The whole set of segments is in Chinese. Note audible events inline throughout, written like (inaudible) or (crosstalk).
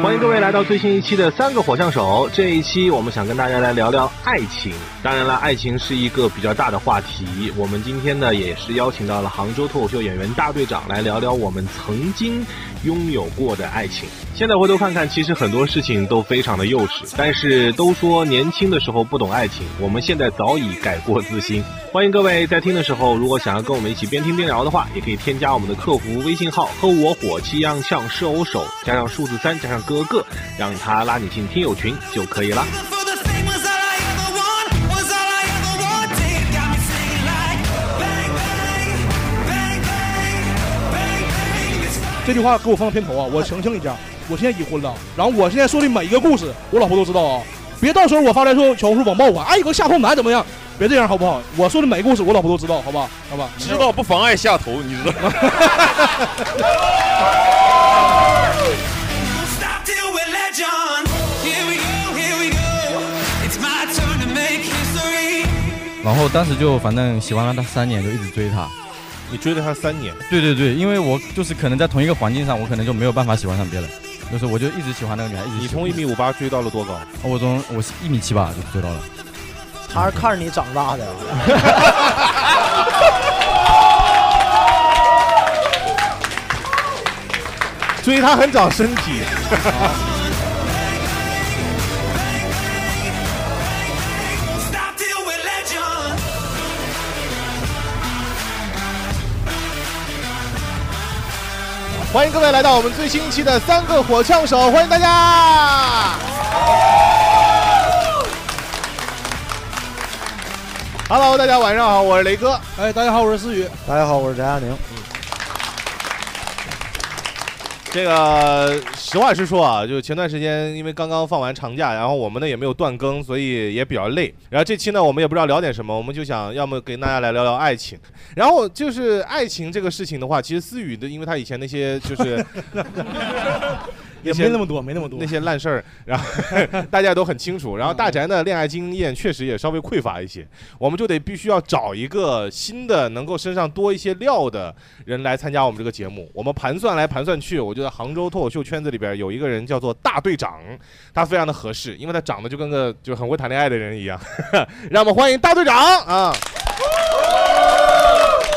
欢迎各位来到最新一期的三个火枪手。这一期我们想跟大家来聊聊爱情，当然了，爱情是一个比较大的话题。我们今天呢也是邀请到了杭州脱口秀演员大队长来聊聊我们曾经拥有过的爱情。现在回头看看，其实很多事情都非常的幼稚，但是都说年轻的时候不懂爱情，我们现在早已改过自新。欢迎各位在听的时候，如果想要跟我们一起边听边聊的话，也可以添加我们的客服微信号“和我火气样像是偶手”，加上数字三，加上哥哥，让他拉你进听友群就可以啦。 For the fame was all I ever want, was all I ever wanted. Got me singing like bang bang, bang bang, bang bang. It's 这句话给我放片头啊！我澄清一下，我现在已婚了。然后我现在说的每一个故事，我老婆都知道啊。别到时候我发来说小红书网暴我，哎，有个下头男怎么样？别这样好不好？我说的每个故事，我老婆都知道，好吧？好吧？知道不妨碍下头，你知道吗？ Don't stop till we're legend. Here we go, here we go. It's my turn to make history. 然后当时就反正喜欢了他三年，就一直追他。你追了他三年，对对对，因为我就是可能在同一个环境上，我可能就没有办法喜欢上别人，就是我就一直喜欢那个女孩，一直你喜从一米五八追到了多高？我从我是一米七八就追到了。他是看着你长大的，追他很长身体，啊 Don't stop till we're legend. (laughs) (laughs) 欢迎各位来到我们最新一期的三个火枪手，欢迎大家！Hello，大家晚上好，我是雷哥。哎，大家好，我是思雨。大家好，我是翟佳宁。这个实话实说啊，就前段时间因为刚刚放完长假，然后我们呢也没有断更，所以也比较累。然后这期呢，我们也不知道聊点什么，我们就想要么跟大家来聊聊爱情。然后就是爱情这个事情的话，其实思雨的，因为他以前那些就是 (laughs) 也没那么多，没那么多那。些烂 (laughs) 事儿，然后大家都很清楚。然后大宅呢，恋爱经验确实也稍微匮乏一些，我们就得必须要找一个新的能够身上多一些料的人来参加我们这个节目。我们盘算来盘算去，我觉得杭州脱口秀圈子里边有一个人叫做大队长，他非常的合适，因为他长得就跟个就很会谈恋爱的人一样。 (laughs) 让我们欢迎大队长啊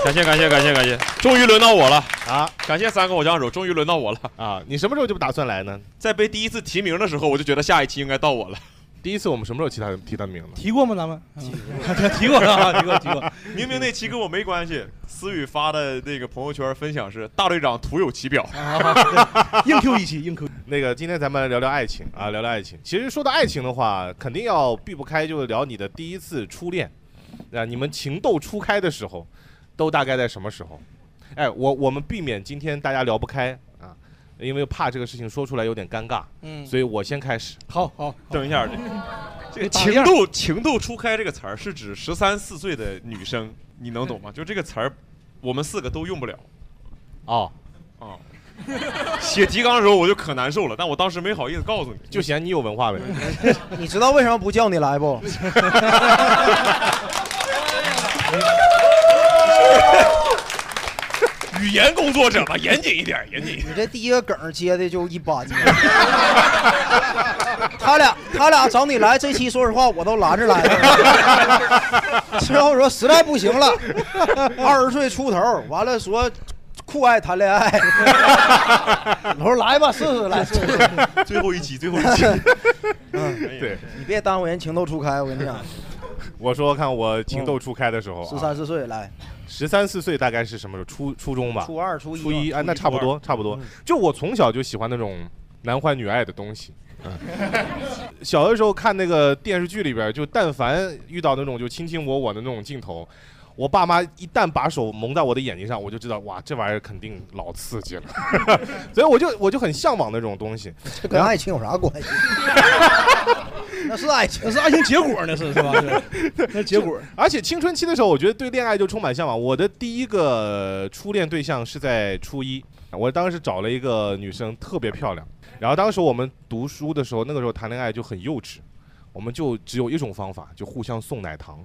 感谢感谢感谢感谢，终于轮到我了，啊感谢三个偶像手，终于轮到我了。啊！你什么时候就打算来呢？在被第一次提名的时候，我就觉得下一期应该到我了。第一次我们什么时候提他提他的名字？提过吗？咱们 (laughs) 提过 (laughs) 啊，提过提过。明明那 (laughs) 期跟我没关系，思雨发的那个朋友圈分享是大队长徒有其表，啊硬 Q 一期，硬 Q。那个，今天咱们来聊聊爱情啊，聊聊爱情。其实说到爱情的话，肯定要避不开就是聊你的第一次初恋，啊，你们情窦初开的时候，都大概在什么时候？哎，我我们避免今天大家聊不开啊，因为怕这个事情说出来有点尴尬，嗯，所以我先开始。好好。等一下，这这个打个样情窦情窦初开这个词儿是指十三四岁的女生，你 (laughs) 能懂吗？就这个词儿，我们四个都用不了。哦，啊。写提纲的时候我就可难受了，但我当时没好意思告诉你，就嫌你有文化呗。你知道为什么不叫你来不？ (laughs) 语言工作者嘛，严谨一点，严谨一点。你这第一个梗接的就一般。他俩他俩找你来这期，说实话我都拦着来了。 (laughs) 之后说实在不行了，二十岁出头，完了说酷爱谈恋爱。 (laughs) 我说来吧，试试来试试。最后一期，最后一期，嗯对，你别耽误人情窦初开，我跟 (laughs) 你讲，我说看我情窦初开的时候、十啊三，四岁来，十三四岁大概是什么时候？初初中吧，初二初嗯一初一，吧哎，那差不多，差不多。就我从小就喜欢那种男欢女爱的东西。嗯小的时候看那个电视剧里边，就但凡遇到那种就卿卿我我的那种镜头，我爸妈一旦把手蒙在我的眼睛上，我就知道哇，这玩意儿肯定老刺激了， (laughs) 所以我就我就很向往那种东西。这跟爱情有啥关系？那是啊爱情那。是爱情结果呢，是是吧？ (laughs) 是那结果而且青春期的时候，我觉得对恋爱就充满向往。我的第一个初恋对象是在初一，我当时找了一个女生，特别漂亮。然后当时我们读书的时候，那个时候谈恋爱就很幼稚，我们就只有一种方法，就互相送奶糖。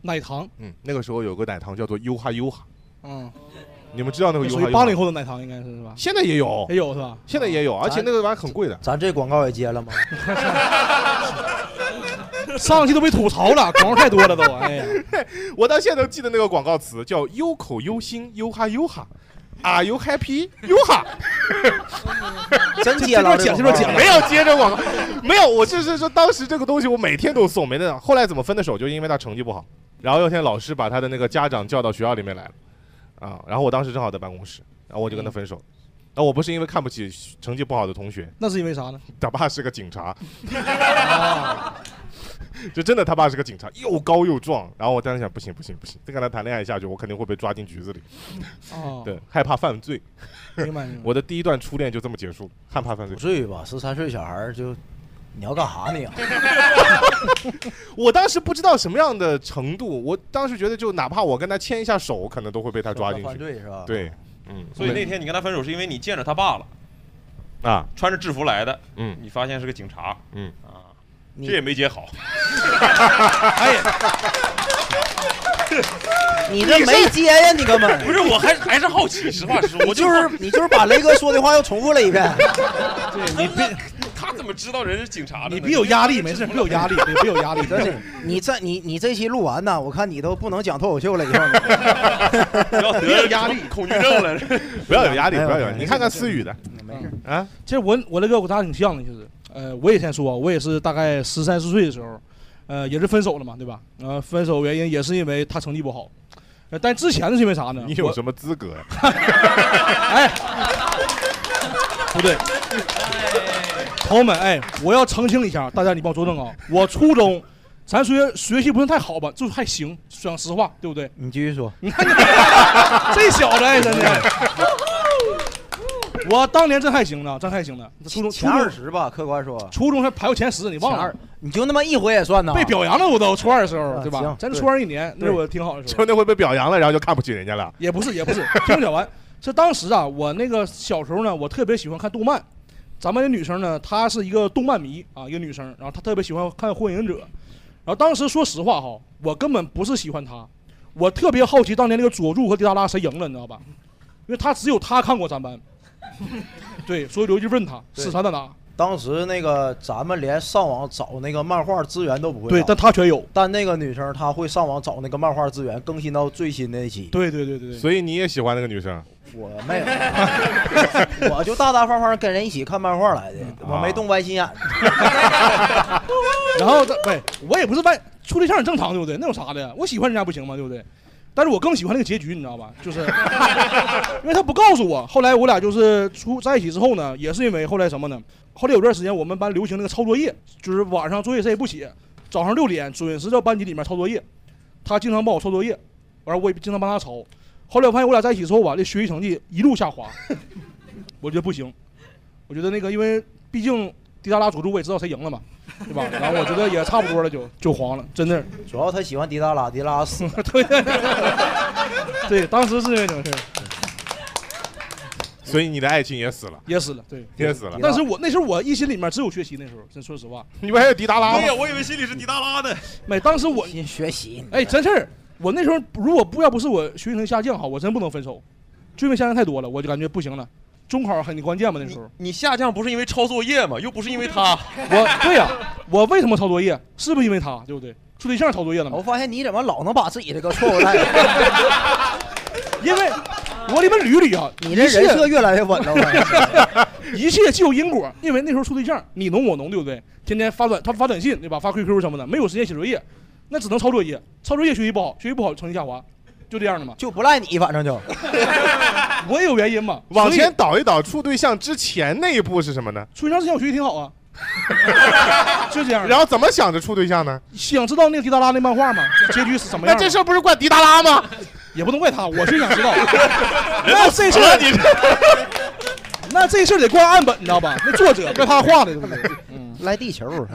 奶糖，嗯，那个时候有个奶糖叫做优哈优哈，嗯，你们知道那个这油属耗于油八吗零？后的奶糖应该是是吧？现在也有也，有是吧？啊现在也有，而且那个玩意儿很贵的。咱这广告也接了吗？ (laughs) 上期都被吐槽了， (laughs) 广告太多了都，哎呀， (laughs) 我到现在都记得那个广告词叫“优口优心优哈优哈 ”，Are you happy？优哈，真这接这啊了，段剪这段剪没有接着广告，没有，我就是说当时这个东西我每天都送，没那样。后来怎么分的手，就因为他成绩不好，然后有一天老师把他的那个家长叫到学校里面来了，啊，然后我当时正好在办公室，然后我就跟他分手。那我不是因为看不起成绩不好的同学，那是因为啥呢？他爸是个警察，啊， (laughs) 就真的他爸是个警察，又高又壮。然后我当时想，不行不行不行，再跟他谈恋爱下去，我肯定会被抓进局子里。哦，对，害怕犯罪。明白明白。 (laughs) 我的第一段初恋就这么结束，害怕犯罪不。至于吧？十三岁小孩儿就你要干啥你啊？ (laughs) 我当时不知道什么样的程度，我当时觉得就哪怕我跟他牵一下手，可能都会被他抓进犯去。罪是吧？，对，嗯，所以那天你跟他分手是因为你见着他爸了，啊，穿着制服来的，嗯你发现是个警察，嗯啊，你哎这也没结 (laughs) 好，你这没接呀，你根本 (laughs) 不是，我还还是好奇，实话实说，你我 (laughs) 就是好你就是把雷哥说的话又重复了一遍。你别，他怎么知道人是警察的呢？ (laughs) 你别有压力，没事，别有压力，别别有压力，真真是是。你这你你这期录完呢，我看你都不能讲脱口秀了，(laughs) 以后你不要得有压力，恐惧症了。 (laughs) 不要有压力，不要有压力。没有你看看思雨的没事。啊，其实我我那个我咱俩挺像的，其实，呃，我也先说啊，我也是大概十三四岁的时候，呃，也是分手了嘛，对吧？呃，分手原因也是因为他成绩不好，呃，但之前是因为啥呢？你有我什么资格呀？ (laughs) 哎，不对，朋友们，哎，我要澄清一下，大家你帮我作证啊！我初中，咱虽然学习不是太好吧，就是还行，讲实话，对不对？你继续说，你看你 (laughs) 这小子，哎，真的。我当年真还行呢，真还行呢。初中初前二中十吧，客观说，初中还排过前十，你忘前了二？你就那么一回也算呢？被表扬了我都初二的时候，啊对吧行？咱对初二一年，那是我挺好的时候就。那会被表扬了，然后就看不起人家了。也不是，也不是，听我讲完。是当时啊，我那个小时候呢，我特别喜欢看动漫。咱们的女生呢，她是一个动漫迷啊，一个女生，然后她特别喜欢看《火影忍者》。然后当时说实话哈，我根本不是喜欢她，我特别好奇当年那个佐助和迪达拉谁赢了，你知道吧？因为她只有她看过咱班， (laughs) 对，所以我就问她对死缠烂打，当时那个咱们连上网找那个漫画资源都不会对，找但她全有，但那个女生她会上网找那个漫画资源，更新到最新那一期。对对对对对，所以你也喜欢那个女生？我没有， (laughs) 我就大大方方跟人一起看漫画来的，嗯我没动歪心 (laughs) 眼。然后这喂，我也不是外处对象很正常，对不对？那有啥的？我喜欢人家不行吗？对不对？但是我更喜欢那个结局，你知道吧？就是因为他不告诉我。后来我俩就是出在一起之后呢，也是因为后来什么呢？后来有段时间我们班流行那个抄作业，就是晚上作业谁也不写，早上六点准时到班级里面抄作业。他经常帮我抄作业，完了我也经常帮他抄。后来我发现我俩在一起之后吧，这学习成绩一路下滑，我觉得不行。我觉得那个，因为毕竟迪达拉佐助我也知道谁赢了嘛，对吧？然后我觉得也差不多了就，就黄了，真的。主要她喜欢迪达拉，迪达拉死了。对， (laughs) 对，当时是因为这个事儿 (laughs) 所以你的爱情也死了，也死了，对。也死了对。但是我那时候我一心里面只有学习，那时候真说实话，你不还有迪达拉对吗呀，？我以为心里是迪达拉呢。没，当时我新学习，哎真事儿，我那时候如果不要不是我学习成绩下降哈，我真不能分手，就因为下降太多了，我就感觉不行了。中考很关键嘛，那时你候你下降不是因为抄作业吗？又不是因为他， (laughs) 我对呀、我为什么抄作业？是不是因为他，对不对？处对象抄作业了吗我？发现你怎么老能把自己这个错误带， (laughs) 因为我里面捋捋啊， (laughs) 你这人设越来越稳了。我 (laughs) 一切既有因果，因为那时候处对象，你侬我侬，对不对？天天发短，他发短信，对吧？发 QQ 什么的，没有时间写作业，那只能抄作业。抄作业学习不好，学习不好成绩下滑，就这样的嘛。就不赖你，反正就我也有原因嘛。往所前以倒一倒，处对象之前那一步是什么呢？处对象之前我学习挺好啊， (laughs) 就这样的。然后怎么想着处对象呢？想知道那个迪达拉那漫画吗？结局是什么那样的？这事儿不是怪迪达拉吗？也不能怪他，我是想知道。 (laughs) 那这事儿那这事儿得怪岸本，你知道吧？那作者怪他画的，对不对？赖嗯地球。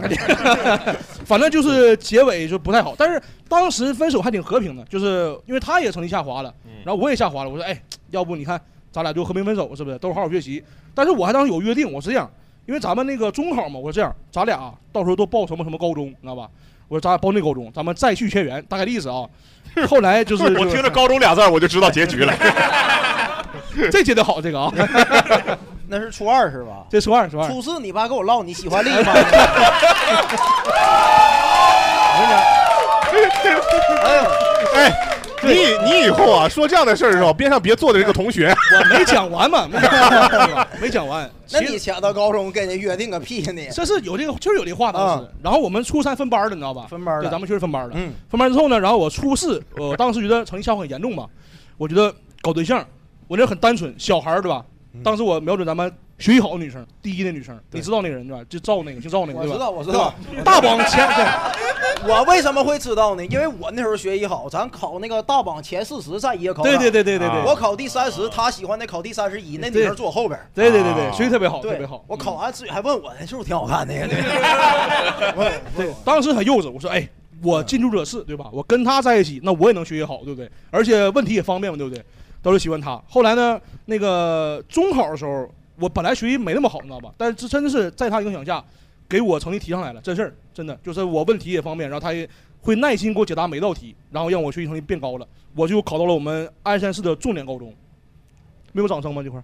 反正就是结尾就不太好，但是当时分手还挺和平的，就是因为他也成绩下滑了，然后我也下滑了。我说，哎，要不你看咱俩就和平分手，是不是？都好好学习。但是我还当时有约定，我是这样，因为咱们那个中考嘛，我说这样，咱俩、啊、到时候都报什么什么高中，你知道吧？我说咱俩报那高中，咱们再续前缘，大概的意思啊。后来就是我听着“高中”俩字儿，我就知道结局了。 (laughs) 这接的好，这个啊， (laughs) 那是初二是吧？这初二初二，初四你爸跟我唠你喜欢另一半。 (laughs) 我跟你讲，哎呦， (laughs) 哎，你你以后啊说这样的事儿的时候，边上别坐的这个同学，我没讲完嘛，没讲完对吧没讲完。那其实你想到高中跟人约定个屁呀你？这是有这个，确实有这话当时。然后我们初三分班的，你知道吧？嗯分班了对，咱们确实分班了。嗯分班之后呢，然后我初四，我当时觉得成绩下滑很严重嘛，我觉得搞对象，我这很单纯，小孩儿对吧？嗯当时我瞄准咱们学习好的女生，第一的女生，你知道那个人对吧？就赵那个，姓赵那个我对知吧？道，我知道。大榜前， (laughs) 我为什么会知道呢？因为我那时候学习好，咱考那个大榜前四十在夜考。对对对对对对，我考第三十，他喜欢的考第三十一，那女孩坐我后边儿。对对对对，啊学习特别好，特别对好，。我考完自己还问我那是不是挺好看的呀？ (laughs) 对，当时很幼稚，我说哎。我近朱者赤，对吧？我跟他在一起，那我也能学习好，对不对？而且问题也方便嘛，对不对？当时喜欢他。后来呢，那个中考的时候，我本来学习没那么好，你知道吧？但是这真的是在他影响下，给我成绩提上来了，真事儿，真的就是我问题也方便，然后他也会耐心给我解答每道题，然后让我学习成绩变高了，我就考到了我们鞍山市的重点高中。没有掌声吗？这块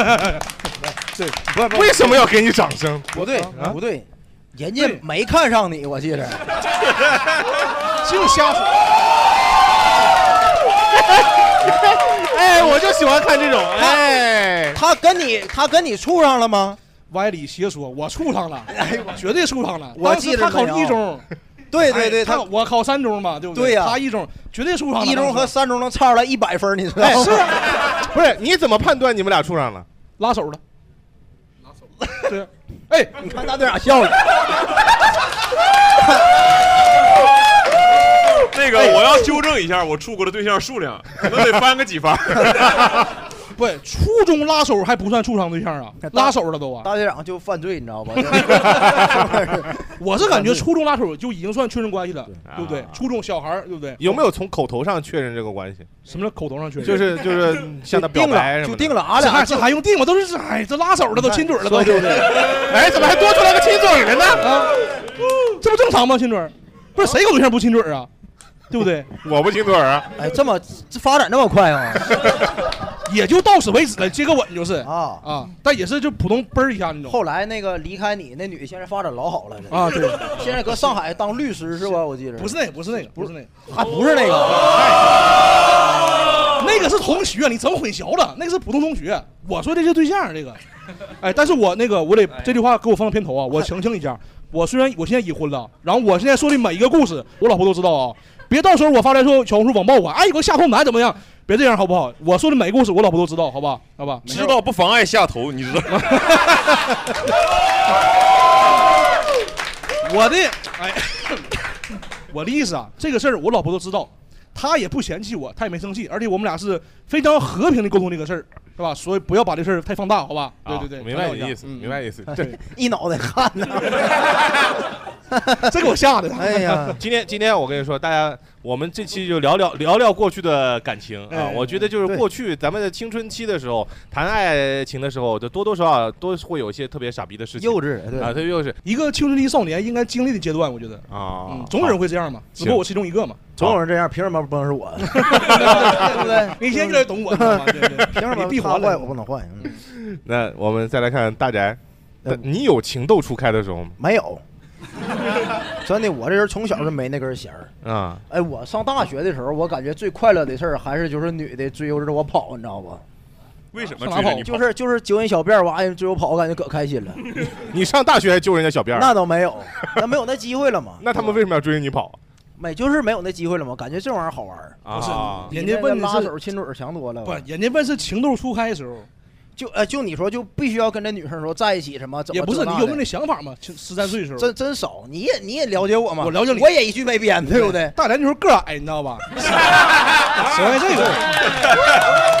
儿？ (laughs) 不是不 (laughs) 为什么要给你掌声？不对啊不对，人家没看上你，我记着。净瞎说。哎，我就喜欢看这种，哎，他跟你他跟你处上了吗？歪理邪说，我处上了，哎呦我绝对处上了。我当时记着他考没有一中，对对哎对，他他我考三中嘛，对不对对呀他一中绝对处上了。一中和当时三中能差出来一百分儿，你知道吗？是啊哎 (laughs) 不是你怎么判断你们俩处上了？拉手了，拉手了，对。哎，你看大队长笑了，那个哎我要纠正一下我处过的对象数量，可能得翻个 (laughs) 几番。不，初中拉手还不算处上对象哎啊，拉手了都啊。大队长就犯罪，你知道吧？就是我是感觉初中拉手就已经算确认关系了，对不对啊？初中小孩儿，对不对？ (laughs) 有没有从口头上确认这个关系？什么叫口头上确认？ (laughs) 就是就是向他表定白了什么的就定。了，俺这啊俩还这还用定吗？都是这哎，这拉手了都亲嘴了都，对不对？ (laughs) 哎，怎么还多出来个亲嘴的呢？啊， (laughs) 这不正常吗？亲嘴儿，不是谁搞对象不亲嘴儿啊？对不对？ (laughs) 我不亲嘴啊，哎这么这发展这么快啊？ (laughs) 也就到此为止了，接个吻就是啊啊！但也是就普通嘣儿一下那种。后来那个离开你那女的，现在发展老好了。这啊，对，现在搁上海当律师是吧？我记着不是那个，不是那个，不是那个，哎还不是那个， (laughs) 那个是同学，你整混淆了，那个是普通同学。我说这是对象，这个，哎，但是我那个我得这句话给我放到片头啊，我澄清一下，我虽然我现在已婚了，然后我现在说的每一个故事，我老婆都知道啊，别到时候我发来说小红书网暴我，哎，你给我下头男怎么样？别这样好不好？我说的每个故事，我老婆都知道，好吧？好吧？没事知道不妨碍下头，你知道吗？ (laughs) 我的，哎，我的意思啊，这个事儿我老婆都知道，她也不嫌弃我，她也没生气，而且我们俩是非常和平的沟通这个事儿，是吧？所以不要把这事儿太放大，好吧？对啊对对，啊明白你的意思。思，明白你的意思。对，对，一脑袋汗呢。 (laughs) 这给我吓的。 (laughs) 哎呀， (laughs) 今天今天我跟你说，大家我们这期就聊聊聊聊过去的感情啊。哎我觉得就是过去咱们的青春期的时候，谈爱情的时候，就多多少少都会有一些特别傻逼的事情幼稚对啊，。他又是一个青春期少年应该经历的阶段，我觉得，啊嗯，，总有人会这样嘛，只不过行我其中一个嘛。总有人这样，凭什么不能是我？ (laughs) 对不对？你现在越来越懂我，你知道 (laughs) 吗？对对对凭什么你闭他环坏了我不能换？嗯那我们再来看大宅，呃你有情窦初开的时候吗？没有， (laughs) 真的，我这人从小就没那根弦儿。啊，哎，我上大学的时候，我感觉最快乐的事儿还是就是女的追着我跑，你知道吧？为什么上哪追着跑你跑？就是就是揪人小辫儿，哇，哎追我跑，我感觉可开心了。 (laughs) 你上大学还揪人家小辫儿？。那倒没有，那没有那机会了嘛那他们为什么要追着你跑没就是没有那机会了嘛？感觉这玩意儿好玩儿。啊？人家问你的那个拉是手亲嘴儿强多了。不，人家问是情窦初开的时候，啊就呃，就你说就必须要跟这女生说在一起什么？怎么也不是这你那有没的有那想法嘛？十三岁的时候，真真少，你也你也了解我嘛？我了解你我也一句没编，对不对？大连就是个儿啊矮，你知道 (laughs) 吧？喜欢这个。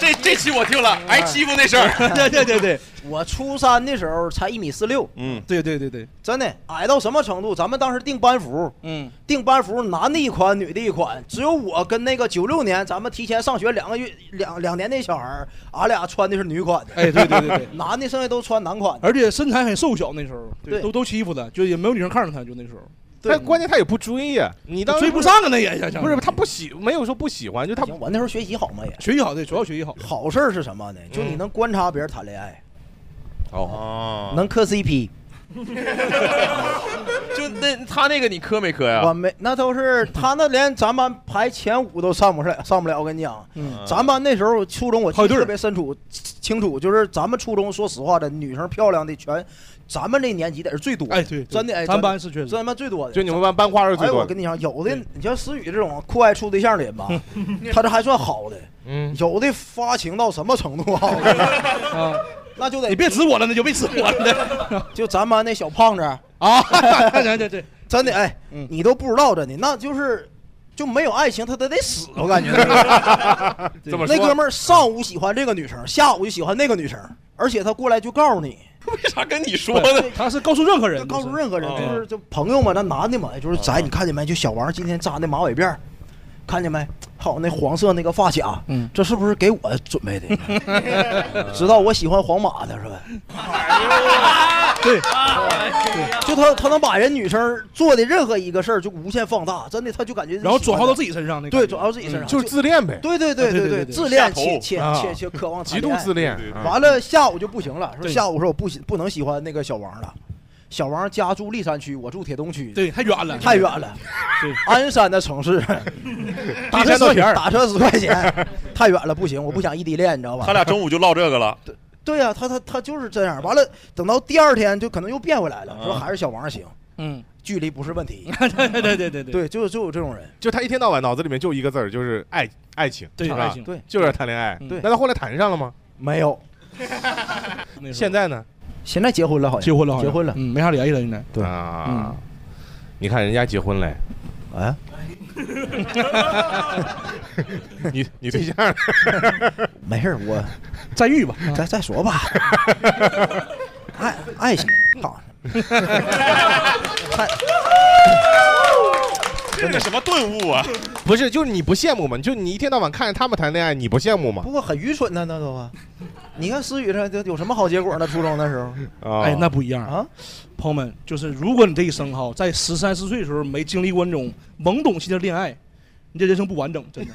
这这期我听了，挨欺负那事 (laughs) 儿。 (laughs) 对对对对我初三的时候才一米四六，嗯，对对对对，真的矮到什么程度？咱们当时定班服，嗯，定班服男的一款，女的一款，只有我跟那个九六年咱们提前上学两个月两两年那小孩儿，俺俩穿的是女款的，哎，对对对对， (laughs) 男的剩下都穿男款的。而且身材很瘦小，那时候对都都欺负他，就也没有女生看上他，就那时候，但关键他也不追呀，你当时追不上啊，那也想想不是他不喜，没有说不喜欢，就他行，我那时候学习好嘛也。学习好对，主要学习好。嗯好事儿是什么呢？就你能观察别人谈恋爱，啊哦，能磕 CP。就那他那个你磕没磕呀我？ (laughs) 没，那都是他那连咱班排前五都上不上上不了。我跟你讲，嗯咱班那时候初中我记好得几对儿特别深楚清楚，就是咱们初中说实话的，女生漂亮的全，咱们这年级得是最多的。哎，对，对真的哎，咱真的班是确实真他妈最多的。就你们班班花儿最哎，多我的，跟你讲，有的对你像思雨这种酷爱处对象的人吧， (laughs) 他这还算好的，嗯，有的发情到什么程度啊？我跟你讲 (laughs) 啊，那就你得别指我了，那就别指我了 (laughs) 就咱班那小胖子，啊！ (laughs) 对对对， (laughs) 真的哎，嗯你都不知道真的，那就是就没有爱情，他得得死，我感觉那个 (laughs) 这么说那哥们儿上午喜欢这个女生，下午就喜欢那个女生，而且他过来就告诉你，为啥跟你说呢？他是告诉任何就人，告诉任何人，嗯就是就朋友嘛，那男的嘛，就是仔，你看见没？就小王今天扎那马尾辫儿，看见没？还有那黄色那个发卡，嗯这是不是给我准备的？ (laughs) 知道我喜欢皇马的是吧？ (laughs) 对，就他他能把人女生做的任何一个事儿就无限放大，真的他就感觉然后转化到己自己身上那个对感觉，转化到自己身上，嗯就是自恋呗，对对对啊对对对对对自恋下头且且啊且且渴望谈极恋度爱自恋对对，对啊完了下午就不行了，说对下午说我不喜不能喜欢那个小王了，小王家住历山区，我住铁东区，对，太远了，太远了对，鞍山的 (laughs) 城市，打地下道车十田儿打车十块钱，太远了，不行，我不想异地恋，你知道他吧？俩中午就唠这个了，对呀、他他他就是这样。完了，等到第二天就可能又变回来了，说啊还是小王行，嗯，距离不是 (laughs) 问题。对对对对对对，就就有这种人，就他一天到晚脑子里面就一个字儿，就是爱爱情，对，是吧爱情，对，就是谈恋爱。嗯对那他后来谈上了吗？没有，那时候现在呢？现在结婚了好结像。婚了好像，结婚了嗯，没啥联系了，现在对啊，你看人家结婚嘞，哎， (laughs) 你你 (laughs) 对象呢没事儿，我再遇吧，嗯再再说 (laughs) 吧。爱爱情，操！太这个什么顿悟啊？不是，就是你不羡慕吗？就你一天到晚看着他们谈恋爱，你不羡慕吗不？过很愚蠢的那都啊。你看思雨这这有什么好结果呢？初中那时候啊哎，那不一样啊，啊，朋友们，就是如果你这一生哈，在十三四岁的时候没经历过那种懵懂期的恋爱，你这人生不完整，真的。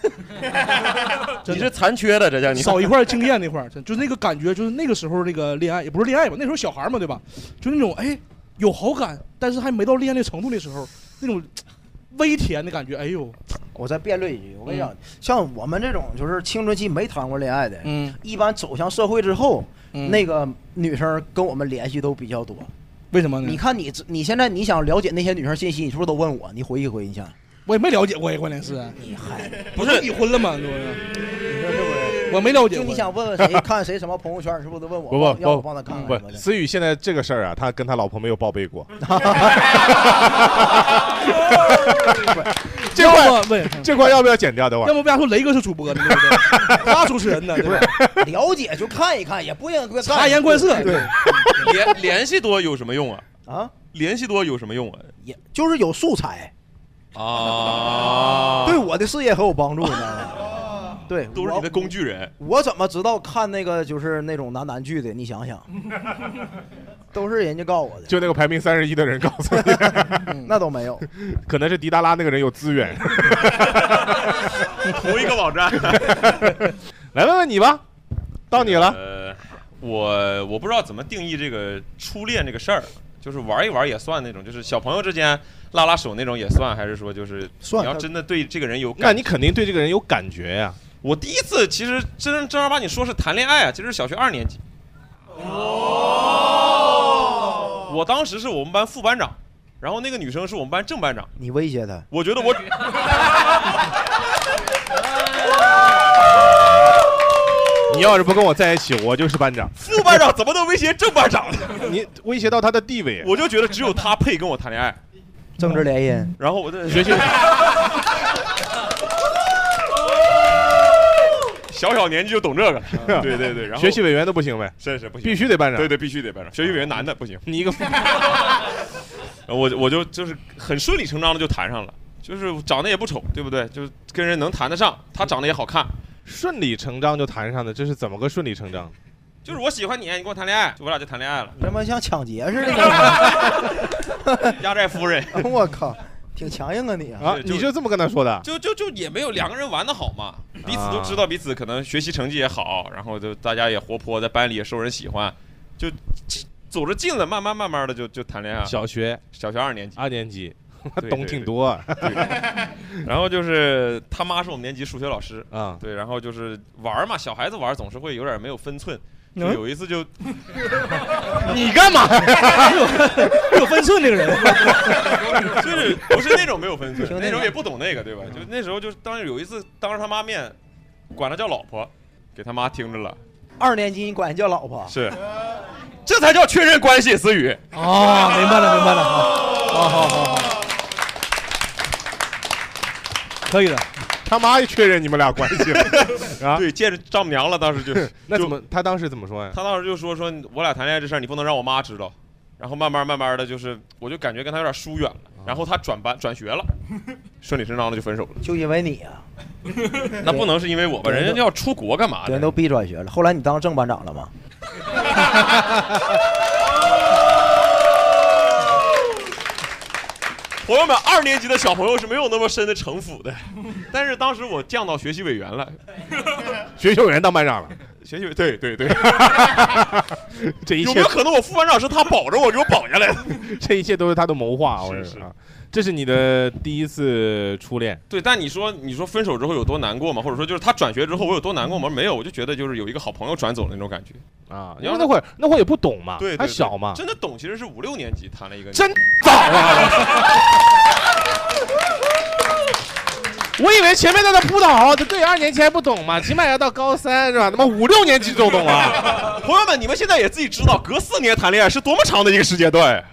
真你的是残缺的，这叫你少一块经验那块儿，真就那个感觉，就是那个时候那个恋爱，也不是恋爱吧，那时候小孩嘛，对吧？就那种哎有好感，但是还没到恋爱的程度的时候，那种微甜的感觉，哎呦，我再辩论一句，我跟你讲，像我们这种就是青春期没谈过恋爱的，嗯，一般走向社会之后，那个女生跟我们联系都比较多。为什么呢？你看你这你现在你想了解那些女生信息，你是不是都问我？你回忆回忆一下，我也没了解过呀，关键是你嗯嗨，不是已婚了吗？就是你说是不是？我没了解就过。你想问问谁，看谁什么朋友圈，你是不是都问 (laughs) 我？不不让我不帮他看看什不么，的。思雨现在这个事儿啊，他跟他老婆没有报备 (laughs) 过，这块要不问，这块要不要剪掉？等会要儿不为啥说雷哥是主播呢？对不对？他主持 (laughs) 人呢？对吧？了解就看一看，也不应该嗯察言观色，对，联联系多有什么用啊？啊，联系多有什么用啊？也就是有素材。啊，对我的事业很有帮助，你知道吗？对，都是你的我。工具人。我怎么知道看那个就是那种男男剧的？你想想， (laughs) 都是人家告我的，就那个排名三十一的人告诉你，嗯那都没有。可能是迪达拉那个人有资 (laughs) 源。同一个 (laughs) 网站。来问问你吧，到你了。呃，我我不知道怎么定义这个初恋这个事儿，就是玩一玩也算那种，就是小朋友之间拉拉手那种也算，还是说就是算你要真的对这个人有那感你肯定对这个人有感觉呀、我第一次其实真正儿八经说是谈恋爱啊，其实是小学二年级。哦，我当时是我们班副班长，然后那个女生是我们班正班长。你威胁他，我觉得我，你要是不跟我在一起，我就是班长。副班长怎么能威胁正班长呢？你威胁到他的地位，啊我就觉得只有她配跟我谈恋爱。政治联姻，然后我的学习，小小年纪就懂这个了。啊对对 (laughs) 对，然后学习委员都不行呗，是是不行，必须得班长。啊对对必须得班长，学习委员男的不行。你一个副然后 (laughs) 我就我就就是很顺理成章的就谈上了，就是长得也不丑，对不对？就是跟人能谈得上，他长得也好看。顺理成章就谈上的，这是怎么个顺理成章？就是我喜欢你，你跟我谈恋爱，就我俩就谈 (laughs) 恋爱了。怎么像抢劫似 (laughs) 的？压寨夫人，我靠，挺强硬啊你啊！啊，对就你就这么跟他说的？ (laughs) 就就就也没有两个人玩的好嘛，彼此都知道彼此可能学习成绩也好，然后就大家也活泼，在班里也受人喜欢，就走着近了，慢慢慢慢的就就谈恋爱了。小学小学二年级，二年级， (laughs) 对 (laughs) 懂挺多啊然后就是他妈是我们年级数学老师，啊对，然后就是玩儿嘛，小孩子玩儿总是会有点没有分寸。就嗯有一次就 (laughs) 你干嘛？ (laughs) 有有分寸这个人， (laughs) 就是不是那种没有分寸听，那那时候个也不懂那个，对吧？就那时候就是当时有一次当着他妈面，管他叫老婆，给他妈听着了，二年级你管人叫老啊婆，是，这才叫确认关系思雨。哦，明白了，明白了，好，好好好好，可以的，他妈也确认你们俩关系 (laughs) 了哦啊？对，见着丈母娘了，当 (laughs) (laughs) 时就是那就怎么他当时怎么说呀？他当时就说说我俩谈恋爱这事儿你不能让我妈知道，然后慢慢慢慢的就是我就感觉跟他有点疏远了，啊然后他转班转学了，顺理成章的就分手了。就因为你啊， (laughs) 那不能是因为我吧？对人家要出国干嘛人的？都逼转学了。后来你当正班长了吗？朋友们，二年级的小朋友是没有那么深的城府的，但是当时我降到学习委员了， (laughs) 学习委员当班长了，学习委对对对， (laughs) 这一有切没有可能我副班长是他保着我给我保下来的？这一切都是他的谋划啊！是我认为是啊，这是你的第一次初恋， (laughs) 对，但你说你说分手之后有多难过吗？或者说就是他转学之后我有多难过吗？没有，我就觉得就是有一个好朋友转走的那种感觉。啊，你因要为是那会儿那会儿也不懂嘛，对，对还对小嘛，真的懂，其实是五六年级谈了一个女，真早啊！ (laughs) 我以为前面在那扑倒，就对二年级还不懂嘛，起码要到高三是吧？他妈五六年级就懂了， (laughs) 朋友们，你们现在也自己知道，隔四年谈恋爱是多么长的一个时间段。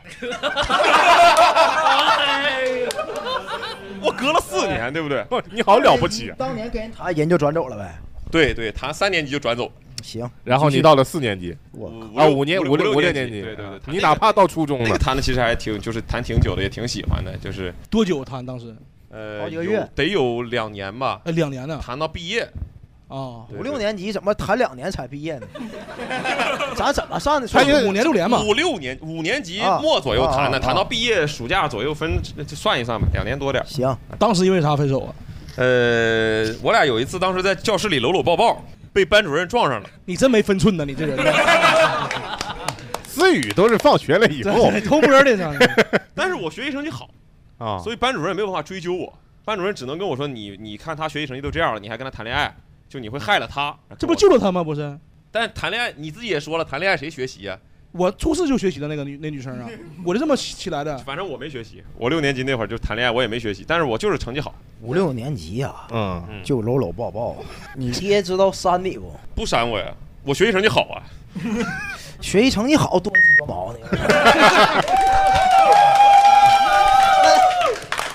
我隔了四年，对不啊对？你好了不起。当年跟人谈，人就转走了呗。对对，谈三年级就转走，行，然后你到了四年级我啊，六五年五六五六年级，对对对啊，谈你那哪个怕到初中那了个，谈的其实还挺，就是谈挺久的，也挺喜欢的，就是多久谈当时？呃，好几个有月得有两年吧，呃，两年呢？谈到毕业，啊，五六年级怎么谈两年才毕 (laughs) 业呢？咱怎么上的？他就五年六年嘛，五六年五年级啊末左右啊谈的，啊谈到毕业暑假左右分，就算一算吧，两年多点儿。哎行，当时因为啥分手啊？呃，我俩有一次当时在教室里搂搂抱抱，被班主任撞上了。你真没分寸呐，你这人，思雨都是放学了以后对，偷摸的这样 (laughs) 但是我学习成绩好，啊，所以班主任没有办法追究我，班主任只能跟我说你你看他学习成绩都这样了，你还跟他谈恋爱，就你会害了他。这不救了他吗？不是，但谈恋爱你自己也说了，谈恋爱谁学习呀、我初四就学习的那个女那女生啊，我就这么起来的。反正我没学习，我六年级那会儿就谈恋爱，我也没学习，但是我就是成绩好，五六年级呀，嗯，就搂搂抱抱。你爹知道扇你不？不删我呀，我学习成绩好啊。学习成绩好多鸡巴毛呢！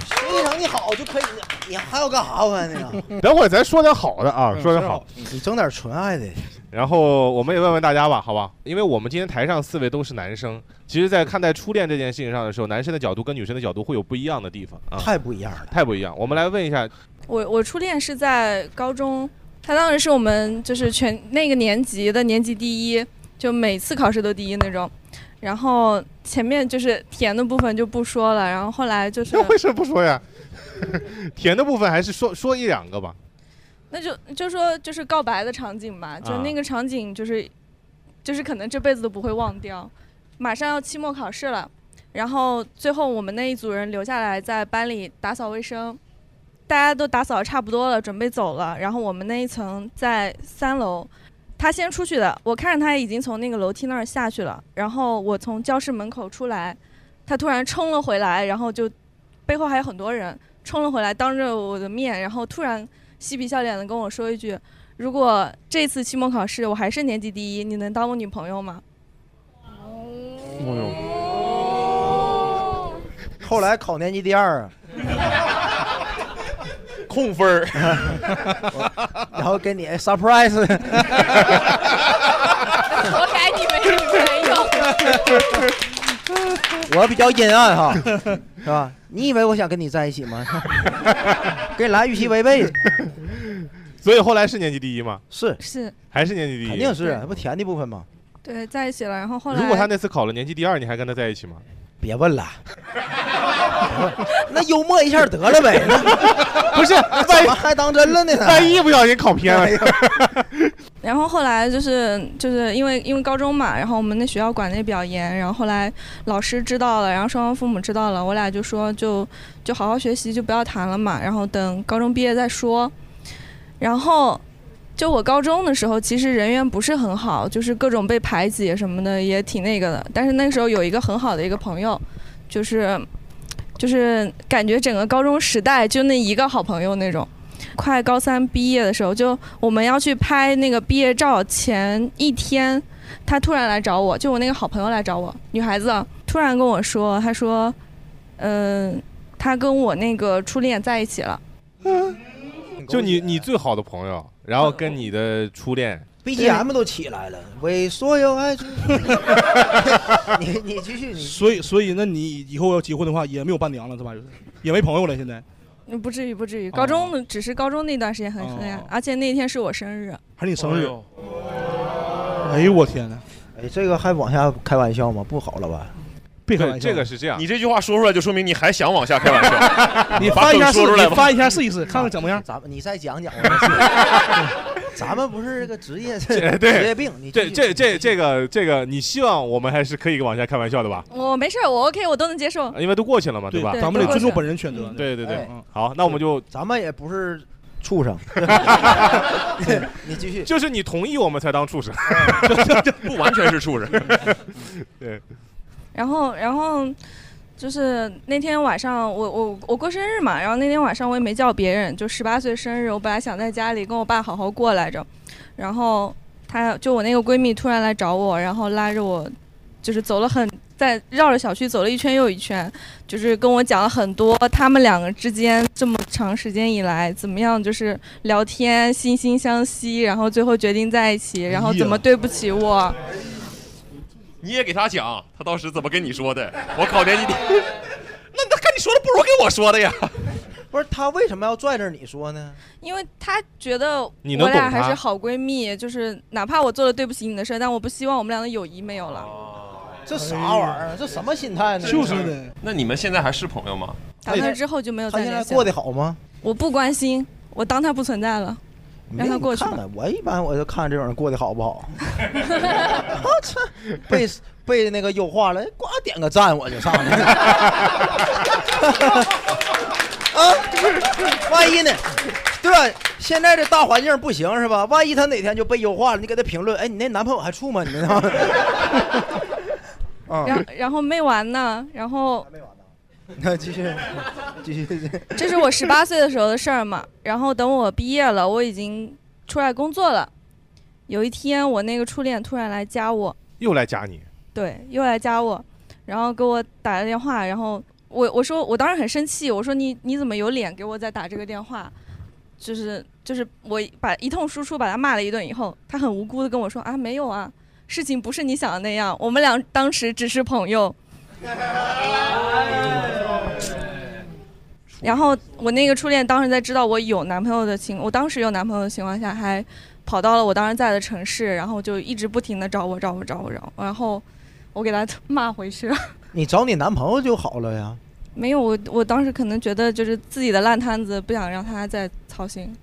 学习成绩好就可以，你还要干啥玩意呢？等会儿咱说点好的啊，说点好。哦你整点纯爱的，然后我们也问问大家吧，好吧？因为我们今天台上四位都是男生，其实，在看待初恋这件事情上的时候，男生的角度跟女生的角度会有不一样的地方啊，太不一样了。太不一样。我们来问一下，我我初恋是在高中，他当时是我们就是全那个年级的年级第一，就每次考试都第一那种。然后前面就是甜的部分就不说了，然后后来 (laughs) 就是这为什么不说呀？甜的部分还是说说一两个吧。那就就说就是告白的场景吧，就啊那个场景就是、就是可能这辈子都不会忘掉。马上要期末考试了，然后最后我们那一组人留下来在班里打扫卫生，大家都打扫得差不多了，准备走了。然后我们那一层在三楼，他先出去的，我看着他已经从那个楼梯那儿下去了，然后我从教室门口出来，他突然冲了回来，然后就背后还有很多人冲了回来，当着我的面，然后突然嬉皮笑脸的跟我说一句：“如果这次期末考试我还是年级第一，你能当我女朋友吗哎后来考年级第二啊，控分儿， (laughs) 然后给你 surprise，？” 活该你没女朋友。我比较阴暗哈，是吧？ (laughs) 你以为我想跟你在一起吗？跟你来预期违背，所以后来是年级第一吗？是是还是年级第一？肯定是，啊那不甜的部分吗？对在一起了，然后后来如果他 (laughs) 那次考了年级第二，你还跟他在一起吗？别问了，那幽默一下得了呗，不是，怎万么还当真了呢？万一不小心考 (laughs) 偏哎 (laughs) 了，然后后来就是就是因为因为高中嘛，然后我们那学校管的也比较严，然后后来老师知道了，然后双方父母知道了，我俩就说就就好好学习，就不要谈了嘛，然后等高中毕业再说。然后就我高中的时候，其实人缘不是很好，就是各种被排挤什么的，也挺那个的。但是那时候有一个很好的一个朋友，就是就是感觉整个高中时代就那一个好朋友那种。快高三毕业的时候，就我们要去拍那个毕业照前一天，他突然来找我，就我那个好朋友来找我，女孩子啊突然跟我说，她说，嗯、她跟我那个初恋在一起了。啊就你你最好的朋友，然后跟你的初 (laughs) 恋， BGM 都起来了，为所有爱情。你你继续，你所以所以那你以后要结婚的话，也没有伴娘了，是吧？就是也没朋友了，现在嗯不至于，不至于。高中、只是高中那段时间很黑暗，而且那天是我生日，还是你生日。哎呦我天哪！哎，这个还往下开玩笑吗？不好了吧？别开对，玩笑，这个是这样你。这句话说出来，就说明你还想往下开玩笑。你把翻一梗下试，说出来你吧翻一下试一试，看看怎么样。咱们你再讲讲我们 (laughs) 是。 (laughs) 咱们不是这个职业，这对职业病。你继这续这这这你继续个这个，你希望我们还是可以往下开玩笑的吧？我没事，我 OK，我都能接受。啊因为都过去了嘛，对吧？对咱们得尊重本人选择。嗯对对对哎，嗯好，那我们就咱们也不是畜生。你继续。就是你同意我们才当畜生，不完全是畜生。 (laughs) 然后，然后就是那天晚上，我我我过生日嘛，然后那天晚上我也没叫别人，就十八岁生日，我本来想在家里跟我爸好好过来着，然后她就我那个闺蜜突然来找我，然后拉着我，就是走了很在绕着小区走了一圈又一圈，就是跟我讲了很多他们两个之间这么长时间以来怎么样，就是聊天惺惺相惜，然后最后决定在一起，然后怎么对不起我。你也给他讲，他当时怎么跟你说的？我考年级第，那他跟你说的不如跟我说的呀。不是他为什么要拽着你说呢？因为她觉得我你能懂俩还她是好闺蜜，就是哪怕我做了对不起你的事，但我不希望我们俩的友谊没有了。哦这啥玩意儿？这什么心态呢？就是的，那你们现在还是朋友吗？打那之后就没有他再现联在系。过得好吗？我不关心，我当她不存在了。让他过去吧你看看我一般我就看这种人过得好不好。我操，被被那个优化了，呱点个赞我就上 (laughs) 去了。啊，万一呢？对吧？现在这大环境不行是吧？万一他哪天就被优化了，你给他评论，哎，你那男朋友还处吗？你 (laughs) 那啊， (laughs) 然然后没完呢，然后那继续，继续，继续这是我十八岁的时候的事儿嘛。然后等我毕业了，我已经出来工作了。有一天，我那个初恋突然来加我，又来加你，对，又来加我，然后给我打了电话，然后我我说我当时很生气，我说你你怎么有脸给我再打这个电话？就是就是我把一通输出把他骂了一顿以后，他很无辜的跟我说啊没有啊，事情不是你想的那样，我们俩当时只是朋友。然后我那个初恋当时在知道我有男朋友的情，我当时有男朋友的情况下，还跑到了我当时在的城市，然后就一直不停的找我找我找我找我，然后我给他骂回去了。你找你男朋友就好了呀。没有，我我当时可能觉得就是自己的烂摊子，不想让他再操心。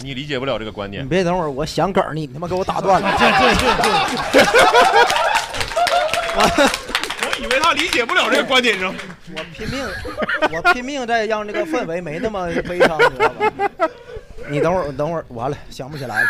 你理解不了这个观你念。别等会儿，我想梗儿你，你他妈给我打断了。我以为他理解不了这个观点呢。 (laughs) 我拼命， (laughs) 我拼命在让这个氛围没那么悲伤，你知道吧？你等会儿，等会儿，完了，想不起来了。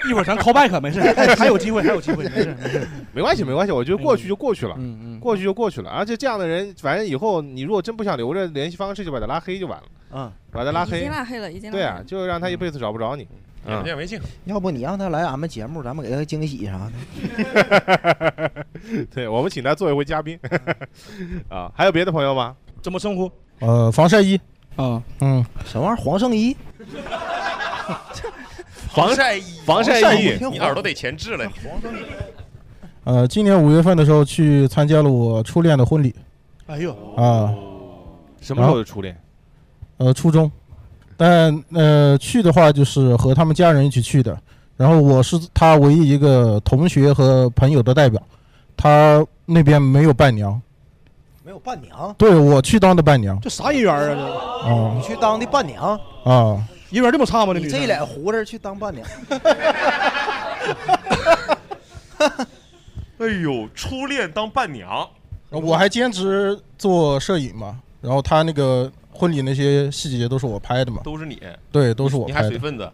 (laughs) 一会儿咱 call back 没 (laughs) 事，还有机会，还有机会，没事没事。没关系没关系，我觉得过去就过去了， (laughs) 嗯嗯，过去就过去了。而且这样的人，反正以后你如果真不想留着联系方式，就把他拉黑就完了，嗯，把他拉已黑经，拉黑了，已经拉黑对啊了，。就让他一辈子找不着你。眼嗯不，见为净。要不你让他来咱们节目，咱们给他个惊喜啥的。 (laughs) 对我们请他做一回嘉宾 (laughs) 啊，还有别的朋友吗？怎么称呼？呃，防晒衣，啊，嗯，什么玩意儿？黄圣依？ (laughs) 防晒衣，防晒晒衣衣你耳朵得前置了。黄圣依。呃，今年五月份的时候去参加了我初恋的婚礼哎呦，啊，什么时候的初恋？呃，初中，但呃去的话就是和他们家人一起去的，然后我是他唯一一个同学和朋友的代表，他那边没有伴娘，没有伴娘，对我去当的伴娘这啥姻缘啊？啊你去当的伴娘，啊，这姻缘这么差吗？这你女这生脸胡子去当伴娘，哎呦，初恋当伴娘，我还兼职做摄影嘛，然后他那个婚礼那些细节都是我拍的嘛，都是你，对，都是我你还拍随的，份子，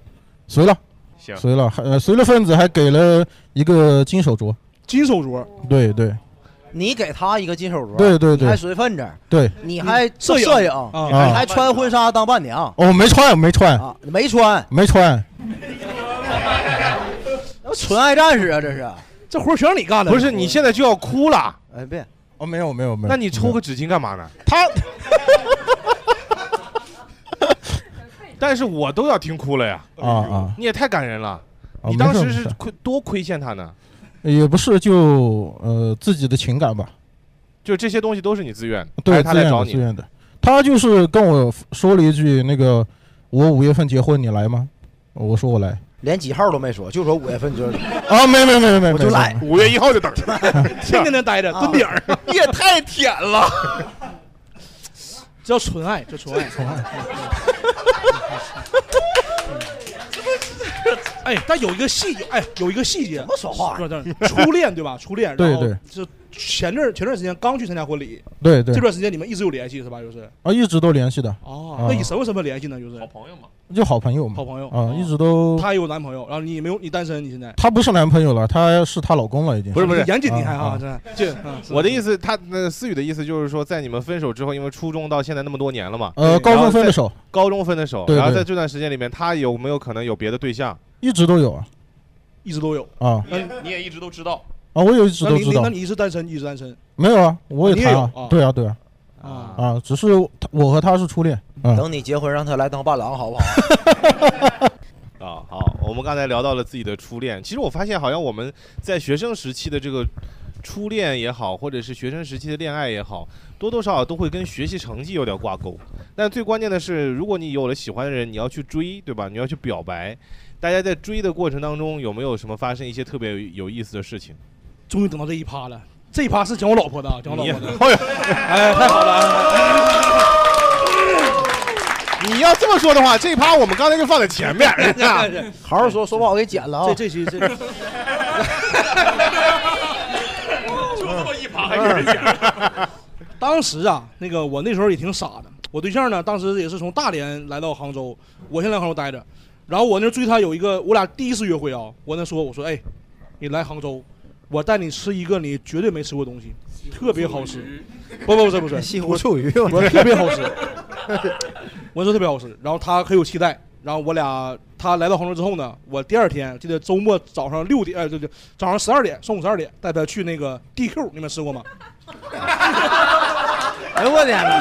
随了行，随了，还呃随了份子还给了一个金手镯， (laughs) 金手镯，对对你给他一个金手镯，对对你还对随份子，对，你还摄影摄影，啊你啊，还穿婚纱当伴娘我哦没穿，我没穿，啊？你没穿，没穿，那不纯爱战士啊，这是。这活儿全是你干的。不是，你现在就要哭了，哎，别，哦没有没有没有，那你抽个纸巾干嘛呢？他 (laughs) 但是我都要听哭了呀，啊啊，你也太感人了。啊你当没事时没是事亏多亏欠他呢？也不是就呃自己的情感吧，就这些东西都是你自愿，还对，是他来自愿找的自你？愿的。他就是跟我说了一句那个，我五月份结婚，你来吗？我说我来。连几号都没说，就说五月份就啊，没没没没没，我就没来。五月一号就 (laughs) 等着。 (laughs) 天天在那待着，蹲点儿，你也太舔了。这叫纯爱，这纯爱，纯爱。 (laughs) 哎，但有一个细节，哎，有一个细节，怎么说话？不是初恋对吧？初恋，然后对对，就前段前段时间刚去参加婚礼，对对这，段时间你们一直有联系是吧？就是啊，一直都联系的，哦啊那以什么身份联系呢？就是好朋友嘛，就好朋友嘛好。朋友哦啊，一直都，她有男朋友，然后你没有，你单身，你现在她不是男朋友了，她是她老公了已经。不是不是严谨厉害啊啊，啊真的这嗯是我的意思，他那思雨的意思就是说，在你们分手之后，因为初中到现在那么多年了嘛，呃，高然后中分在的手高中分的手，对对然后在这段时间里面，他有没有可能有别的对象？一直都有啊一直都有。啊你也你也一直都知道，啊，我有一直那都你知你道那，你是单身，一直单身没有啊，我你也也谈有啊哦啊，对啊对啊啊？啊，只是她我和她是初恋，嗯等你结婚，让他来当伴郎，(laughs) 好不好？啊，好，我们刚才聊到了自己的初恋。其实我发现，好像我们在学生时期的这个初恋也好，或者是学生时期的恋爱也好，多多少少都会跟学习成绩有点挂钩。但最关键的是，如果你有了喜欢的人，你要去追，对吧？你要去表白。大家在追的过程当中，有没有什么发生一些特别有意思的事情？终于等到这一趴了，这一趴是讲我老婆的，啊，讲我老你婆的。哎，太好了！你要这么说的话，这一趴我们刚才就放在前 (laughs) 面，是吧？好好说，说不好给剪了啊这！这期这就这么一把还给人讲， (laughs) 当时啊，那个我那时候也挺傻的，我对象呢，当时也是从大连来到杭州，我先来杭州待着，然后我那追她有一个，我俩第一次约会啊，我那说我说哎，你来杭州，我带你吃一个你绝对没吃过的东西，特别好吃，不不不是不是，西湖醋鱼，我特别好吃，我说特别好吃。然后他很有期待，然后我俩他来到杭州之后呢，我第二天记得周末早上六点，呃，就就早上十二点，中午十二点带他去那个 DQ，你们吃过吗？哎呦我天哪，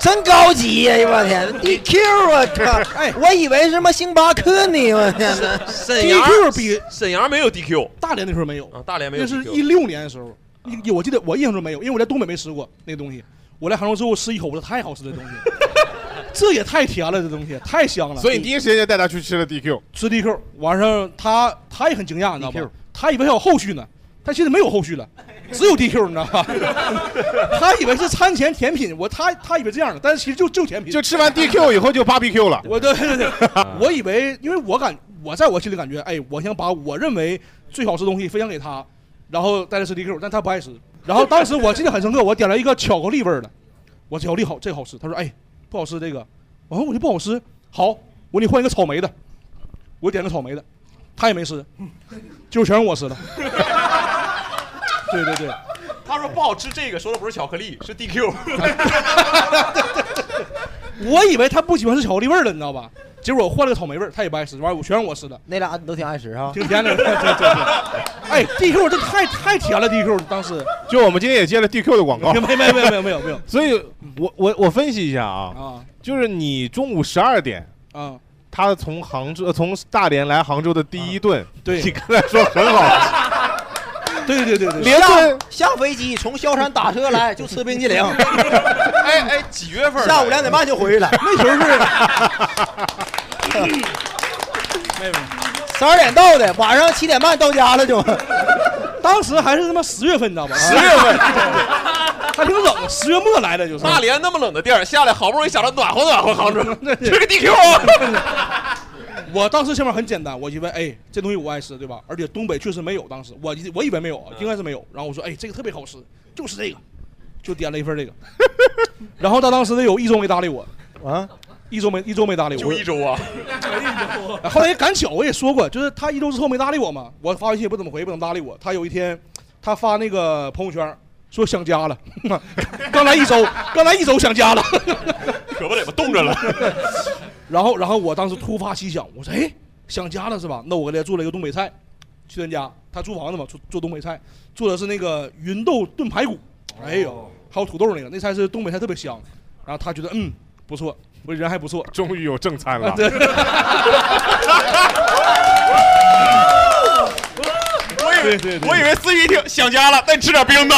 真高级呀！哎呦我天，DQ 我靠！哎，我以为是什么星巴克呢，我天哪！沈阳 DQ 比沈阳没有 DQ 大连那时候没有，啊，大连没有那 DQ，是一六年的时候，啊一我记得我印象中没有，因为我在东北没吃过那东西。我来杭州之后吃一口，我说太好吃了这东西， (laughs) 这也太甜了，这东西太香了。所以你第一时间就带他去吃了 DQ。吃 DQ，完事儿他他也很惊讶，你知道吧？他以为还有后续呢，但现在没有后续了，只有 DQ，你知道吧？ (laughs) 他以为是餐前甜品，我他他以为这样的，但是其实就就甜品。 (laughs) 就吃 (laughs) 完 DQ 以后就 BBQ 了。我对对对，我以为，因为我感我在我心里感觉，哎，我想把我认为最好吃的东西分享给他，然后带他吃 DQ，但他不爱吃。然后当时我记得很深刻，我点了一个巧克力味儿的，我巧克力好，这个好吃。他说，哎，不好吃这个，我说我就不好吃，好，我给你换一个草莓的，我点个草莓的，他也没吃，就是全让我吃了。 (laughs) 对对对，他说不好吃这个，说的不是巧克力，是 DQ。我以为他不喜欢吃巧克力味儿的，你知道吧？结果我换了个草莓味儿，他也不爱吃，完了我全让我吃了。那俩你都挺爱吃哈。挺甜的，对对对。 (laughs) 哎，DQ 这太太甜了，DQ 当时就我们今天也接了 DQ 的广告 (laughs) 没，没没没有没有没有没有 (laughs) 所以我我我分析一下啊，啊就是你中午十二点，啊，他从杭州呃从大连来杭州的第一顿，啊对你刚才说很好 (laughs) 吃，对对对对， (laughs) 连下顿下飞机从萧山打车来就吃冰激凌，哎哎，几月份儿的？下午两点半 (laughs) 就回来。那时候是 (laughs) 十二点到的，晚上七点半到家了就。当时还是他妈十月份，你知道吧？十月份，还挺冷，十月末来的就是。大连那么冷的地儿，下来好不容易想着暖和暖和杭州，吃个 DQ (laughs) 我当时想法很简单，我以为哎这东西我爱吃，对吧？而且东北确实没有，当时我以我以为没有，啊，应该是没有。然后我说哎这个特别好吃，就是这个， (laughs) 就点了一份这个。 (laughs) 然后他当时呢有一周没搭理我，啊，一周没一周没搭理我就。一周啊！ (laughs) 后来也赶巧，我也说过，就是他一周之后没搭理我嘛，我发微信也不怎么回，不怎么搭理我。他有一天，他发那个朋友圈说想家了， (laughs) 刚来一周，刚来一周想家了。 (laughs) 可不得吧，冻着了。然后，然后我当时突发奇想，我说：“哎，想家了是吧？那我给他做了一个东北菜，去他家，他租房子嘛，做做东北菜，做的是那个芸豆炖排骨，哦哎呦，还有土豆那个，那菜是东北菜，特别香。然后他觉得嗯不错，我人还不错，终于有正餐了， (laughs) 对，我以为我以为思雨一听想家了，那你吃点 (laughs) 冰的。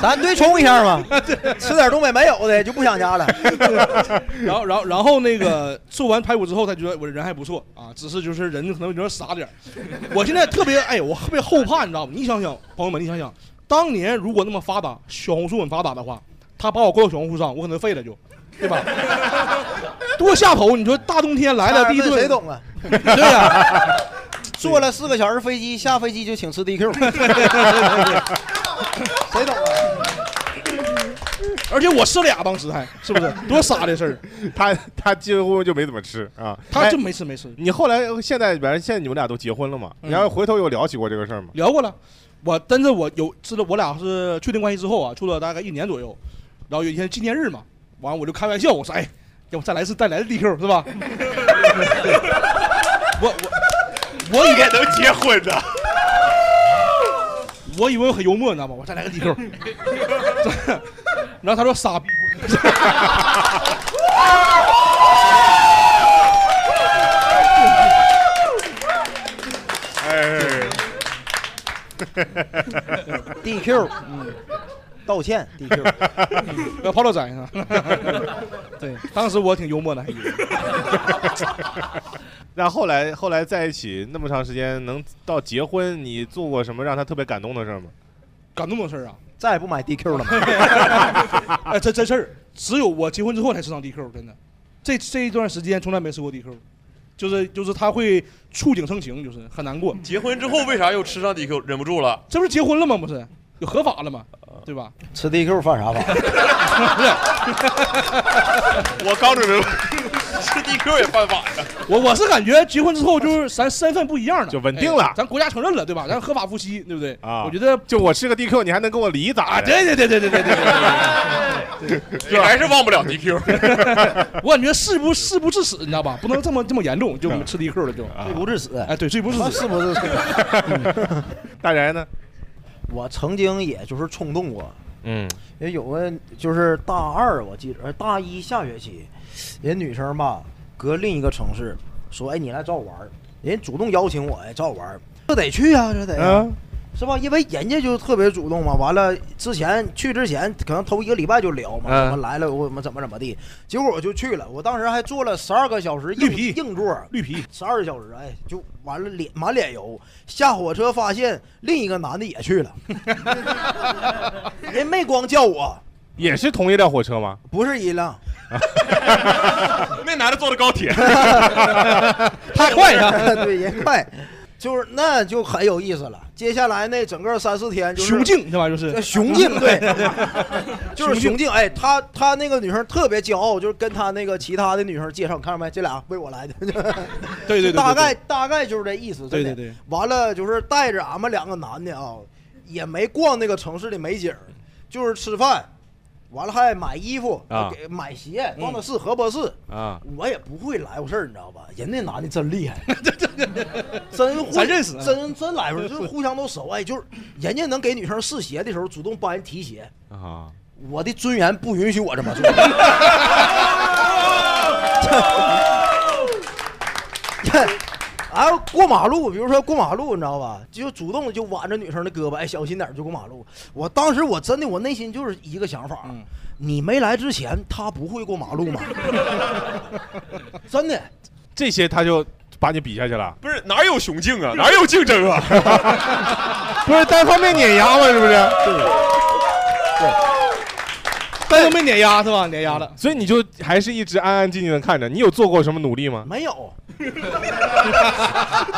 咱对冲一下嘛，吃点东北没有的就不想家了。然后，然后，然后那个做完排骨之后，他觉得我人还不错啊，只是就是人可能有点傻点儿。 (laughs) 我现在特别哎，我特别后怕，你知道吗？你想想，朋友们，你想想，当年如果那么发达，小红书很发达的话，他把我挂到小红书上，我可能废了就，对吧？ (laughs) 多下头！你说大冬天来了，第一问顿谁？懂啊？对呀、 (laughs) 坐了四个小时飞机，下飞机就请吃 DQ，谁懂啊？而且我吃俩，当时还是不 (laughs) 是多傻的事儿？他他几乎就没怎么吃啊。他哎就没吃没吃，你后来现在，反正现在你们俩都结婚了嘛，嗯然后回头有聊起过这个事儿吗？聊过了。我但是我有知道我俩是确定关系之后啊，处了大概一年左右，然后有一天纪念日嘛，完我就开玩笑，我说哎，要不再来一次再来个 DQ 是吧？ (laughs) 我我我以为能结婚的， (laughs) 我以为我很幽默，你知道吗？我再来个 DQ，然后他说傻逼， DQ，嗯， (laughs) (laughs) 道歉 DQ，要泡到仔呢。 (laughs) 对，当时我挺幽默的，还以为 (laughs) 那后来后来在一起那么长时间，能到结婚，你做过什么让他特别感动的事儿吗？感动的事儿啊，再也不买 DQ 了嘛。 (laughs) 哎，真真事儿，只有我结婚之后才吃上 DQ，真的，这这一段时间从来没吃过 DQ，就是就是他会触景生情，就是很难过。结婚之后为啥又吃上 DQ 忍不住了？这不是结婚了吗？不是，有合法了吗？对吧？吃 DQ 犯 (laughs) 啥法？我刚准备问吃 DQ 也犯法呀。我我是感觉结婚之后就是咱身份不一样了，就稳定了哎咱国家承认了，对吧？咱合法夫妻，对不对？啊我觉得就我是个 DQ，你还能跟我离咋啊，的？对对对对对对对对你还是忘不了 DQ。 (laughs) 我感觉事不事不至此，你知道吧？不能这么这么严重，就吃 DQ 了就。啊罪不至死。哎，对，罪不至那死。是 (laughs) 不是？大然呢？我曾经也就是冲动过，嗯，也有个就是大二，我记着，呃大一下学期，人女生吧，搁另一个城市，说哎你来找我玩儿，人主动邀请我哎找我玩儿，这得去啊，这得啊、啊，是吧？因为人家就特别主动嘛。完了之前去之前，可能头一个礼拜就聊嘛，嗯啊怎么来了，我们怎么怎么地，结果我就去了，我当时还坐了十二个小时硬绿皮硬座，绿皮，十二个小时，哎，就完了脸满脸油。下火车发现另一个男的也去 (laughs) 了， (laughs) 人没光叫我， (laughs) 也是同一辆火车吗？不是 (laughs) 一辆，那男的坐的高 (laughs) 铁，太坏了。 (laughs) 对，人快，就是那就很有意思了。接下来那整个三四天就是雄竞，对吧？就是呃雄 (laughs) 竞，对，就是雄竞。哎，他他那个女生特别骄傲，就是跟他那个其他的女生介绍，你看着没？这俩为我来的，对对对对大概大概就是这意思。对真的对对，完了就是带着俺们两个男的啊，也没逛那个城市的美景儿，就是吃饭，完了还买衣服啊给买嗯鞋，逛的是河伯市。啊，我也不会来回事儿，你知道吧？人那男的真 (laughs) 厉害，真互咱认识啊真真来回事儿，就是互相都熟。哎，就是人家能给女生试鞋的时候，主动帮人提鞋。啊，我的尊严不允许我这么做。 (laughs) 这哎，过马路，比如说过马路，你知道吧？就主动就挽着女生的胳膊，哎，小心点儿就过马路。我当时我真的我内心就是一个想法，嗯你没来之前他不会过马路 (laughs) 吗？真的，这些他就把你比下去了，不是哪有雄竞啊， (laughs) 哪有竞争啊？ (laughs) 不是单方面碾压吗？是不是？但是没碾压是吧？碾压了，所以你就还是一直安安静静的看着。你有做过什么努力吗？没有， (laughs)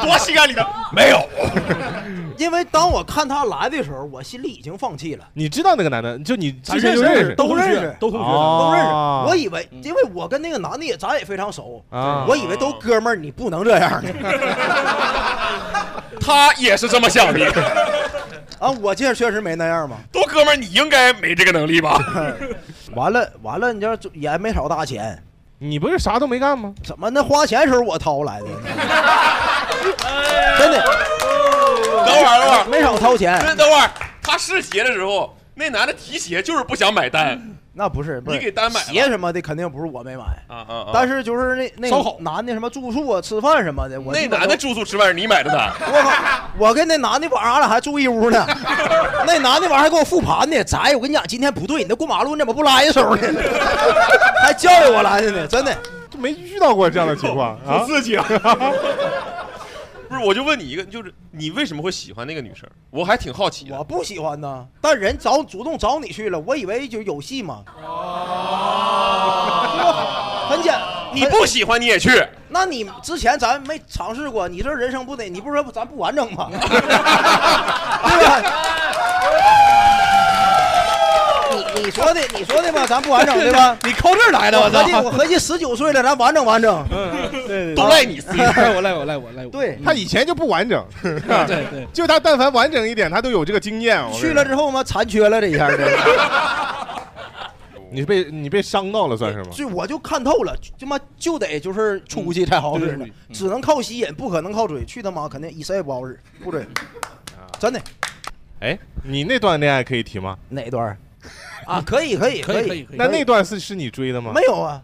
多心安理得，没有。因为当我看他来的时候，我心里已经放弃了。你知道那个男的，就你之前认就识认识 (laughs) 都认识，都同学，都认识。哦我以嗯为，因为我跟那个男的也咱也非常熟，啊我以为都哥们儿，你不能这样的 (laughs) 他也是这么想的。 (laughs) 啊！我这确实没那样嘛。多哥们儿，你应该没这个能力吧？ (laughs) 完了完了，你这也没少大钱，你不是啥都没干吗？怎么那花钱时候我掏来的？真的等会儿，等会儿，没少掏钱不，是等会儿，他试鞋的时候，那男的提鞋就是不想买单那不是不是你给单买了鞋什么的，肯定不是我没买。啊啊啊！但是就是那那烧烤男的什么住宿啊、吃饭什么的，我那基本男的都住宿吃饭是你买的单，我靠！我跟那男的晚上俺俩还住一屋呢，那男的晚上还给我复盘呢。咱我跟你讲，今天不对，你那过马路你怎么不拉一手呢？还教育我来的呢，真的。就没遇到过这样的情况啊！(laughs) 刺激啊！不是，我就问你一个，就是你为什么会喜欢那个女生？我还挺好奇我的。不喜欢呢，但人找主动找你去了，我以为就有戏嘛。哦，很简，你不喜欢你也去，那你之前咱没尝试过，你这人生不得，你不是说咱不完 (laughs) 整吗？对吧？你你说的，你说的吧，咱不完整对吧？你靠这儿来的，我我合计，我操！合计十九岁了，咱完整完整。嗯都赖你。赖 (laughs) 我赖我赖我赖我，嗯对，他以前就不完整， (laughs) 对对，就他但凡完整一点，他都有这个经验。我跟你去了之后嘛，残缺了这 (laughs) 一下子，你被你被伤到了算是吗？就我就看透了，他妈就得就是出去才好使呢，只能靠吸引，不可能靠追。去他妈，肯定一谁也不好使，不追。啊真的哎，你那段恋爱可以提吗？哪段儿？啊，可以可以可以可以以，可以。那那段是是你追的吗？没有啊。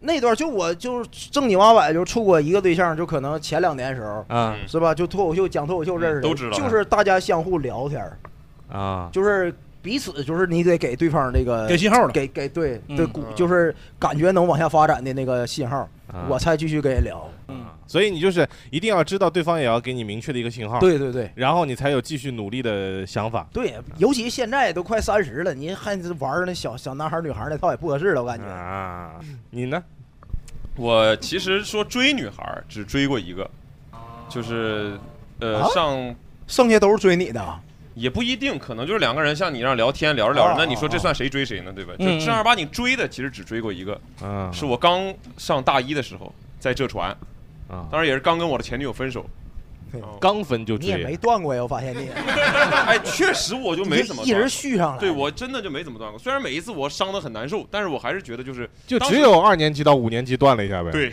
那段就我就是正经八百就处过一个对象，就可能前两年时候啊是吧？就脱口秀讲脱口秀认识的，都知道就是大家相互聊天儿，啊，就是彼此就是你得给对方这个给信号了，给给对嗯对鼓，就是感觉能往下发展的那个信号，啊我才继续跟人聊。所以你就是一定要知道对方也要给你明确的一个信号，对对对然后你才有继续努力的想法。对，尤其现在都快三十了，你还玩那小小男孩女孩那套也不合适了，我感觉。啊，你呢？我其实说追女孩儿只追过一个，就是呃、啊上剩下都是追你的啊，也不一定，可能就是两个人像你一样聊天，聊着聊着，哦那你说这算谁追谁呢？对吧？嗯就正儿八经追的，其实只追过一个，啊是我刚上大一的时候在浙传，啊，当然也是刚跟我的前女友分手。哦刚分就你追，也没断过呀，我发现你哎，确实我就没怎么一直断。续上来。对我真的就没怎么断过，虽然每一次我伤的很难受，但是我还是觉得就是就只有二年级到五年级断了一下呗。，对，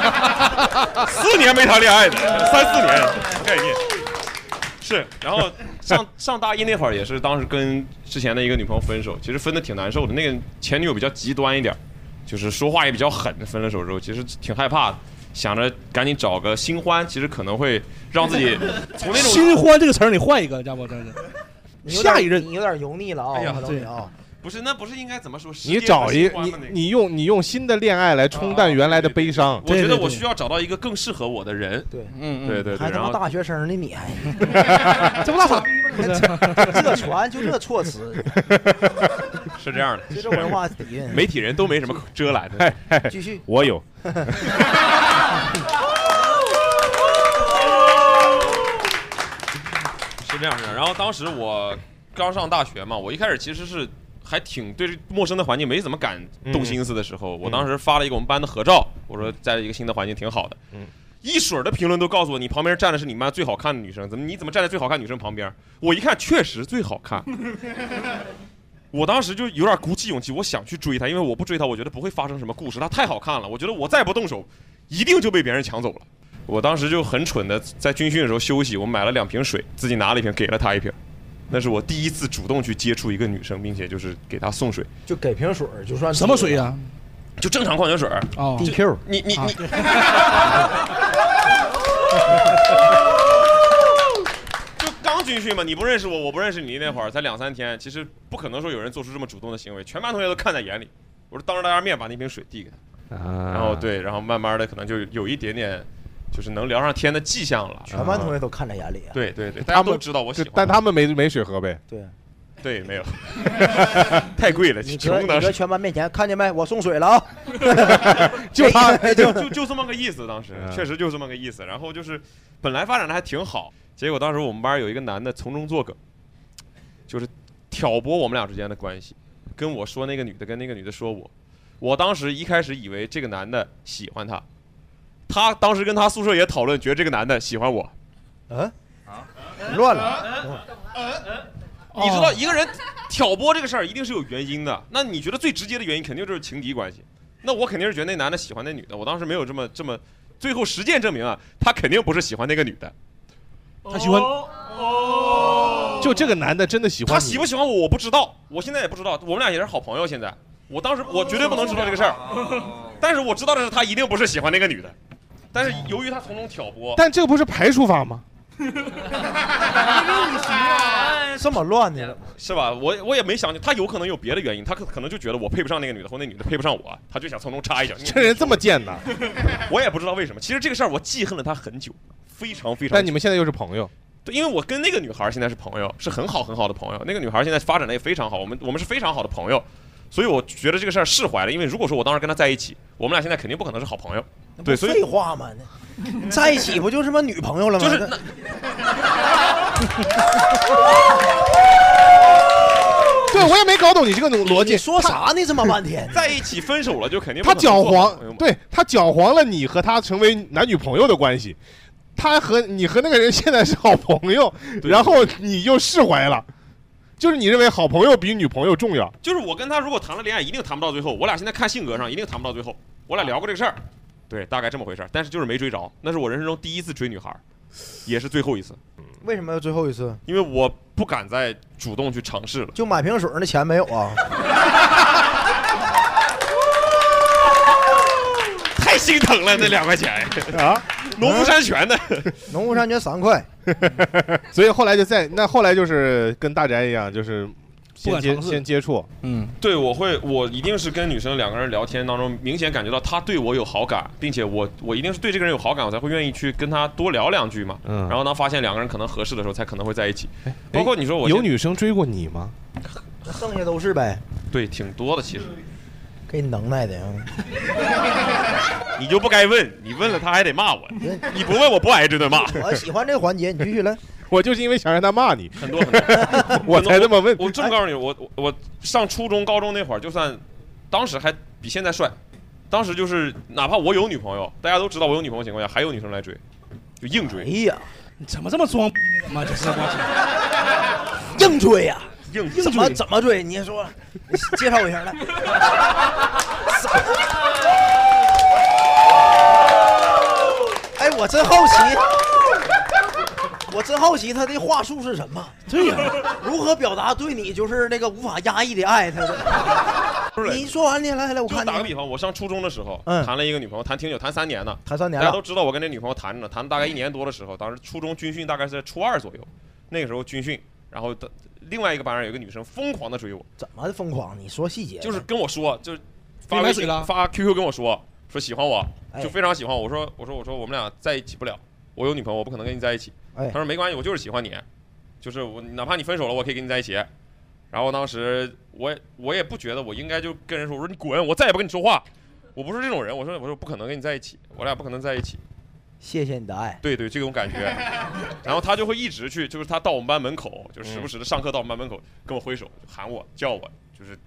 (laughs) 四年没谈恋爱的，三四年概念是。然后上上大一那会儿也是，当时跟之前的一个女朋友分手，其实分的挺难受的。那个前女友比较极端一点儿，就是说话也比较狠。分了手之后，其实挺害怕的，想着赶紧找个新欢，其实可能会让 (laughs) 自己从那种新欢这个词儿你换一个，家伙真 (laughs) 是。你有点下一任你有点油腻了啊，哎呀我告诉你啊，不是那不是应该怎么说？你找一时间和新你欢吗那个啊你用你用新的恋爱来冲淡原来的悲伤。我觉对得对我对需要找到一个更适合我的人。对，嗯对，对对，还他然妈后大学生呢你，还 (laughs) 这不 (laughs) 大傻，不是？这船就这措辞， (laughs) 是这样的，这文化底蕴。哎媒体人都没什么可遮拦哎的。继续，我 (laughs) 有，是这样是这样。然后当时我刚上大学嘛，我一开始其实是还挺对这陌生的环境没怎么敢嗯动心思的时候，我当时发了一个我们班的合照，我说在一个新的环境挺好的。嗯一水儿的评论都告诉我，你旁边站的是你们班最好看的女生，怎么你怎么站在最好看的女生旁边？我一看，确实最好看。我当时就有点鼓起勇气，我想去追她，因为我不追她，我觉得不会发生什么故事。她太好看了，我觉得我再不动手，一定就被别人抢走了。我当时就很蠢的，在军训的时候休息，我买了两瓶水，自己拿了一瓶，给了她一瓶。那是我第一次主动去接触一个女生，并且就是给她送水，就给瓶水儿就算什么水呀？哦就正常矿泉水儿。啊哦， ？DQ 你你你，就刚军训嘛，你不认识我，我不认识你那会儿才两三天，其实不可能说有人做出这么主动的行为，全班同学都看在眼里。我说当着大家面把那瓶水递给他，啊然后，哦对，然后慢慢的可能就有一点点，就是能聊上天的迹象了。全班同学都看在眼里啊。对对对，大家都知道我就喜 (laughs) 欢，但他们没没水喝呗，对，对没有， (laughs) 太贵了，你穷搁你的搁全班面前看见没？我送水了 (laughs) 啊！ (laughs) 就哎他就哎就就这么个意思，当时嗯确实就这么个意思。然后就是本来发展的还挺好，结果当时我们班有一个男的从中作梗，就是挑拨我们俩之间的关系，跟我说那个女的，跟那个女的说我。我当时一开始以为这个男的喜欢她，他当时跟他宿舍也讨论，觉得这个男的喜欢我。啊嗯，乱了。嗯哦哦你知道一个人挑拨这个事儿一定是有原因的，那你觉得最直接的原因肯定就是情敌关系。那我肯定是觉得那男的喜欢那女的，我当时没有这么这么，最后实践证明啊，他肯定不是喜欢那个女的，他喜欢，就这个男的真的喜欢他你，喜不喜欢我我不知道，我现在也不知道，我们俩也是好朋友。现在我当时我绝对不能知道这个事儿，但是我知道的是他一定不是喜欢那个女的，但是由于他从中挑拨，但这个不是排除法吗？这么乱的，哎是吧？我我也没想起他有可能有别的原因，他可可能就觉得我配不上那个女的，或那女的配不上我，他就想从中插一脚。这人这么贱呐！ (laughs) 我也不知道为什么。其实这个事儿我记恨了他很久，非常非常久。但你们现在又是朋友，对，因为我跟那个女孩儿现在是朋友，是很好很好的朋友。那个女孩儿现在发展的也非常好，我们我们是非常好的朋友，所以我觉得这个事儿释怀了。因为如果说我当时跟她在一起，我们俩现在肯定不可能是好朋友。那不对所以废话嘛，那在一起不就是妈女朋友了吗？就是那那对我也没搞懂你这个逻你辑。说啥呢？这么半天，在一起分手了，就肯定不他可能搅做好朋友黄，嘛。对他搅黄了你和他成为男女朋友的关系，他和你和那个人现在是好朋友，对然后你又释怀了，就是你认为好朋友比女朋友重要。就是我跟她如果谈了恋爱，一定谈不到最后。我俩现在看性格上，一定谈不到最后。我俩聊过这个事儿，啊对，大概这么回事儿。但是就是没追着，那是我人生中第一次追女孩儿，也是最后一次，为什么要最后一次？因为我不敢再主动去尝试了。就买瓶水那钱没有啊？太心疼了，那两块钱啊，农夫山 (laughs) 泉的。农夫山泉三块， (laughs) 所以后来就在那后来就是跟大宅一样，就是不先敢接尝试先接触，嗯，对，我会，我一定是跟女生两个人聊天当中，明显感觉到她对我有好感，并且我我一定是对这个人有好感，我才会愿意去跟她多聊两句嘛。嗯然后当发现两个人可能合适的时候，才可能会在一起。包括你说我有现女生追过你吗？那剩下都是呗，对挺多的，其实给你能耐的啊。 (laughs) 你就不该问，你问了她还得骂我，你不问我不挨这顿骂。我喜欢这环节，你继续来。 (laughs) 我就是因为想让他骂你，很 (laughs) 多很多， (laughs) 我才这么问。我这么告诉你，我我我上初中、高中那会儿，就算当时还比现在帅，当时就是哪怕我有女朋友，大家都知道我有女朋友的情况下，还有女生来追，就硬哎追， (laughs) 呀，你怎么这么装逼啊呢？妈，这是我天硬追呀、硬追。怎么怎么追？你说，你介绍我一下来。哎，我真好奇，我真好奇他的话术是什么？对呀、如何表达对你就是那个无法压抑的爱？他不是是你说完你来来来，我就看打个你比方，我上初中的时候、嗯谈了一个女朋友，谈挺久，谈三年呢。谈三大年家了都，知道我跟这女朋友 (laughs) 谈着呢，谈了大概一年多的时候，当时初中军训大概是在初二左右，那个时候军训，然后的另外一个班上有一个女生疯狂的追我，怎么疯狂？你说细节吧就是跟我说，就是发你买微水信了发 QQ 跟我说说喜欢我，哎就非常喜欢我。我说我说我说我们俩在一起不了，我有女朋友，我不可能跟你在一起。哎他说没关系，我就是喜欢你，啊就是我哪怕你分手了，我可以跟你在一起。然后当时我也我也不觉得我应该就跟人说，我说你滚，我再也不跟你说话。我不是这种人，我说我说不可能跟你在一起，我俩不可能在一起。谢谢你的爱。对对，这种感觉。然后他就会一直去，就是他到我们班门口，就时不时的上课到我们班门嗯口跟我挥手，喊我叫我，就是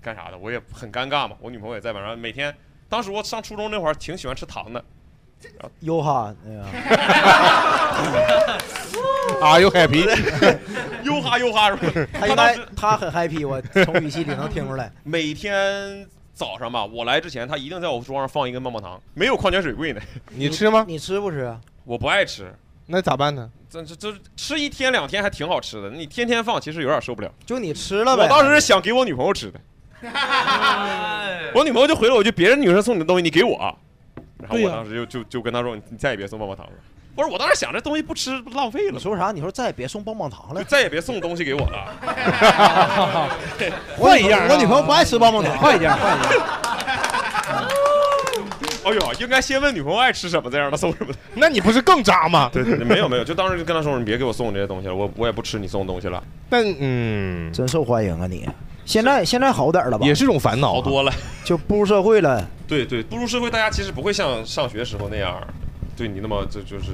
干啥的，我也很尴尬嘛。我女朋友也在班，然后每天，当时我上初中那会儿挺喜欢吃糖的，哟哈，那个 (laughs) 啊，又 (laughs) happy，呦哈呦哈什么。 (laughs) 他应当该时他很 happy，我从语气里能听出来。每天早上吧，我来之前，他一定在我桌上放一根棒棒糖，没有矿泉水贵呢，你吃吗？你吃不吃啊？我不爱吃。那咋办呢？这这这吃一天两天还挺好吃的，你天天放其实有点受不了。就你吃了呗。我当时是想给我女朋友吃的，我女朋友就啊回了我一句：“别人女生送你的东西你给我。”然后对我呀当时就就就跟她说：“你再也别送棒棒糖了。不是，我当时想这东西 (laughs) 不吃不浪费了你吗，说啥？你说再也别送棒棒糖就了，再也别送东西给我了。我 (laughs) 换一女样啊我女朋友不爱吃棒棒糖，换一件，换一件。 (laughs) 哎呦，应该先问女朋友爱吃什么，再让她送什么。哎那你不是更渣吗？对对，对没有没有，就当时就跟她说，你别给我送这些东西了，我我也不吃你送的东西了， (laughs) 但嗯，真受欢迎啊你！现在现在好点儿了吧？也是种烦恼啊、好多了。 (laughs) 就步入社会 (laughs) 了，对对，步入社会，大家其实不会像上学时候那样，对你那么就就是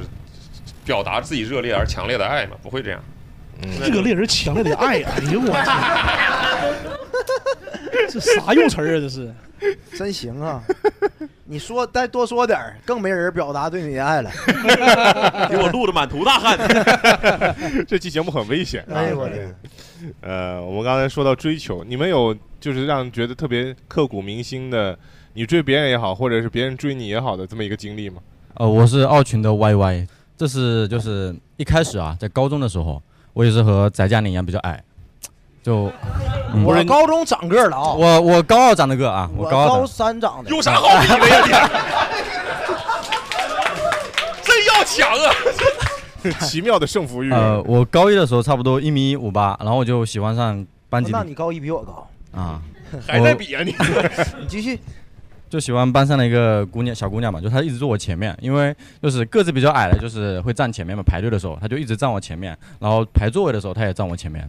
表达自己热烈而强烈的爱嘛，不会这样。嗯这个令人强烈的爱呀！哎呦我操，这啥用词儿啊？这是 (laughs) 真行啊！你说再多说点儿，更没人表达对你的爱了。 (laughs) (laughs) 给我录的满头大汗。 (laughs) 这期节目很危险、啊。哎呦我的，呃，我们刚才说到追求，你们有就是让觉得特别刻骨铭心的，你追别人也好，或者是别人追你也好的这么一个经历 (laughs) 吗？呃，我是奥群的 YY，这是就是一开始啊，在高中的时候，我也是和翟佳宁一样比较矮，就嗯我高中长个儿了啊，我我高傲长得个啊，我高傲高长得三长的，有啥好比的呀 (laughs) 你？真要强啊！奇妙的胜负欲。呃，我高一的时候差不多一米五八，然后我就喜欢上班级哦那里你高一比我高，啊， (laughs) 还在比啊你？ (laughs) 你继续。就喜欢班上的一个姑娘，小姑娘嘛，就她一直坐我前面，因为就是个子比较矮的，就是会站前面嘛。排队的时候，她就一直站我前面，然后排座位的时候，她也站我前面。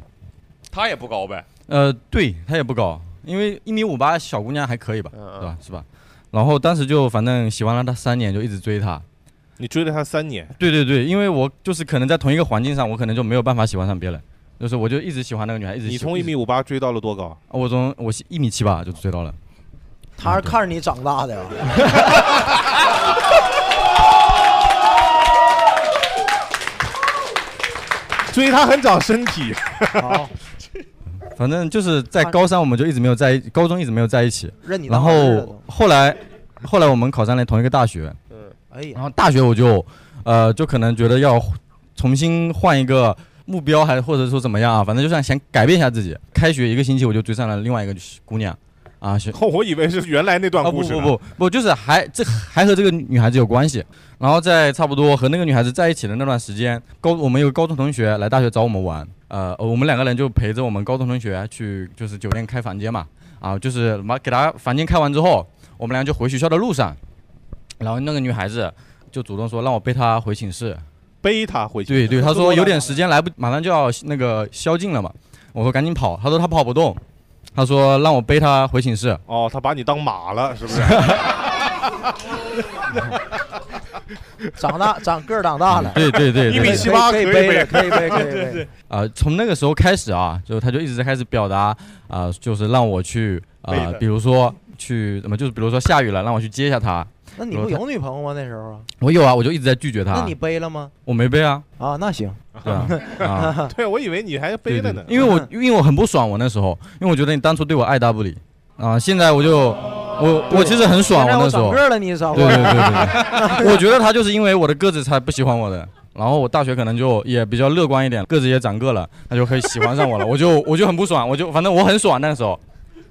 他也不高呗，呃，对，她也不高，因为一米五八小姑娘还可以吧，嗯嗯对吧？是吧？然后当时就反正喜欢了她三年，就一直追她。你追了他三年，对对对，因为我就是可能在同一个环境上，我可能就没有办法喜欢上别人，就是我就一直喜欢那个女孩，一直喜你从一一米直五八追到了多高？啊我从我是一米七八就追到了。他是看着你长大的 (laughs) 呀，啊追他很长身体，好，反正就是在高三，我们就一直没有在一，高中一直没有在一起。认你然当儿子了后都。后来，后来我们考上了同一个大学，哎呀然，后大学我就，呃，就可能觉得要重新换一个目标，还或者说怎么样啊，反正就想想改变一下自己。开学一个星期我就追上了另外一个姑娘，啊，是哦，我以为是原来那段哦故不事不呢。不不，就是还这还和这个女孩子有关系。然后在差不多和那个女孩子在一起的那段时间，高我们有个高中同学来大学找我们玩，呃，我们两个人就陪着我们高中同学去就是酒店开房间嘛，啊，就是把给他房间开完之后，我们俩就回学校的路上，然后那个女孩子就主动说让我背她回寝室，背他回去。对对，他说有点时间来不，马上就要那个宵禁了嘛，我说赶紧跑，他说他跑不动，他说让我背她回寝室，哦，他把你当马了， (laughs) 是不是？长大长个儿长大了，对嗯对对，对一米七八可以可以背背了，可以背，可以背。 (laughs) 啊，从那个时候开始啊，就他就一直在开始表达啊、就是让我去啊、背的比如说去怎么，就是比如说下雨了，让我去接一下他。那你不有女朋友吗？那时候啊，我有啊，我就一直在拒绝那他你，背了吗？我没背啊，啊，那行，对啊， (laughs) 啊 (laughs) 对，我以为你还对背对了对呢，。因为我 (laughs) 因为我很不爽，我那时候，因为我觉得你当初对我爱答不理啊，现在我就我我其实很爽，啊现在那我时长候个，儿了，你咋对对对 (laughs) (laughs) 对，对我觉得他就是因为我的个子才不喜欢我的。然后我大学可能就也比较乐观一点，个子也长个了，他就可以喜欢上我了。我就 (laughs) 我就很不爽，我就反正我很爽那时候。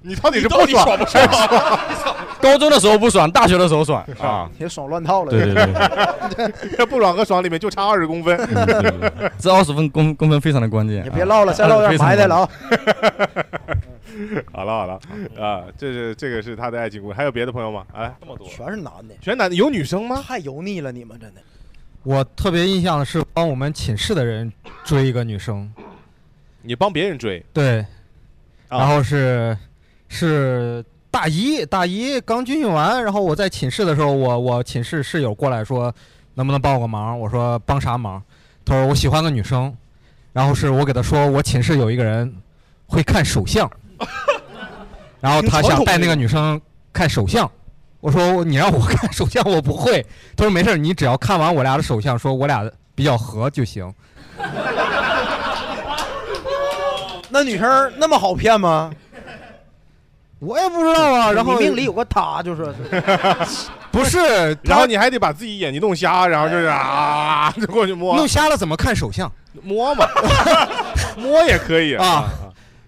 你到底是到不底爽爽？不 (laughs) 爽？高中的时候不爽，大学的时候爽啊！也爽乱套了。对对对，不爽和爽里面就差二十公分。嗯对对 (laughs) 对嗯这二十分公公分非常的关键你。别唠了，再唠点埋汰了啊！ (laughs) (laughs) 好了好了，啊，这是这个是他的爱情故事，还有别的朋友吗？哎，这么多，全是男的，全男的有女生吗？太油腻了，你们真的。我特别印象的是帮我们寝室的人追一个女生，你帮别人 (laughs) 追，对，啊然后是、是大一，大一刚军训完，然后我在寝室的时候，我我寝室室友过来说，能不能帮我个忙？我说帮啥忙？他说我喜欢个女生，然后是我给他说我寝室有一个人会看手相，然后他想带那个女生看手相。我说你让我看手相，我不会。他说没事儿，你只要看完我俩的手相，说我俩比较合就行。那女生那么好骗吗？我也不知 (laughs) 道啊。然后你命里有个他，就说是不是，然他后你还得把自己眼睛弄瞎，然后就是哎啊，就过去摸弄瞎了怎么看手相摸 (laughs) 嘛，摸也可以啊？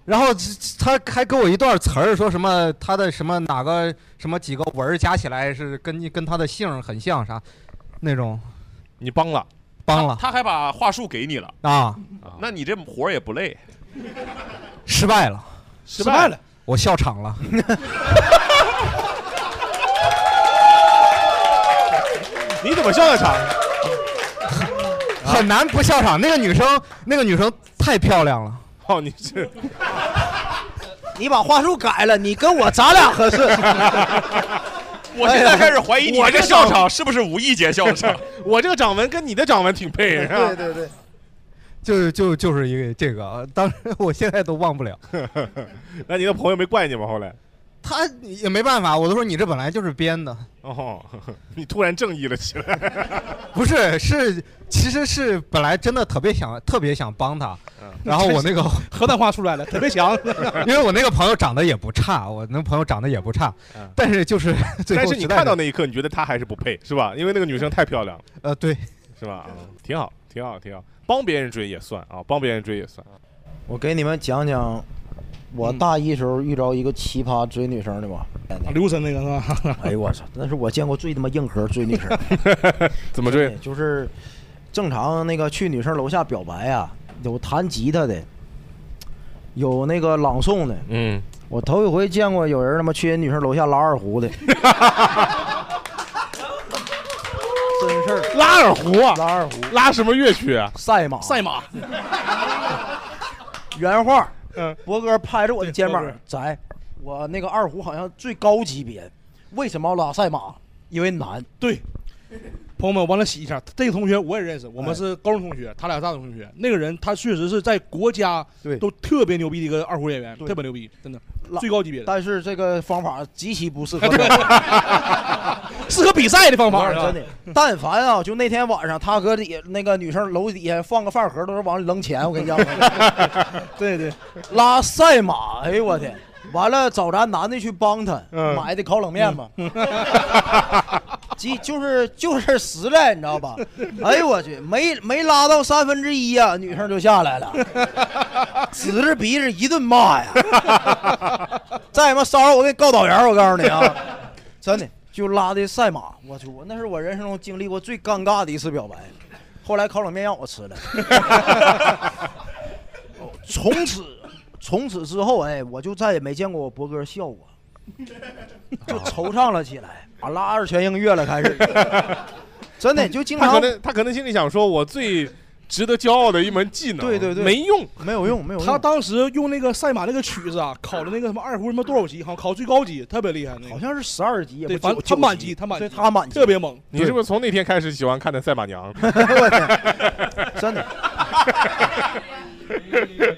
然后他还给我一段词儿，说什么他的什么哪个什么几个文儿加起来是跟跟他的姓儿很像啥那种。你帮了，帮了他还把话术给你了，啊，那你这活儿也不累，失败了，失失败了。我笑场了。 (laughs) 你怎么笑的场？ (laughs) 很难不笑场。那个女生，那个女生太漂亮了。哦，你是你把话术改了，你跟我咱俩合 (laughs) 适。哎我现在开始怀疑你我这个这笑种场是不是无意间笑的场。 (laughs) 我这个掌纹跟你的掌纹挺配，是吧？对对， (laughs) 就就就是一个这个啊，当时我现在都忘 (laughs) 不了。那你的朋友没怪你吗？后 (laughs) 来，他啊也没办法，我都说你这本来就是编的，哦， (laughs) 你突然正义了起来。 (laughs) 不是是，其实是本来真的特别想特别想帮他嗯， (laughs) 然后 (laughs) 我那个河南话出来了，特别强。 (laughs) 因为我那个朋友长得也不差，我那朋友长得也不差嗯， (laughs) 但是就是最后但是你实在看到那一刻，你觉得她还是不配，是吧？因为那个女生太漂亮了，呃对，是吧？嗯挺好，挺好，挺好。帮别人追也算啊，帮别人追也算。我给你们讲讲我大一时候遇着一个奇葩追女生的吧。刘神那个是吧？ (laughs) 哎呦我操，那是我见过最他妈硬核追女生。怎么追？就是正常那个去女生楼下表白啊，有弹吉他的，有那个朗诵的。嗯，我头一回见过有人他妈去人女生楼下拉 (laughs) 二胡的，真事儿，拉二胡啊，拉二胡，拉什么乐曲啊？赛马，赛马， (laughs) 原话。嗯，博哥拍着我的肩膀对博哥，在我那个二胡好像最高级别，为什么要拉赛马？因为难。对。朋友们，完了洗一下，这个同学我也认识，我哎们是高中同学，他俩大学同学。那个人他确实是在国家对都特别牛逼的一个二胡演员，对特别牛逼，真的拉最高级别的，但是这个方法极其不适 (laughs) 合 (laughs) 对我。适合比赛的方法是吧真？的，但凡啊，就那天晚上，他搁底那个女生楼底下放个饭盒，都是往里扔钱。我跟 (laughs) 你讲，对对，拉赛马，哎呦我天！完了找咱男的去帮他、嗯买的烤冷面嘛，嗯 (laughs) 即就是就是实在，你知道吧？哎呦我去，没没拉到三分之一呀、女生就下来了， (laughs) 指着鼻子一顿骂呀！再他妈骚扰我，给你告导员！我告诉你啊，真的就拉的赛马，我去，我那是我人生中经历过最尴尬的一次表白。后来烤冷面让我吃了， (laughs) 从此从此之后，哎，我就再也没见过我博哥笑我，就惆怅了起来，啊，拉二泉映月了，开始，真的就经他可常能他可能心里想说，我最值得骄傲的一门技能，对对对没用。没有用，没有他用。当时用那个赛马那个曲子啊，考的那个什么二胡什么多少级，好像考最高级，特别厉害那好个，像是十二级，也对，不反九正他满级，级，他满级，对他满级，特别猛。你是不是从那天开始喜欢看的赛马娘？ (laughs) 我天 (laughs) 真的，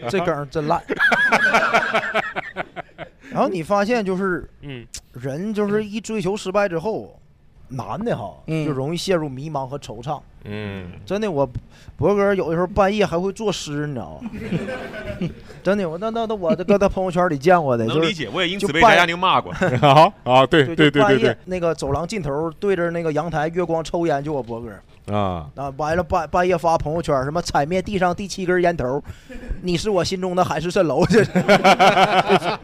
这梗儿真烂。然后你发现就是嗯，人就是一追求失败之后，男的哈嗯就容易陷入迷茫和惆怅。嗯，真的，我博哥有的时候半夜还会作诗，你知道吗？ (laughs) 真的，我那那那我搁他朋友圈里见过 (laughs) 的，能就理是解，我也因就此被拜翟佳宁骂 (laughs) 过。好啊，对对对就对半对夜那个走廊尽头对着那个阳台月光抽烟，就我博哥对啊，啊，完了半半夜发朋友圈什么踩灭地上第七根烟头，你是我心中的海市蜃楼， (laughs) 这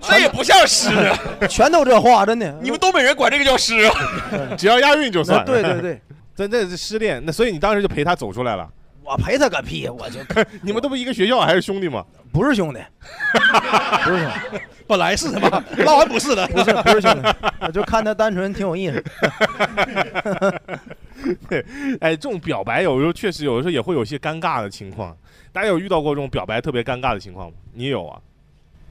这也不像诗，啊全都这话，真的。你们东北人管这个叫诗啊？ (laughs) 只要押韵就那算。对 (laughs) 对，对，真这是失恋，那所以你当时就陪他走出来了。我陪他个屁，我就 (laughs) 你们都不一个学校，还是兄弟吗？ (laughs) 不是 (laughs) 兄弟， (laughs) 不是兄弟。本来是他妈，拉完不是的，不是不是兄 (laughs) 弟，我就看他单纯挺有意思。 (laughs) 哎，这种表白有时候确实有的时候也会有一些尴尬的情况。大家有遇到过这种表白特别尴尬的情况吗？你有啊？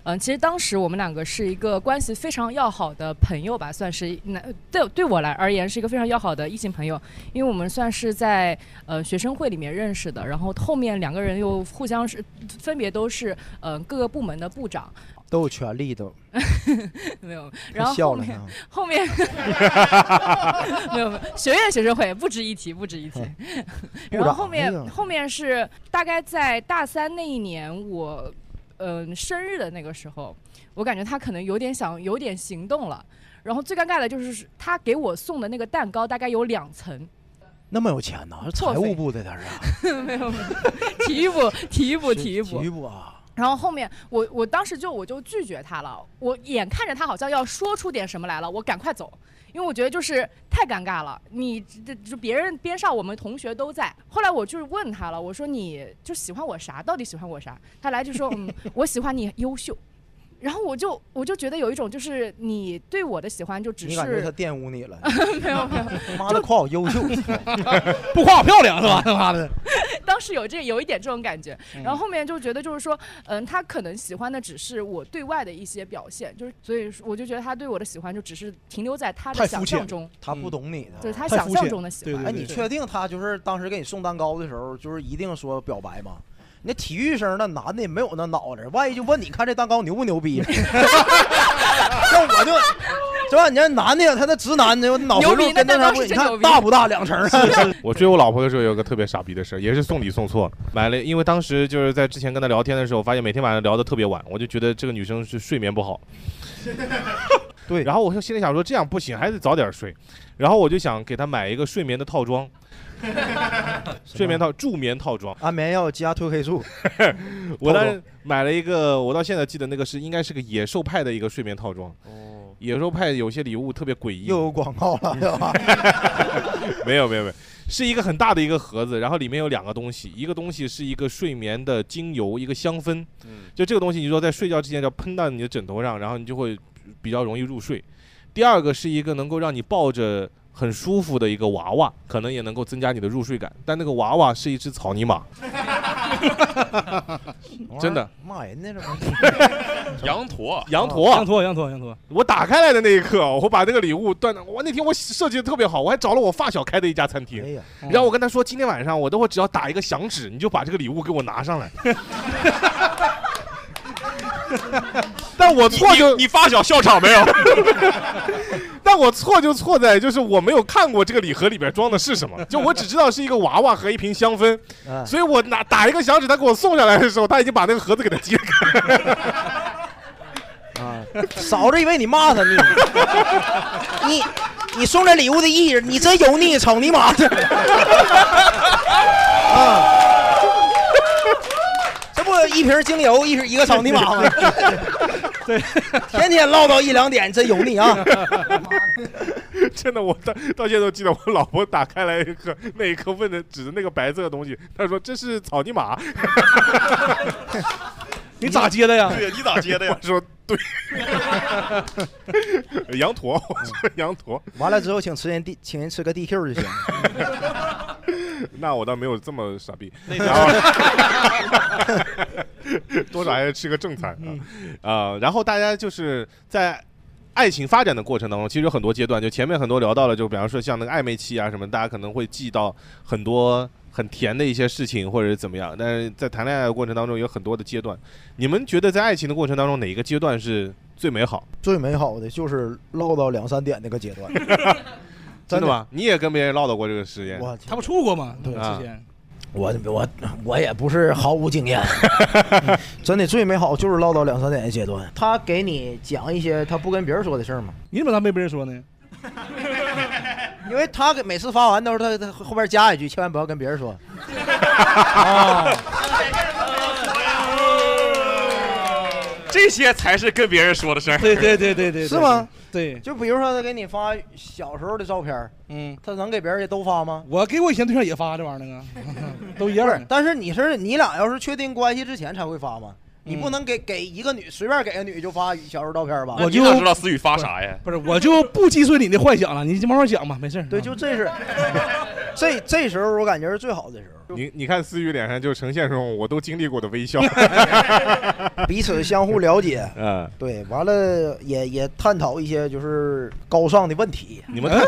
嗯，其实当时我们两个是一个关系非常要好的朋友吧，算是那对对我来而言是一个非常要好的异性朋友，因为我们算是在呃学生会里面认识的，然后后面两个人又互相是分别都是呃各个部门的部长，都有权利都， (laughs) 没有，然后笑后了面呢。后 (laughs) 面没有没有，学院学生会不值一提，不值一提。然后后面部嗯长哎呀后面是大概在大三那一年，我嗯、呃生日的那个时候，我感觉他可能有点想有点行动了。然后最尴尬的就是他给我送的那个蛋糕大概有两层，那么有钱呢？是财务部的他是啊没有，没有体育部体育部是体育部体育部啊，然后后面我我当时就我就拒绝他了，我眼看着他好像要说出点什么来了，我赶快走，因为我觉得就是太尴尬了。你这就别人边上我们同学都在。后来我就是问他了，我说你就喜欢我啥？到底喜欢我啥？他来就说嗯，我喜欢你优秀。然后我就我就觉得有一种就是你对我的喜欢就只你是感觉他玷污你 (laughs) 了？没有没有，妈的，夸我优 (laughs) 秀，不夸我漂亮是 (laughs) 吧？他妈的， (laughs) 当时有这有一点这种感觉，嗯然后后面就觉得就是说，嗯，他可能喜欢的只是我对外的一些表现，就是所以说我就觉得他对我的喜欢就只是停留在他太的肤想浅象中，他不懂你就的。是他太想肤象浅中的喜对欢。对哎，对，你确定他就是当时给你送蛋糕的时候，就是一定说表白吗？那体育生那男的也没有那脑子，万一就问你看这蛋糕牛不牛逼？ (laughs) 那我就，是吧？你这男的呀他那直男的，我脑回牛路逼那跟蛋糕那啥不，是你真牛看逼大不大两层啊？我追我老婆的时候有个特别傻逼的事儿，也是送礼送错了，买了，因为当时就是在之前跟她聊天的时候，发现每天晚上聊得特别晚，我就觉得这个女生是睡眠不好。对然后我就心里想说这样不行，还得早点睡，然后我就想给她买一个睡眠的套装，睡眠套助眠套装。安眠药加褪黑素， (laughs) 我套当装时买了一个，我到现在记得那个是应该是个野兽派的一个睡眠套装。哦，野兽派有些礼物特别诡异，又有广告了，对 (laughs) 吧？没有没有没有，是一个很大的一个盒子，然后里面有两个东西，一个东西是一个睡眠的精油，一个香氛。嗯，就这个东西，你说在睡觉之前要喷到你的枕头上，然后你就会比较容易入睡。第二个是一个能够让你抱着很舒服的一个娃娃，可能也能够增加你的入睡感，但那个娃娃是一只草泥马。真的骂人呢，这 (laughs) 不哦羊驼，羊羊驼，啊驼羊驼羊驼，我打开来的那一刻，我把这个礼物断了。我那天我设计的特别好，我还找了我发小开的一家餐厅哎，呀，然后我跟他说，今天晚上我等会儿只要打一个响指，你就把这个礼物给我拿上 (laughs) 来。但我错就你发小笑场没有？ (laughs) 但我错就错在就是我没有看过这个礼盒里边装的是什么，就我只知道是一个娃娃和一瓶香氛，啊哎所以我拿打一个响指，他给我送上来的时候，他已经把那个盒子给他揭开。 (laughs) 啊， (laughs) 嫂子以为你骂他 (laughs) 呢，你你送这礼物的意义，你真油腻，草泥马的， (laughs) 啊， (laughs) 这不一瓶精油，一瓶一个草泥马 (laughs) 吗？天天唠叨一两点，真油腻啊！ (laughs) (laughs) 真的，我到到现在都记得，我老婆打开来一刻，那一刻问的指着那个白色的东西，她说这是草泥 (laughs) 马，你咋接 (laughs) 的呀？对呀，你咋接的我呀？说对， (laughs) 羊驼，我说羊驼，嗯完了之后，请吃人 D，请人吃个 DQ 就行。那我倒没有这么傻逼，那然后多少还是吃个正餐啊。呃，然后大家就是在爱情发展的过程当中，其实有很多阶段，就前面很多聊到了，就比方说像那个暧昧期啊什么，大家可能会记到很多很甜的一些事情或者是怎么样，但是在谈恋爱的过程当中有很多的阶段。你们觉得在爱情的过程当中哪一个阶段是最美好？ (laughs) 最美好的就是唠到两三点那个阶段，真真的的吗？你也跟别人唠叨过这个实验？我他 (laughs) 不处过吗？对，啊之前我我我也哎不是毫无 (laughs) 经验，嗯真的最美好就是唠叨两三点的阶段。他给你讲一些他不跟别人说的事儿嘛，你怎么咋没别人说呢？因为他给每次发完都是他他后边加一句，千万不要跟别人说。啊这些才是跟别人说的事儿。对对对对对，是吗？对， (laughs) 就比如说他给你发小时候的照片儿，嗯，他能给别人都发吗？我给我以前对象也发这玩意儿啊， (laughs) 都一不样是的，。但是你是你俩要是确定关系之前才会发吗？嗯你不能给给一个女随便给个女就发小时候照片儿吧？我你就咋知道思雨发啥呀？不是，我就不击碎你的幻想了，你就慢慢想吧，没事儿。对，就这是， (laughs) 这这时候我感觉是最好的时 (laughs) 候，你你看思雨脸上就呈现这种我都经历过的微笑， (laughs) 彼此相互了解。嗯，对，完了也也探讨一些就是高尚的问题。哎你你们们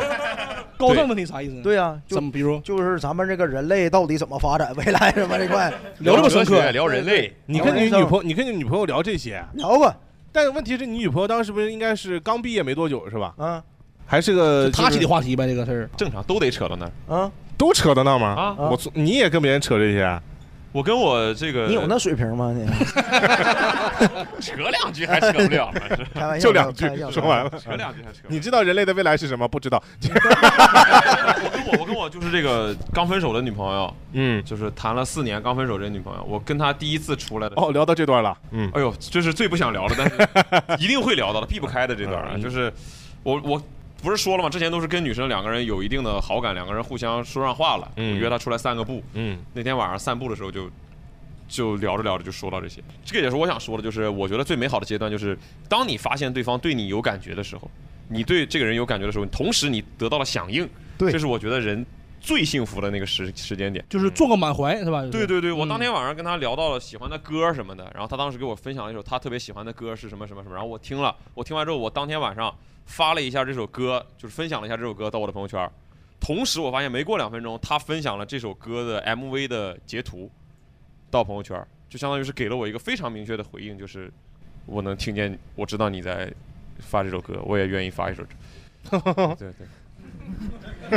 高尚问题啥意思？，对啊，就怎么比如就是咱们这个人类到底怎么发展，未来什么哎这块 (laughs) 聊这么深哲学刻？嗯聊人类，你跟你女朋友，你跟你女朋友聊这些，啊聊吧。但问题是你女朋友当时不是应该是刚毕业没多久是吧？啊还是个他起的的话题呗，这个事儿。正常都得扯到那儿。啊，都扯到那儿吗？啊我从你也跟别人扯这些啊？我跟我这个你有那水平 (laughs) 吗？你 (laughs) 扯两句还扯不了吗？是开玩笑就两句开玩笑说完了。扯两句还扯不了。你知道人类的未来是什么？不知道。 (laughs) 我跟我我跟我就是这个刚分手的女朋友，嗯，就是谈了四年刚分手这女朋友，我跟她第一次出来的时候哦，聊到这段了。嗯，哎呦，这是最不想聊的，但 (laughs) 是一定会聊到的，避不开的这段啊，嗯就是我我不是说了吗？之前都是跟女生两个人有一定的好感，两个人互相说上话了，嗯我约她出来散个步。嗯那天晚上散步的时候就。就聊着聊着就说到这些，这个也是我想说的，就是我觉得最美好的阶段就是当你发现对方对你有感觉的时候，你对这个人有感觉的时候，同时你得到了响应，对这是我觉得人最幸福的那个时时间点。就是做个满怀是吧？嗯对对对，我当嗯天晚上跟他聊到了喜欢的歌什么的，然后他当时给我分享了一首他特别喜欢的歌是什么什么什么，然后我听了，我听完之后，我当天晚上发了一下这首歌，就是分享了一下这首歌到我的朋友圈，同时我发现没过两分钟，他分享了这首歌的 MV 的截图到朋友圈，就相当于是给了我一个非常明确的回应，就是我能听见，我知道你在发这首歌，我也愿意发一首这。 (laughs) 对对 (laughs)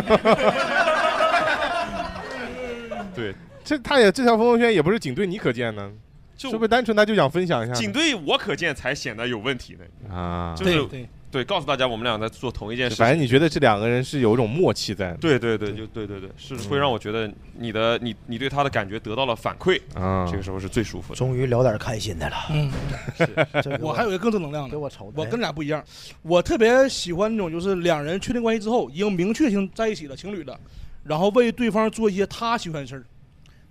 对，这他也这条朋友圈也不是仅对你可见呢，就是不是单纯他就想分享一下呢？仅对我可见才显得有问题呢。啊，就对是对，对，告诉大家我们俩在做同一件事反情。正你觉得这两个人是有一种默契在的。对对对，就对对对，是会让我觉得你的你你对他的感觉得到了反馈，啊这个时候是 (laughs) 最舒服的。终于聊点开心的了。嗯， (laughs) 这个我还有一个更正能量给的，我愁的，我跟你俩不一样，我特别喜欢那种就是两人确定关系之后已经明确性在一起了情侣了，然后为对方做一些他喜欢的事儿，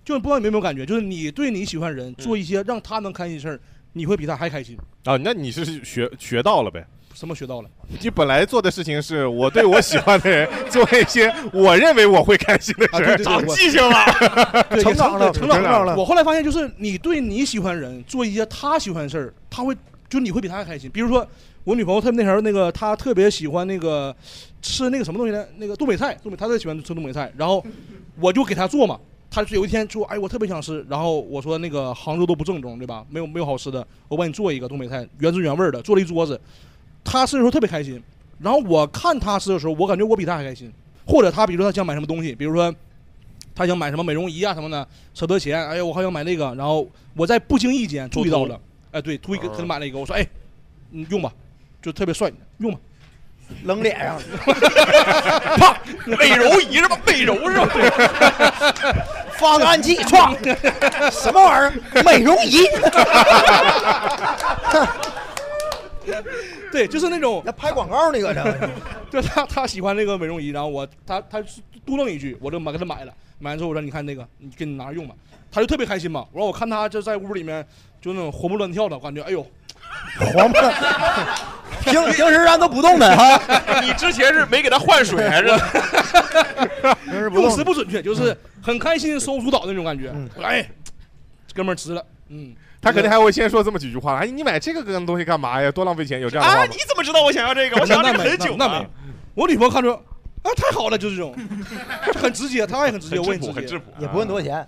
就是不知道你们有没有感觉，就是你对你喜欢人嗯做一些让他能开心的事儿，你会比他还开心。啊，那你是学学到了呗？什么学到了？你本来做的事情是我对我喜欢的 (laughs) 人做一些我认为我会开心的 (laughs) 啊，事对儿对。对，长我记性了， (laughs) 对成也长了对成成长长了我后来发现，就是你对你喜欢人做一些他喜欢的事儿，他会就你会比他还开心。比如说，我女朋友她那时候那个她特别喜欢那个吃那个什么东西呢？那个东北菜，东北她特别喜欢吃东北菜。然后我就给她做嘛，她就有一天说：“哎，我特别想吃。”然后我说：“那个杭州都不正宗，对吧？没有没有好吃的，我帮你做一个东北菜，原汁原味儿的，做了一桌子。”她吃的时候特别开心。然后我看她吃的时候，我感觉我比她还开心。或者她比如说她想买什么东西，比如说她想买什么美容仪啊什么的，舍不得钱，哎呀，我好想买那个。然后我在不经意间注意到嗯了，哎，对，突一个啊给他买了一个，我说，哎，你用吧，就特别帅，用吧。扔脸 (laughs) 上，美容仪是吧？美容是吧？ (laughs) 发个暗器，歘，什么玩意儿？美容 (laughs) 仪，对，就是那种，那拍广告那个 (laughs) 呢？对他他喜欢那个美容仪，然后我他他嘟囔一句，我就买给他买了。买完之后我说，你看那个，你给你拿着用吧。他就特别开心嘛。然后我看他就在屋里面就那种活蹦乱跳的，我感觉哎 (laughs) 呦， (laughs) 黄不，平平时咱都不动的哈， (laughs) 你之前是没给他换水还是？ (laughs) 平时不用动嗯词。不准确，就是很开心收主导那种感觉。我说哎，这哥们儿值了，嗯。他肯定还会先说这么几句话，哎，你买这个个东西干嘛呀？多浪费钱，有这样的啊，话吗你？怎么知道我想要这个？我想要那这个没很久那了没，，我女朋友看出啊，太好了，就是这种，就很直接，她也很直接，很我质也朴，很很直质接，啊朴。也不问多少钱，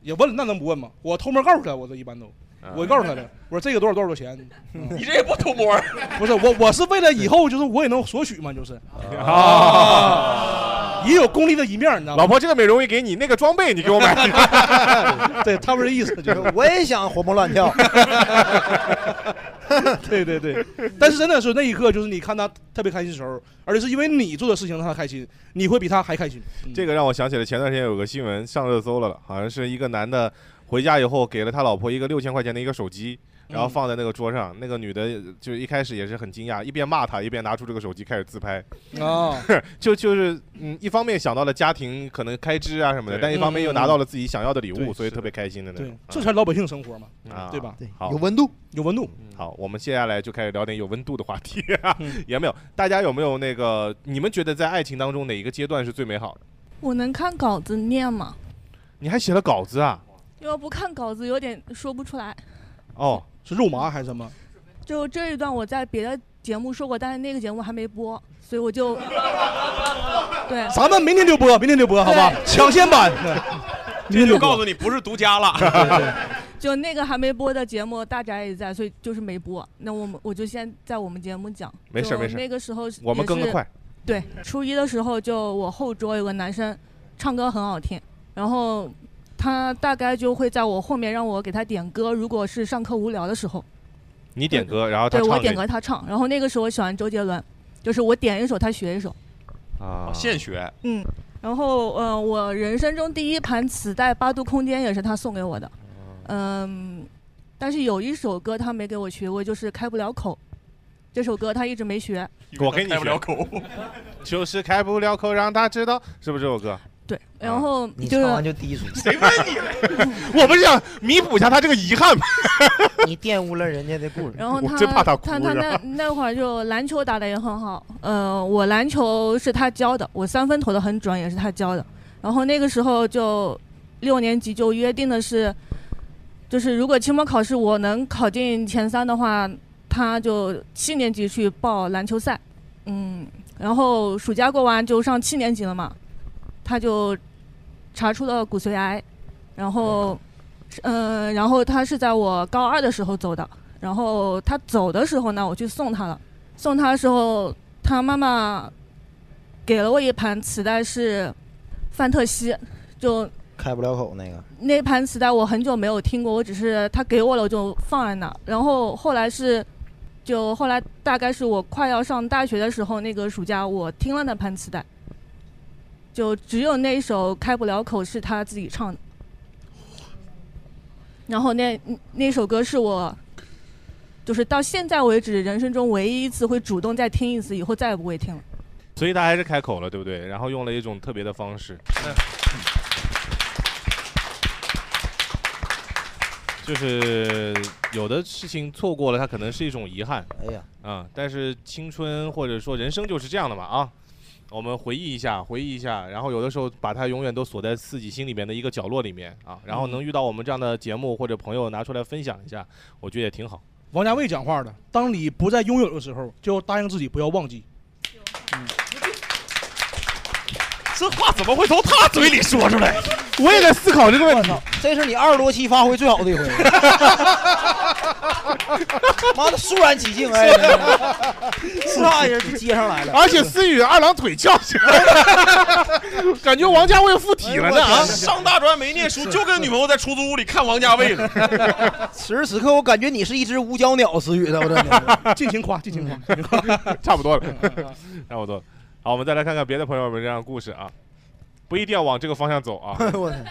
也问了，那能不问吗？我偷摸告诉她，我这一般都，我告诉她的，我说这个多少多少多少钱，啊你这也不偷摸儿。不是我，我是为了以后就是我也能索取嘛，就是啊，也有功利的一面，你知道老吗？婆，这个美容仪给你，那个装备你给我买。对，他们这意思就是，我也想活蹦乱跳。 (laughs) 对对对，但是真的是那一刻，就是你看她特别开心的时候，而且是因为你做的事情让她开心，你会比她还开心。嗯这个让我想起了前段时间有个新闻上热搜了，好像是一个男的回家以后给了他老婆一个六千块钱的一个手机，然嗯后放在那个桌上，那个女的就一开始也是很惊讶，一边骂他一边拿出这个手机开始自拍，啊， (laughs) 就就是嗯，一方面想到了家庭可能开支啊什么的，对但一方面嗯又拿到了自己想要的礼嗯对物，所以是特别开心的那对种，，这才是老百姓生活嘛，啊，对吧？对好有，温度。有温度，嗯好，我们接下来就开始聊点有温度的话题、啊嗯， (laughs) 也没有，大家有没有那个你们觉得在爱情当中哪一个阶段是最美好的？我能看稿子念吗？你还写了稿子啊？要不看稿子有点说不出来。哦，是肉麻还是什么？就这一段我在别的节目说过，但是那个节目还没播，所以 (laughs) 我就对咱们明天就播，明天就播，好吧？抢先 (laughs) 版，嗯明这天就就告播。诉你不是独家了。 (laughs) 就那个还没播的节目，大宅也在，所以就是没播。那我们我就先在我们节目讲，没事就没事那个时候是我们更也得是快。对，初一的时候就我后桌有个男生，唱歌很好听，然后他大概就会在我后面让我给他点歌，如果是上课无聊的时候，你点歌，然后他对唱我给点你歌他唱。然后那个时候我喜欢周杰伦，就是我点一首他学一首。啊，现学。嗯，然后呃，我人生中第一盘磁带《八度空间》也是他送给我的，哦嗯，但是有一首歌他没给我学过，就是《开不了口》，这首歌他一直没学。我给你开不了口，就是开不了口，让他知道是不是这首歌？对，然后啊你就是、唱完就低俗。谁问你了？我们是想弥补一下他这个遗憾嘛。 (laughs) 你玷污了人家的故事。然后他他他那那会儿就篮球打得也很好，呃，我篮球是他教的，我三分投的很准也是他教的。然后那个时候就六年级就约定的是，就是如果期末考试我能考进前三的话，他就七年级去报篮球赛，嗯，然后暑假过完就上七年级了嘛，他就查出了骨髓癌，然后，嗯、然后他是在我高二的时候走的，然后他走的时候呢，我去送他了，送他的时候，他妈妈给了我一盘磁带是范特西，就开不了口那个，那盘磁带我很久没有听过，我只是他给我了我就放在那儿，然后后来是。就后来大概是我快要上大学的时候，那个暑假我听了那盘磁带，就只有那一首《开不了口》是他自己唱的。然后那那首歌是我，就是到现在为止人生中唯一一次会主动再听一次，以后再也不会听了。所以他还是开口了，对不对？然后用了一种特别的方式，就是有的事情错过了，它可能是一种遗憾。哎呀，啊、但是青春或者说人生就是这样的嘛啊。我们回忆一下，回忆一下，然后有的时候把它永远都锁在自己心里面的一个角落里面啊，然后能遇到我们这样的节目或者朋友拿出来分享一下，我觉得也挺 (laughs) 好。王家卫讲话的：当你不再拥有的时候，就答应自己不要忘记。这话怎么会从他嘴里说出来？我也在思考这个问题。这是你二十多期发挥最好的一 (laughs) 回。妈的，肃然起敬，哎， (laughs) 唰一下就啊接上来了。而且思雨二郎腿翘起来，感觉王家卫附体了呢哎哎啊！上大专没念书，就跟女朋友在出租屋里看王家卫了。此时此刻，我感觉你是一只无脚鸟，思雨的，我真 (laughs) 的。嗯尽情夸，尽情夸。差不多 (laughs) 了，差不多了。好，我们再来看看别的朋友们这样的故事啊，不一定要往这个方向走 (laughs) 啊，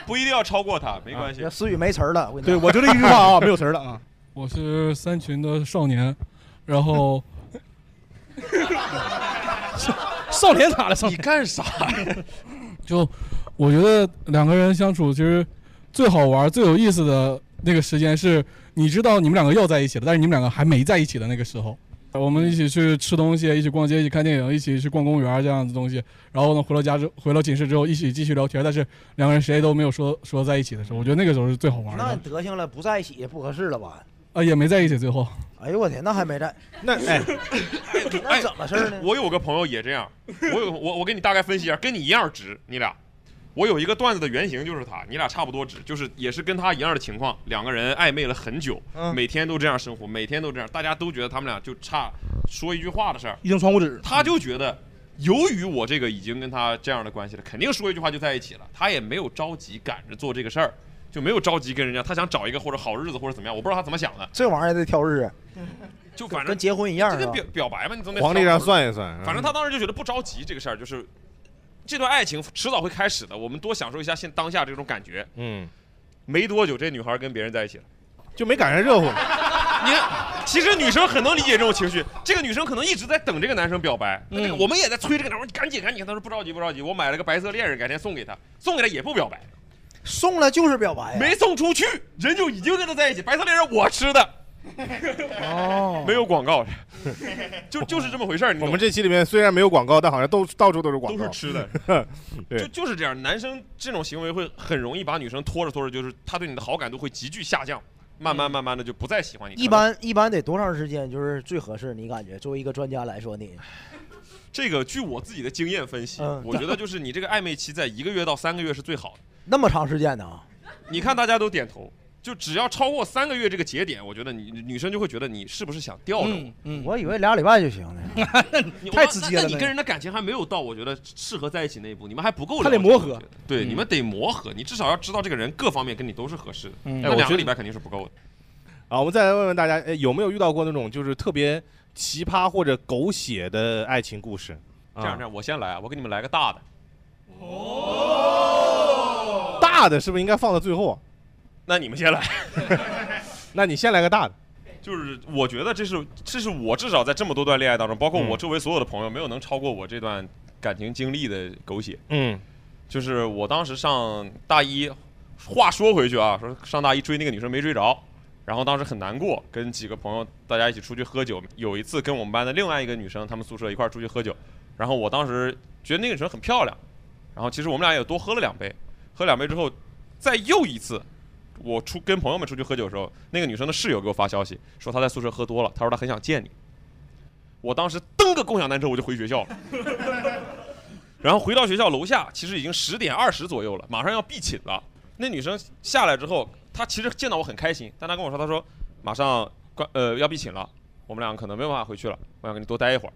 不一定要超过他，没关系。啊思雨没词儿了，对我就这一句话啊没有词儿了啊。 (laughs) 我是三群的少年，然后 (laughs) 少年咋了？你干啥呀？ (laughs) 就我觉得两个人相处，其实最好玩、最有意思的那个时间是，你知道你们两个要在一起了，但是你们两个还没在一起的那个时候。我们一起去吃东西，一起逛街，一起看电影，一起去逛公园这样子东西。然后呢，回到家之回到寝室之后，一起继续聊天，但是两个人谁都没有说说在一起的时候，我觉得那个时候是最好玩的。 (laughs) 那德行了，不在一起也不合适了吧？啊，也没在一起，最后。哎呦我天，那还没在，那哎，那怎么事儿呢？哎我有个朋友也这样，我有我我给你大概分析一下，跟你一样直，你俩。我有一个段子的原型就是他，你俩差不多直，就是也是跟他一样的情况，两个人暧昧了很久，嗯每天都这样生活，每天都这样，大家都觉得他们俩就差说一句话的事儿，一张窗户纸。他就觉得，由于我这个已经跟他这样的关系了，肯定说一句话就在一起了。他也没有着急赶着做这个事儿，就没有着急跟人家，他想找一个或者好日子或者怎么样，我不知道他怎么想的。这玩意儿得挑日，啊就反正跟结婚一样啊这是跟吧表？表白嘛，你总得黄历上算一算嗯反正他当时就觉得不着急这个事儿，就是这段爱情迟早会开始的，我们多享受一下现当下这种感觉。嗯，没多久，这女孩跟别人在一起了。就没赶上 (laughs) 热乎。你看，其实女生很能理解这种情绪。这个女生可能一直在等这个男生表白，嗯那这个我们也在催这个男生，你赶紧赶紧。他说不着急不着急，我买了个白色恋人，改天送给他，送给他也不表白，送了就是表白呀，啊没送出去，人就已经跟他在一起。白色恋人我 (laughs) 吃的， (laughs) 哦，没有广告，就就是这么回事儿。你我懂们这期里面虽然没有广告，但好像都到处都是广告，都是吃的。 (laughs) 对就，就是这样，男生这种行为会很容易把女生拖着拖着，就是他对你的好感度会急剧下降，慢慢慢慢的就不再喜欢你。嗯一般一般得多长时间就是最合适？你感觉作为一个专家来说，你这个据我自己的经验分析，嗯我觉得就是你这个暧昧期在一个月到三个月是最好的。那么长时间呢？你看大家都点头，就只要超过三个月这个节点，我觉得你女生就会觉得你是不是想吊着我。嗯嗯，我以为俩礼拜就行了。你太直接了那你那个跟人的感情还没有到，我觉得适合在一起那一步，你们还不够了。还得我觉磨合嗯我觉对，你们得磨合，你至少要知道这个人各方面跟你都是合适的。嗯哎那我两觉得个礼拜肯定是不够的。啊，我们再来问问大家，哎，有没有遇到过那种就是特别奇葩或者狗血的爱情故事？这样这样，我先来啊，我给你们来个大的。大的是不是应该放到最 (laughs) 后？啊那你们先来。那你先来个大的。就是我觉得这是这是我至少在这么多段恋爱当中，包括嗯我周围所有的朋友，没有能超过我这段感情经历的狗血。嗯，就是我当时上大一，话说回去啊，说上大一追那个女生没追着，然后当时很难过，跟几个朋友大家一起出去喝酒。有一次跟我们班的另外一个女生，她们宿舍一块儿出去喝酒，然后我当时觉得那个女生很漂亮，然后其实我们俩也多喝了两杯，喝两杯之后，再又一次。我出跟朋友们出去喝酒的时候，那个女生的室友给我发消息说她在宿舍喝多了，她说她很想见你。我当时蹬个共享单车我就回学校了，然后回到学校楼下，其实已经十点二十左右了，马上要闭寝了。那女生下来之后，她其实见到我很开心，但她跟我说，她说马上关呃要闭寝了，我们俩可能没有办法回去了，我想跟你多待一会儿。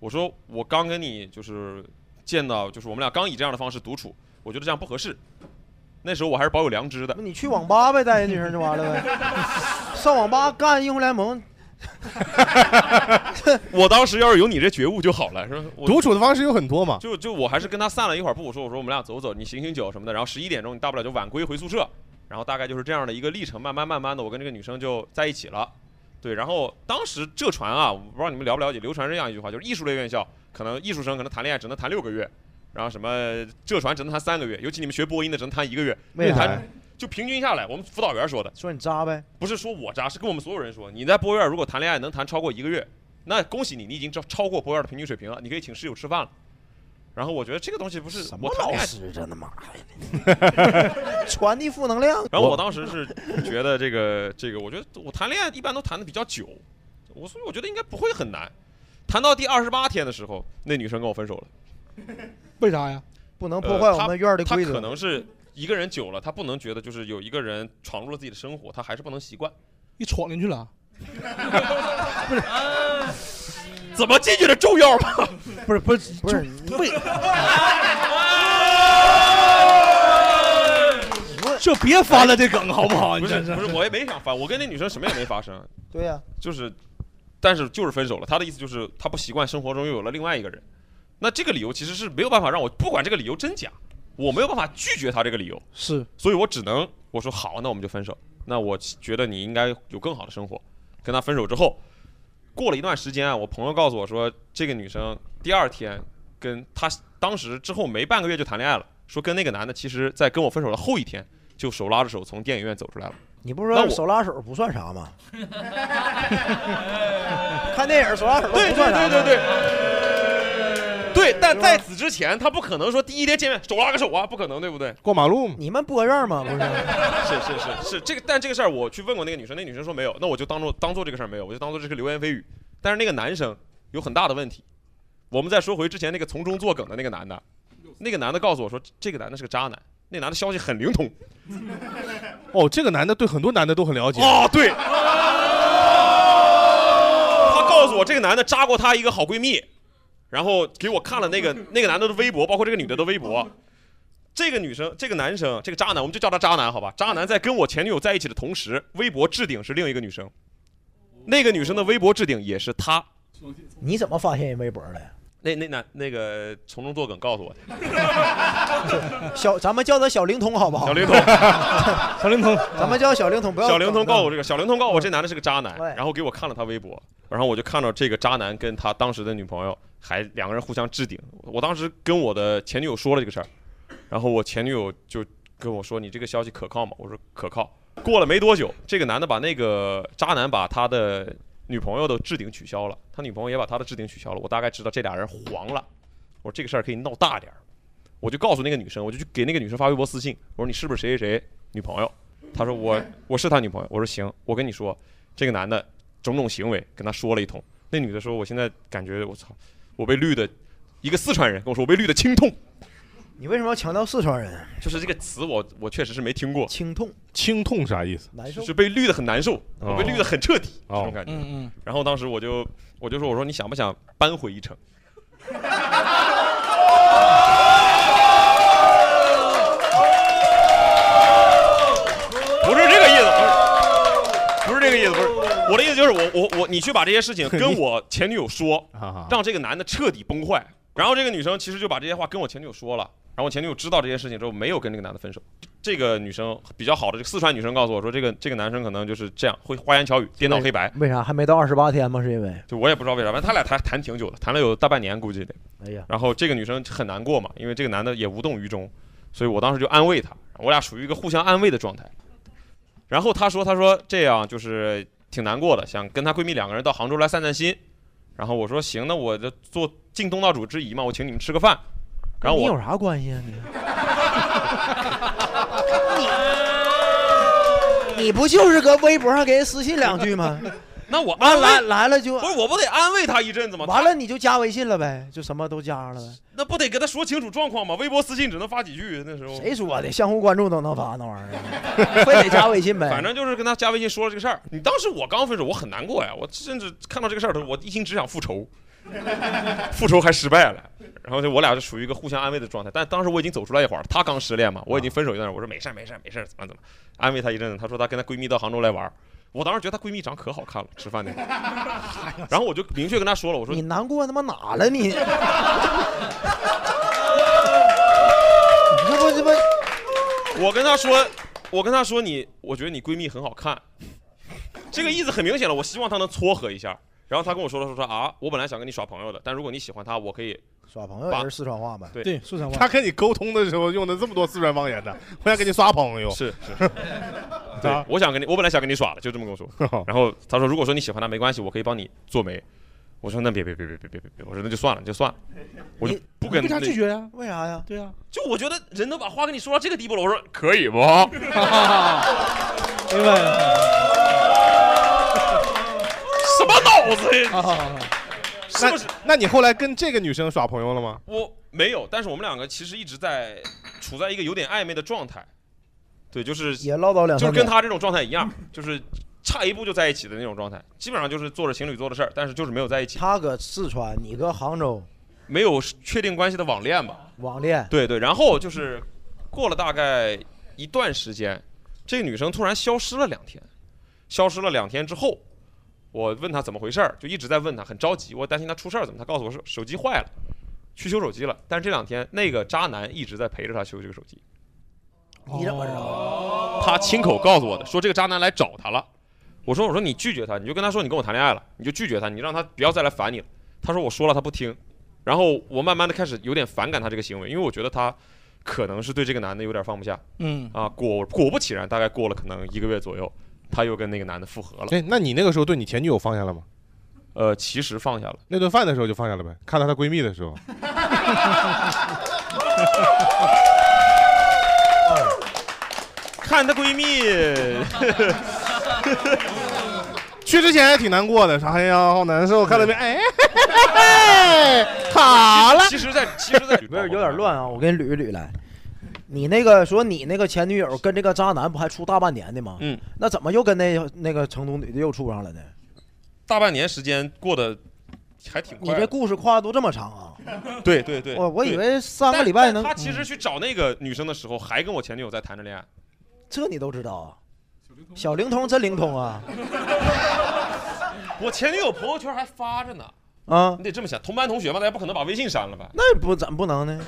我说我刚跟你就是见到，就是我们俩刚以这样的方式独处，我觉得这样不合适。那时候我还是保有良知的，你去网吧呗，带人女生就完了呗。 (laughs) 上网吧干英雄联盟， (laughs) 我当时要是有你这觉悟就好了，是吧？我独处的方式有很多嘛。就就我还是跟他散了一会儿步，我说我说我们俩走走，你醒醒酒什么的，然后十一点钟你大不了就晚归回宿舍，然后大概就是这样的一个历程，慢慢慢慢的我跟这个女生就在一起了，对，然后当时浙传啊，我不知道你们了不了解，流传这样一句话，就是艺术类院校可能艺术生可能谈恋爱只能谈六个月，然后什么浙传只能谈三个月，尤其你们学播音的只能谈一个月，为啥谈就平均下来，我们辅导员说的，说你渣呗，不是说我渣，是跟我们所有人说，你在播院如果谈恋爱能谈超过一个月，那恭喜你，你已经超超过播院的平均水平了，你可以请室友吃饭了。然后我觉得这个东西不是我谈恋爱，真的妈呀，传递负能量。然后我当时是觉得这个 (laughs) 这个，我觉得我谈恋爱一般都谈的比较久，我所以我觉得应该不会很难。谈到第二十八天的时候，那女生跟我分手了。为啥呀？不能呃破坏我他们院儿的规呃他可则。能是一个人久了，他不能觉得就是有一个人闯入了自己的生活，他还是不能习惯。你闯进去了，啊 (laughs) 怎么进去的重要吗？不是不是不是，为这 (laughs) 别翻了这梗好不好？你不是真不是，我也没想翻，我跟那女生什么也没发生，对呀、就是，但是就是分手了。他的意思就是他不习惯生活中又有了另外一个人，那这个理由其实是没有办法让我不管这个理由真假，我没有办法拒绝他这个理由，是所以我只能我说好，那我们就分手。那我觉得你应该有更好的生活。跟他分手之后，过了一段时间啊，我朋友告诉我说，这个女生第二天跟她当时之后没半个月就谈恋爱了，说跟那个男的其实在跟我分手的后一天就手拉着手从电影院走出来了。你不那说我 (laughs) 手拉手不算啥吗？看电影手拉手不啊算啥吗对对对，但在此之前，他不可能说第一天见面手拉个手啊，不可能，对不对？过马路嘛。你们播院吗？不 (laughs) 是，是是是是，这个但这个事儿我去问过那个女生，那女生说没有，那我就当做当做这个事儿没有，我就当做这是个流言蜚语。但是那个男生有很大的问题，我们再说回之前那个从中作梗的那个男的，那个男的告诉我说，这个男的是个渣男，那男的消息很灵通哦，这个男的对很多男的都很了解。哦，对，他告诉我这个男的扎过她一个好闺蜜，然后给我看了那个那个男的的微博，包括这个女的的微博。这个女生，这个男生，这个渣男，我们就叫他渣男，好吧？渣男在跟我前女友在一起的同时，微博置顶是另一个女生，那个女生的微博置顶也是他。你怎么发现人微博的？那那那那个从中作梗告诉我的，小，咱们叫他小灵通好不好？小 (laughs) 灵通，小灵通，咱们叫小灵通，不要小灵通告诉我这个。嗯个，小灵通告诉我这男的是个渣男对，然后给我看了他微博，然后我就看到这个渣男跟他当时的女朋友还两个人互相置顶。我当时跟我的前女友说了这个事儿，然后我前女友就跟我说：“你这个消息可靠吗？”我说：“可靠。”过了没多久，这个男的把那个渣男把他的女朋友的置顶取消了，他女朋友也把他的置顶取消了。我大概知道这俩人黄了，我说这个事儿可以闹大点儿。我就告诉那个女生，我就去给那个女生发微博私信，我说你是不是谁谁谁女朋友？她说我我是他女朋友。我说行，我跟你说，这个男的种种行为跟他说了一通。那女的说我现在感觉我操，我被绿的，一个四川人跟我说我被绿的心痛。你为什么要强调四川人？啊就是这个词我我确实是没听过。清痛，清痛啥意思？难受就是被绿的很难受，哦我被绿的很彻底这种感觉。嗯嗯然后当时我就我就说我说你想不想扳回一城？不是这个意思，不是不是这个意思，不是我的意思就是我我我你去把这些事情跟我前女友说，啊让这个男的彻底崩坏。然后这个女生其实就把这些话跟我前女友说了，然后我前女友知道这些事情之后没有跟这个男的分手。这个女生比较好的这个四川女生告诉我说，这个这个男生可能就是这样，会花言巧语，颠倒黑白。为啥还没到二十八天吗？是因为就我也不知道为啥，反正他俩谈谈挺久的，谈了有大半年估计得。哎呀，然后这个女生很难过嘛，因为这个男的也无动于衷，所以我当时就安慰她，我俩属于一个互相安慰的状态。然后她说：“她说这样就是挺难过的，想跟她闺蜜两个人到杭州来散散心。”然后我说：“行，那我就做尽东道主之谊嘛，我请你们吃个饭。”然后跟你我有啥关系啊？ (laughs) 你你不就是搁微博上给人私信两句吗？ (laughs) 那我完安慰来来了就不是我不得安慰她一阵子吗？完了你就加微信了呗，就什么都加了呗。那不得跟她说清楚状况吗？微博私信只能发几句，那时候谁说的？相互关注都能发那玩意 (laughs) 儿， (laughs) 非得加微信呗。反正就是跟他加微信说了这个事儿。你当时我刚分手，我很难过呀，我甚至看到这个事儿的时候，我一心只想复仇，复仇还失败了。然后就我俩是属于一个互相安慰的状态，但当时我已经走出来一会儿，他刚失恋嘛，我已经分手一段时间，我说没事儿没事儿没事儿，怎么怎么，安慰她一阵子。她说她跟她闺蜜到杭州来玩儿，我当时觉得她闺蜜长可好看了，吃饭那会儿，然后我就明确跟她说了，我说你难过他妈哪了你？你 (laughs) 这不这不我跟她说，我跟她说你，我觉得你闺蜜很好看， (laughs) 这个意思很明显了。我希望她能撮合一下。然后她跟我说了说说啊，我本来想跟你耍朋友的，但如果你喜欢她，我可以耍朋友也是四川话呗？对他跟你沟通的时候用的这么多四川方言的，我想跟你耍朋友。 (laughs) 是 (laughs) 是，啊对，我想跟你，我本来想跟你耍的，就这么跟我哦说。然后他说，如果说你喜欢他没关系，我可以帮你做媒。我说那别别别别别别别别，我说那就算了，就算了，我就不跟。为啥拒绝呀、为啥呀？对啊呀、就我觉得人都把话跟你说到这个地步了，我说可以不？ (laughs) 啊什明白了。么脑子呀？ (laughs) 是那不是？那你后来跟这个女生耍朋友了吗？我没有，但是我们两个其实一直在处在一个有点暧昧的状态。对，就是也唠叨两就三是句跟他这种状态一样，就是差一步就在一起的那种状态，基本上就是做着情侣做的事儿，但是就是没有在一起，他搁四川，你搁杭州，没有确定关系的网恋吧？网恋对对，然后就是过了大概一段时间，这个女生突然消失了两天，消失了两天之后，我问她怎么回事儿，就一直在问她，很着急，我担心她出事儿，怎么？她告诉我说手机坏了，去修手机了。但是这两天那个渣男一直在陪着她修这个手机，哦你怎么知道？她亲口告诉我的，说这个渣男来找她了。我说我说你拒绝他，你就跟他说你跟我谈恋爱了，你就拒绝他，你让他不要再来烦你了。他说我说了他不听，然后我慢慢的开始有点反感他这个行为，因为我觉得他可能是对这个男的有点放不下。 (laughs) 嗯啊，果果不其然，大概过了可能一个月左右，他又跟那个男的复合了。哎，那你那个时候对你前女友放下了吗？呃，其实放下了，那顿饭的时候就放下了呗。看到她闺蜜的时候， (laughs) 看她闺蜜， (laughs) 去之前还挺难过的，说哎呀好难受，看到没？哎，嘿嘿嘿好了。其实在，其实在，不是有点乱啊？我给你捋一捋来。你那个说你那个前女友跟这个渣男不还处大半年的吗？嗯，那怎么又跟那那个成都女的又处上了呢？大半年时间过得还挺你快这的。故事跨度这么长啊？嗯对对对，我我以对为三个但礼拜但能他其实去找那个女生的时候，还跟我前女友在谈着恋爱。这你都知道啊？小灵通真灵通 (laughs) 啊！我前女友朋友圈还发着呢。啊，你得这么想，同班同学嘛，大家不可能把微信删了吧？那不怎么不能呢？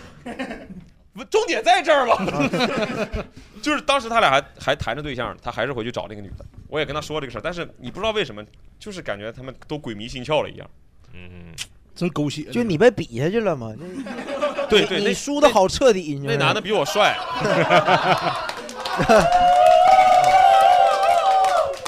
不重点在这儿 (laughs) 了，啊就是当时他俩还还谈着对象呢，他还是回去找那个女的。我也跟他说这个事儿，但是你不知道为什么，就是感觉他们都鬼迷心窍了一样。嗯，真狗血就你被比下去了 (laughs) 嘛？对对，你那你输的好彻底，你知那道吗啊男的比我 (laughs) 帅，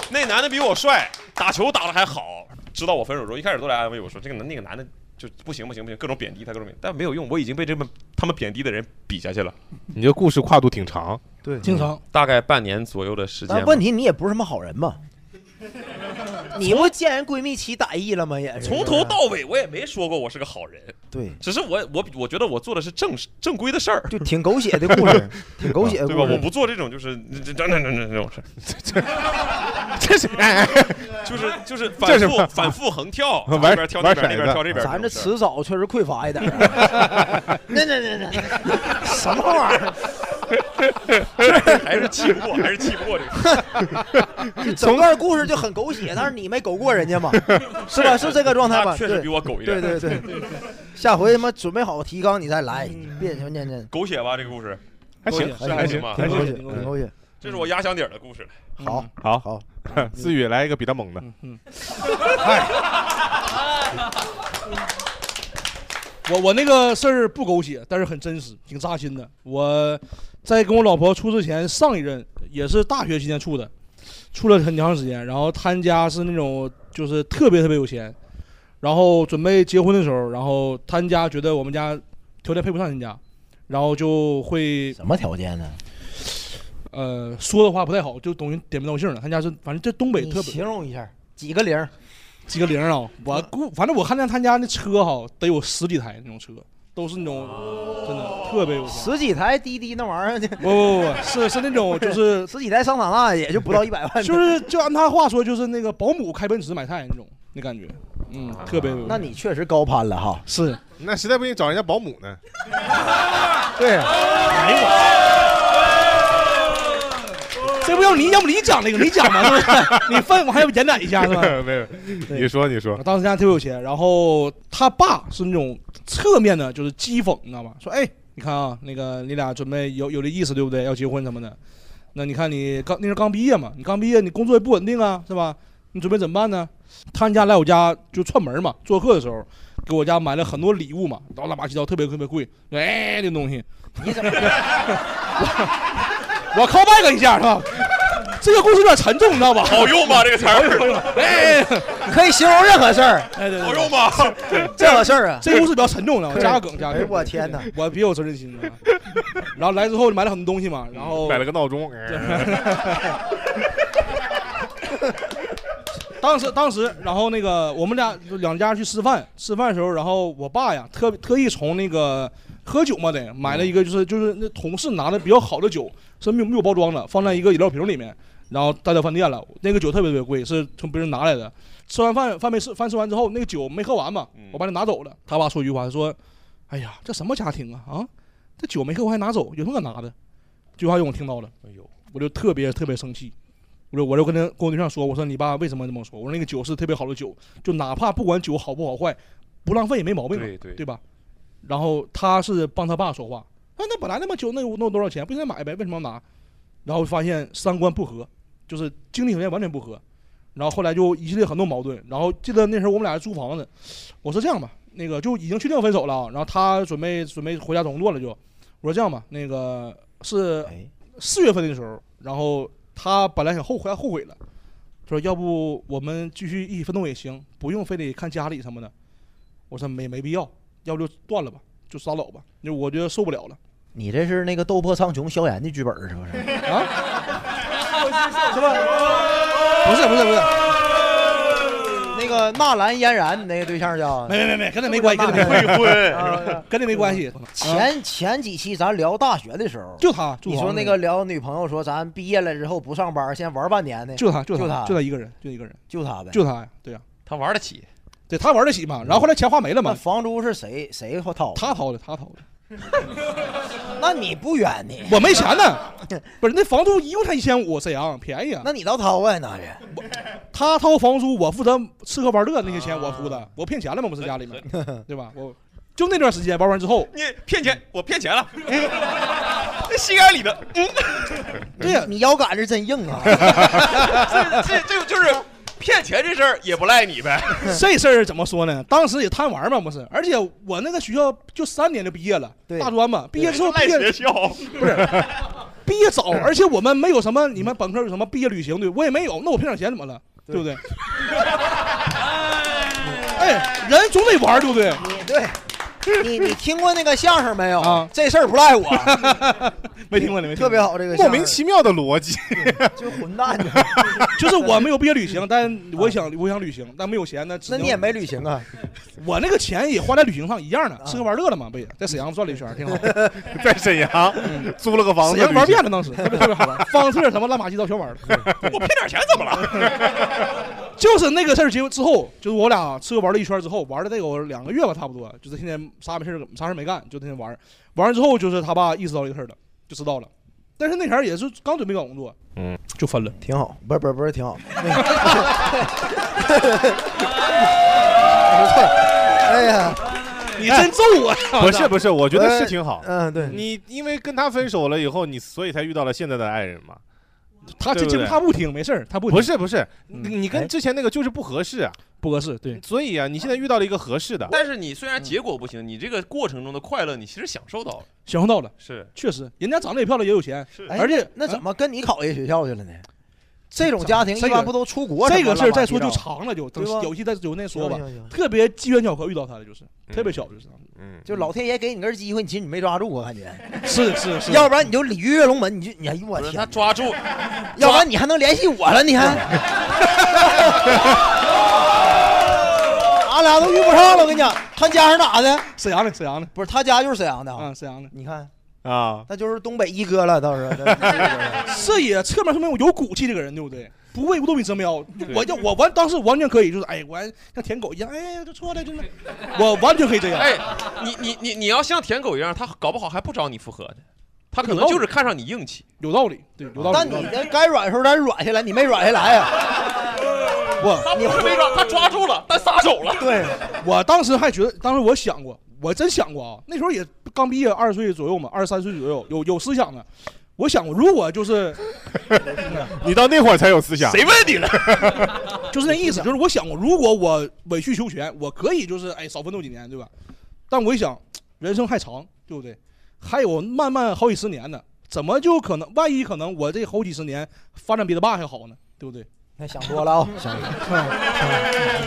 那男的比我帅，打球打的还好。知道我分手之后，一开始都来安慰我说，这个男那个男的就不行不行不行，各种贬低他，各种贬低，但没有用，我已经被这么他们贬低的人比下去了。 (laughs) 你这故事跨度挺长，对，经常大概半年左右的时间吧。但问题你啊也不是什么好 (laughs) 人嘛。你不见人闺蜜起歹意了吗？也是从头到尾我也没说过我是个好人，对，只是我我我觉得我做的是正正规的事儿，啊就挺狗血的故 (laughs) 事，挺狗血的故对事，吧？我不做这种就是这这这这这这种事儿， (laughs) (laughs) 这是哎， (laughs) 就是就是这反是复反复横 (laughs) 跳，玩这边跳那玩边，那骰边子跳这边，咱这这种事儿迟早确实匮乏一点儿。 (laughs) 那那那那，什么玩意儿？还是气不过，还是气不过这个。 (laughs) 整段故事就很狗血，但是你没狗过人 (laughs) 家嘛，是吧？是是这个状态吧？他确实对比我狗一点 (laughs) 对对对，下回他妈准备好提纲你再来，别他妈念念。嗯狗血吧？这个故事还行是还行行吧？挺狗血挺狗血。嗯这是我压箱底儿的故事了。嗯好，嗯好好， (laughs) 思雨来一个比他猛的，我我那个事儿不狗血，但是很真实，挺扎心的。我在跟我老婆处之前，上一任也是大学期间处的，处了很长时间。然后他家是那种就是特别特别有钱，然后准备结婚的时候，然后他家觉得我们家条件配不上人家，然后就会什么条件呢？呃，说的话不太好，就等于点名道姓了。他家是反正这东北特别形容一下几个零，几个零啊？我估反正我看见他家那车哈，得有十几台那种车，都是那种真的特别有钱。十几台滴滴那玩意儿，不不不，是是那种就是 (laughs) 十几台桑塔纳也就不到一百 (laughs) 万，就是就按他话说，就是那个保姆开奔驰买菜那种那感觉，嗯，特别有。那你确实高攀了哈，是那实在不行找人家保姆 (laughs) 呢。对，哎这不要你，要不你讲那个，你讲吧，是不是？ (laughs) 你分我还要延展一下是吧？ (laughs) 没有，对你说你说我，当时家特别有钱，然后他爸是那种侧面的，就是讥讽，你知道吗？说，哎，你看啊，那个你俩准备有有这意思，对不对？要结婚什么的，那你看你刚那时候刚毕业嘛，你刚毕业，你工作也不稳定啊，是吧？你准备怎么办呢？他们家来我家就串门嘛，做客的时候给我家买了很多礼物嘛，然后乱七八糟，特别特别贵，哎，这东西，你怎么？我 call back 一下是吧？这个故事有点沉重，你知道吧？好用吗这个词儿好用好用哎， (laughs) 可以形容任何事儿，哎对，好用吗？ (laughs) 任何事儿啊。这个故事比较沉重的，我加个梗，加个哎梗。我天哪！我别有责任心了。 (laughs) 然后来之后买了很多东西嘛，然后买了个闹钟， (laughs) 当时当时，然后那个我们俩就两家去吃饭，吃饭的时候，然后我爸呀特特意从那个喝酒嘛得买了一个，就是就是那同事拿的比较好的酒，是没有没有包装的，放在一个饮料瓶里面，然后带到饭店了。那个酒特别特别贵，是从别人拿来的。吃完饭饭没吃饭吃完之后，那个酒没喝完嘛，我把它拿走了。他爸说一句话，他说：“哎呀，这什么家庭啊啊，这酒没喝完还拿走，有什么可拿的？”这句话让我听到了，哎呦，我就特别特别生气。我就我就跟他跟我对象说，我说你爸为什么这么说？我说那个酒是特别好的酒，就哪怕不管酒好不好坏，不浪费也没毛病嘛，对对吧？然后他是帮他爸说话，啊，那本来那么酒那有那有多少钱，不应该买呗，为什么要拿？然后发现三观不合，就是经济条件完全不合，然后后来就一系列很多矛盾。然后记得那时候我们俩还租房子，我说这样吧，那个就已经确定分手了啊，然后他准备准备回家找工作了就，我说这样吧，那个是哎四月份的时候，然后他本来想后悔后悔了，说要不我们继续一起奋斗也行，不用非得看家里什么的。我说没没必要，要不就断了吧，就拉倒吧，就我觉得受不了了。你这是那个斗破苍穹萧炎的剧本儿是不是？啊 (laughs) 是吧？不是不是不是，那个纳兰嫣然那个对象叫没没没没，跟那没关系，跟那没关系，跟那没关系。前前几期咱聊大学的时候，就他住啊嗯你房说那那个个聊女朋友说咱毕业了之后不上班，先玩半年的，就他就就他他就他一个人，就一个人，就他呗，就他呀，对呀，他玩得起，对他玩得起嘛。然后后来钱花没了嗯那嘛，房租是谁谁掏？他掏的，他掏的。那你不冤你，我没钱 (laughs) 呢，不是那房租一共才一千五，沈阳便宜啊。那你倒掏啊，那是。他掏房租，我负责吃喝玩乐那些钱，我出啊的，我骗钱了吗？不是家里面，对吧？我就那段时间玩完之后，哎你骗钱，我骗钱了， (laughs) 心安理得。嗯，对呀，你腰杆子真硬啊！ (laughs) 这这这就是骗钱这事儿也不赖你 (laughs) 呗。 (laughs) 这事儿怎么说呢？当时也贪玩嘛，不是？而且我那个学校就三年就毕业了，大专嘛，毕业之后毕赖业学校， (laughs) 不是毕业早，而且我们没有什么，你们本科有什么毕业旅行对，我也没有，那我骗点钱怎么了？对不对？哎，人总得玩，对不对？对，你你听过那个相声没有？这事儿不赖我，啊 (laughs) 没听过你没特别好这个莫名其妙的逻辑， (laughs) 就混蛋呢。 (laughs) 就是我没有毕业旅行，但我想我想旅行，但没有钱呢。那你也没旅行啊？我那个钱也花在旅行上一样的，吃喝玩乐了嘛，不也在沈阳转了一圈，挺好。 (laughs) 嗯在沈阳租了个房子，沈阳玩遍了，当时特别特别 (laughs) 好玩，方特什么乱八七糟全玩了。我骗点钱怎么了？ (laughs) 就是那个事儿结束之后，就是我俩吃喝玩了一圈之后，玩了得有两个月吧，差不多。就是天天啥没事儿啥事儿没干，就天天玩儿。玩完之后，就是他爸意识到这个事儿了，就知道了。但是那前儿也是刚准备搞工 (laughs) 作，嗯，就分了，挺好，不是不是不是 (laughs) 挺好。 (laughs) 哎呀，你真揍我！哎 (laughs) 哎不是不是，我觉得是挺好。嗯，对你因为跟他分手了以后，你所以才遇到了现在的爱人嘛。他这对这对他不听，没事儿，他不听嗯哎不是不是，你你跟之前那个就是不合适啊，不合适，对。所以啊，你现在遇到了一个合适的，但是你虽然结果不行，你这个过程中的快乐，你其实享受到了。享受到了，是确实，人家长得也漂亮，也有钱，而且哎嗯那怎么跟你考一个学校去了呢？这种家庭一般不都出国？这个事儿什么乱再七说八就糟长了，就等对吧有戏再有那说吧行行行。特别机缘巧合遇到他的，就是特别巧，就是嗯，就老天爷给你根机会，你其实你没抓住，我感觉是是是要不然你就鲤鱼跃龙门，你就你哎呦我天，他抓住，要不然你还能联系我 (laughs) 了，你还，俺俩都遇不上了，我跟你讲，他家是哪的？沈阳的，沈阳的，嗯不是他家就是沈阳的啊，沈阳的，你看啊，那就是东北一哥了，倒是，这也啊侧面说明我有骨气，这个人对不对？不为五斗米折腰，我要我完当时完全可以，就是哎，我还像舔狗一样，哎，就错了，就那，我完全可以这样。哎，你你你你要像舔狗一样，他搞不好还不找你复合呢，他可能就是看上你硬气。有道理，对，有道理。但你这该软的时候咱软下来，你没软下来啊呀、 (laughs) 我他 (laughs) 不是没抓，他抓住了，但撒手了。对，我当时还觉得，当时我想过，我真想过啊，那时候也刚毕业，二十岁左右嘛，二十三岁左右，有有思想的。我想过，如果就是 (laughs) 你到那会儿才有思想，谁问你了？ (laughs) 就是那意思，就是我想过，如果我委曲求全，我可以就是哎少奋斗几年，对吧？但我一想，人生还长，对不对？还有漫漫好几十年呢，怎么就可能？万一可能我这好几十年发展比他爸还好呢，对不对？那想多了啊、想多 (laughs)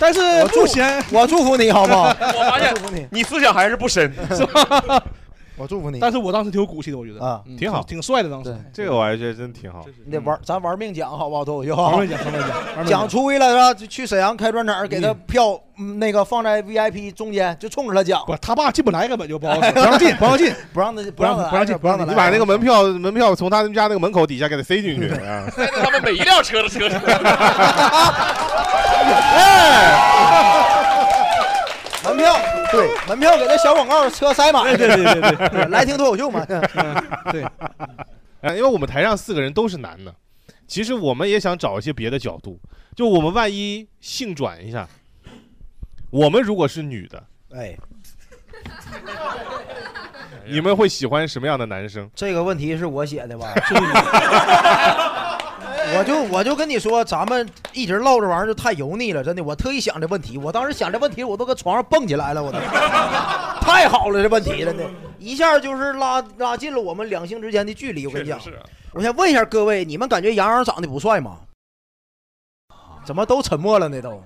但是我祝目前我祝福你 (laughs) 好不好？ (laughs) 我发现你思想还是不深，是吧？ (laughs) 我祝福你但是我当时挺有骨气的，我觉得啊嗯挺好挺帅的当时。这个我还觉得真挺好。你得玩，咱玩命讲好不好？脱口秀，嗯玩 (laughs) 命讲玩命讲玩命讲讲出去了是吧？就去沈阳开专场，给他票嗯那个放在 VIP 中间，就冲着他讲。不，他爸进不来，根本就不好使，不让进，不让进，不让他不让他不让进，来不让他来。你把那个门票门票从他们家那个门口底下给他塞进去啊！塞在他们每一辆车的车 (laughs) 上。哎门票，对，门票给他小广告车塞满。对对对对 (laughs) 嗯对，来听脱口 (laughs) 秀嘛。对，啊，因为我们台上四个人都是男的，其实我们也想找一些别的角度，就我们万一性转一下，我们如果是女的，哎，哎你们会喜欢什么样的男生？这个问题是我写的吧？我就我就跟你说，咱们一直唠这玩意儿就太油腻了，真的。我特意想这问题，我当时想这问题，我都搁床上蹦起来了，我都太好了，这问题真的，一下就是拉拉近了我们两性之间的距离。我跟你讲，我先问一下各位，你们感觉杨洋长得不帅吗？怎么都沉默了呢？都，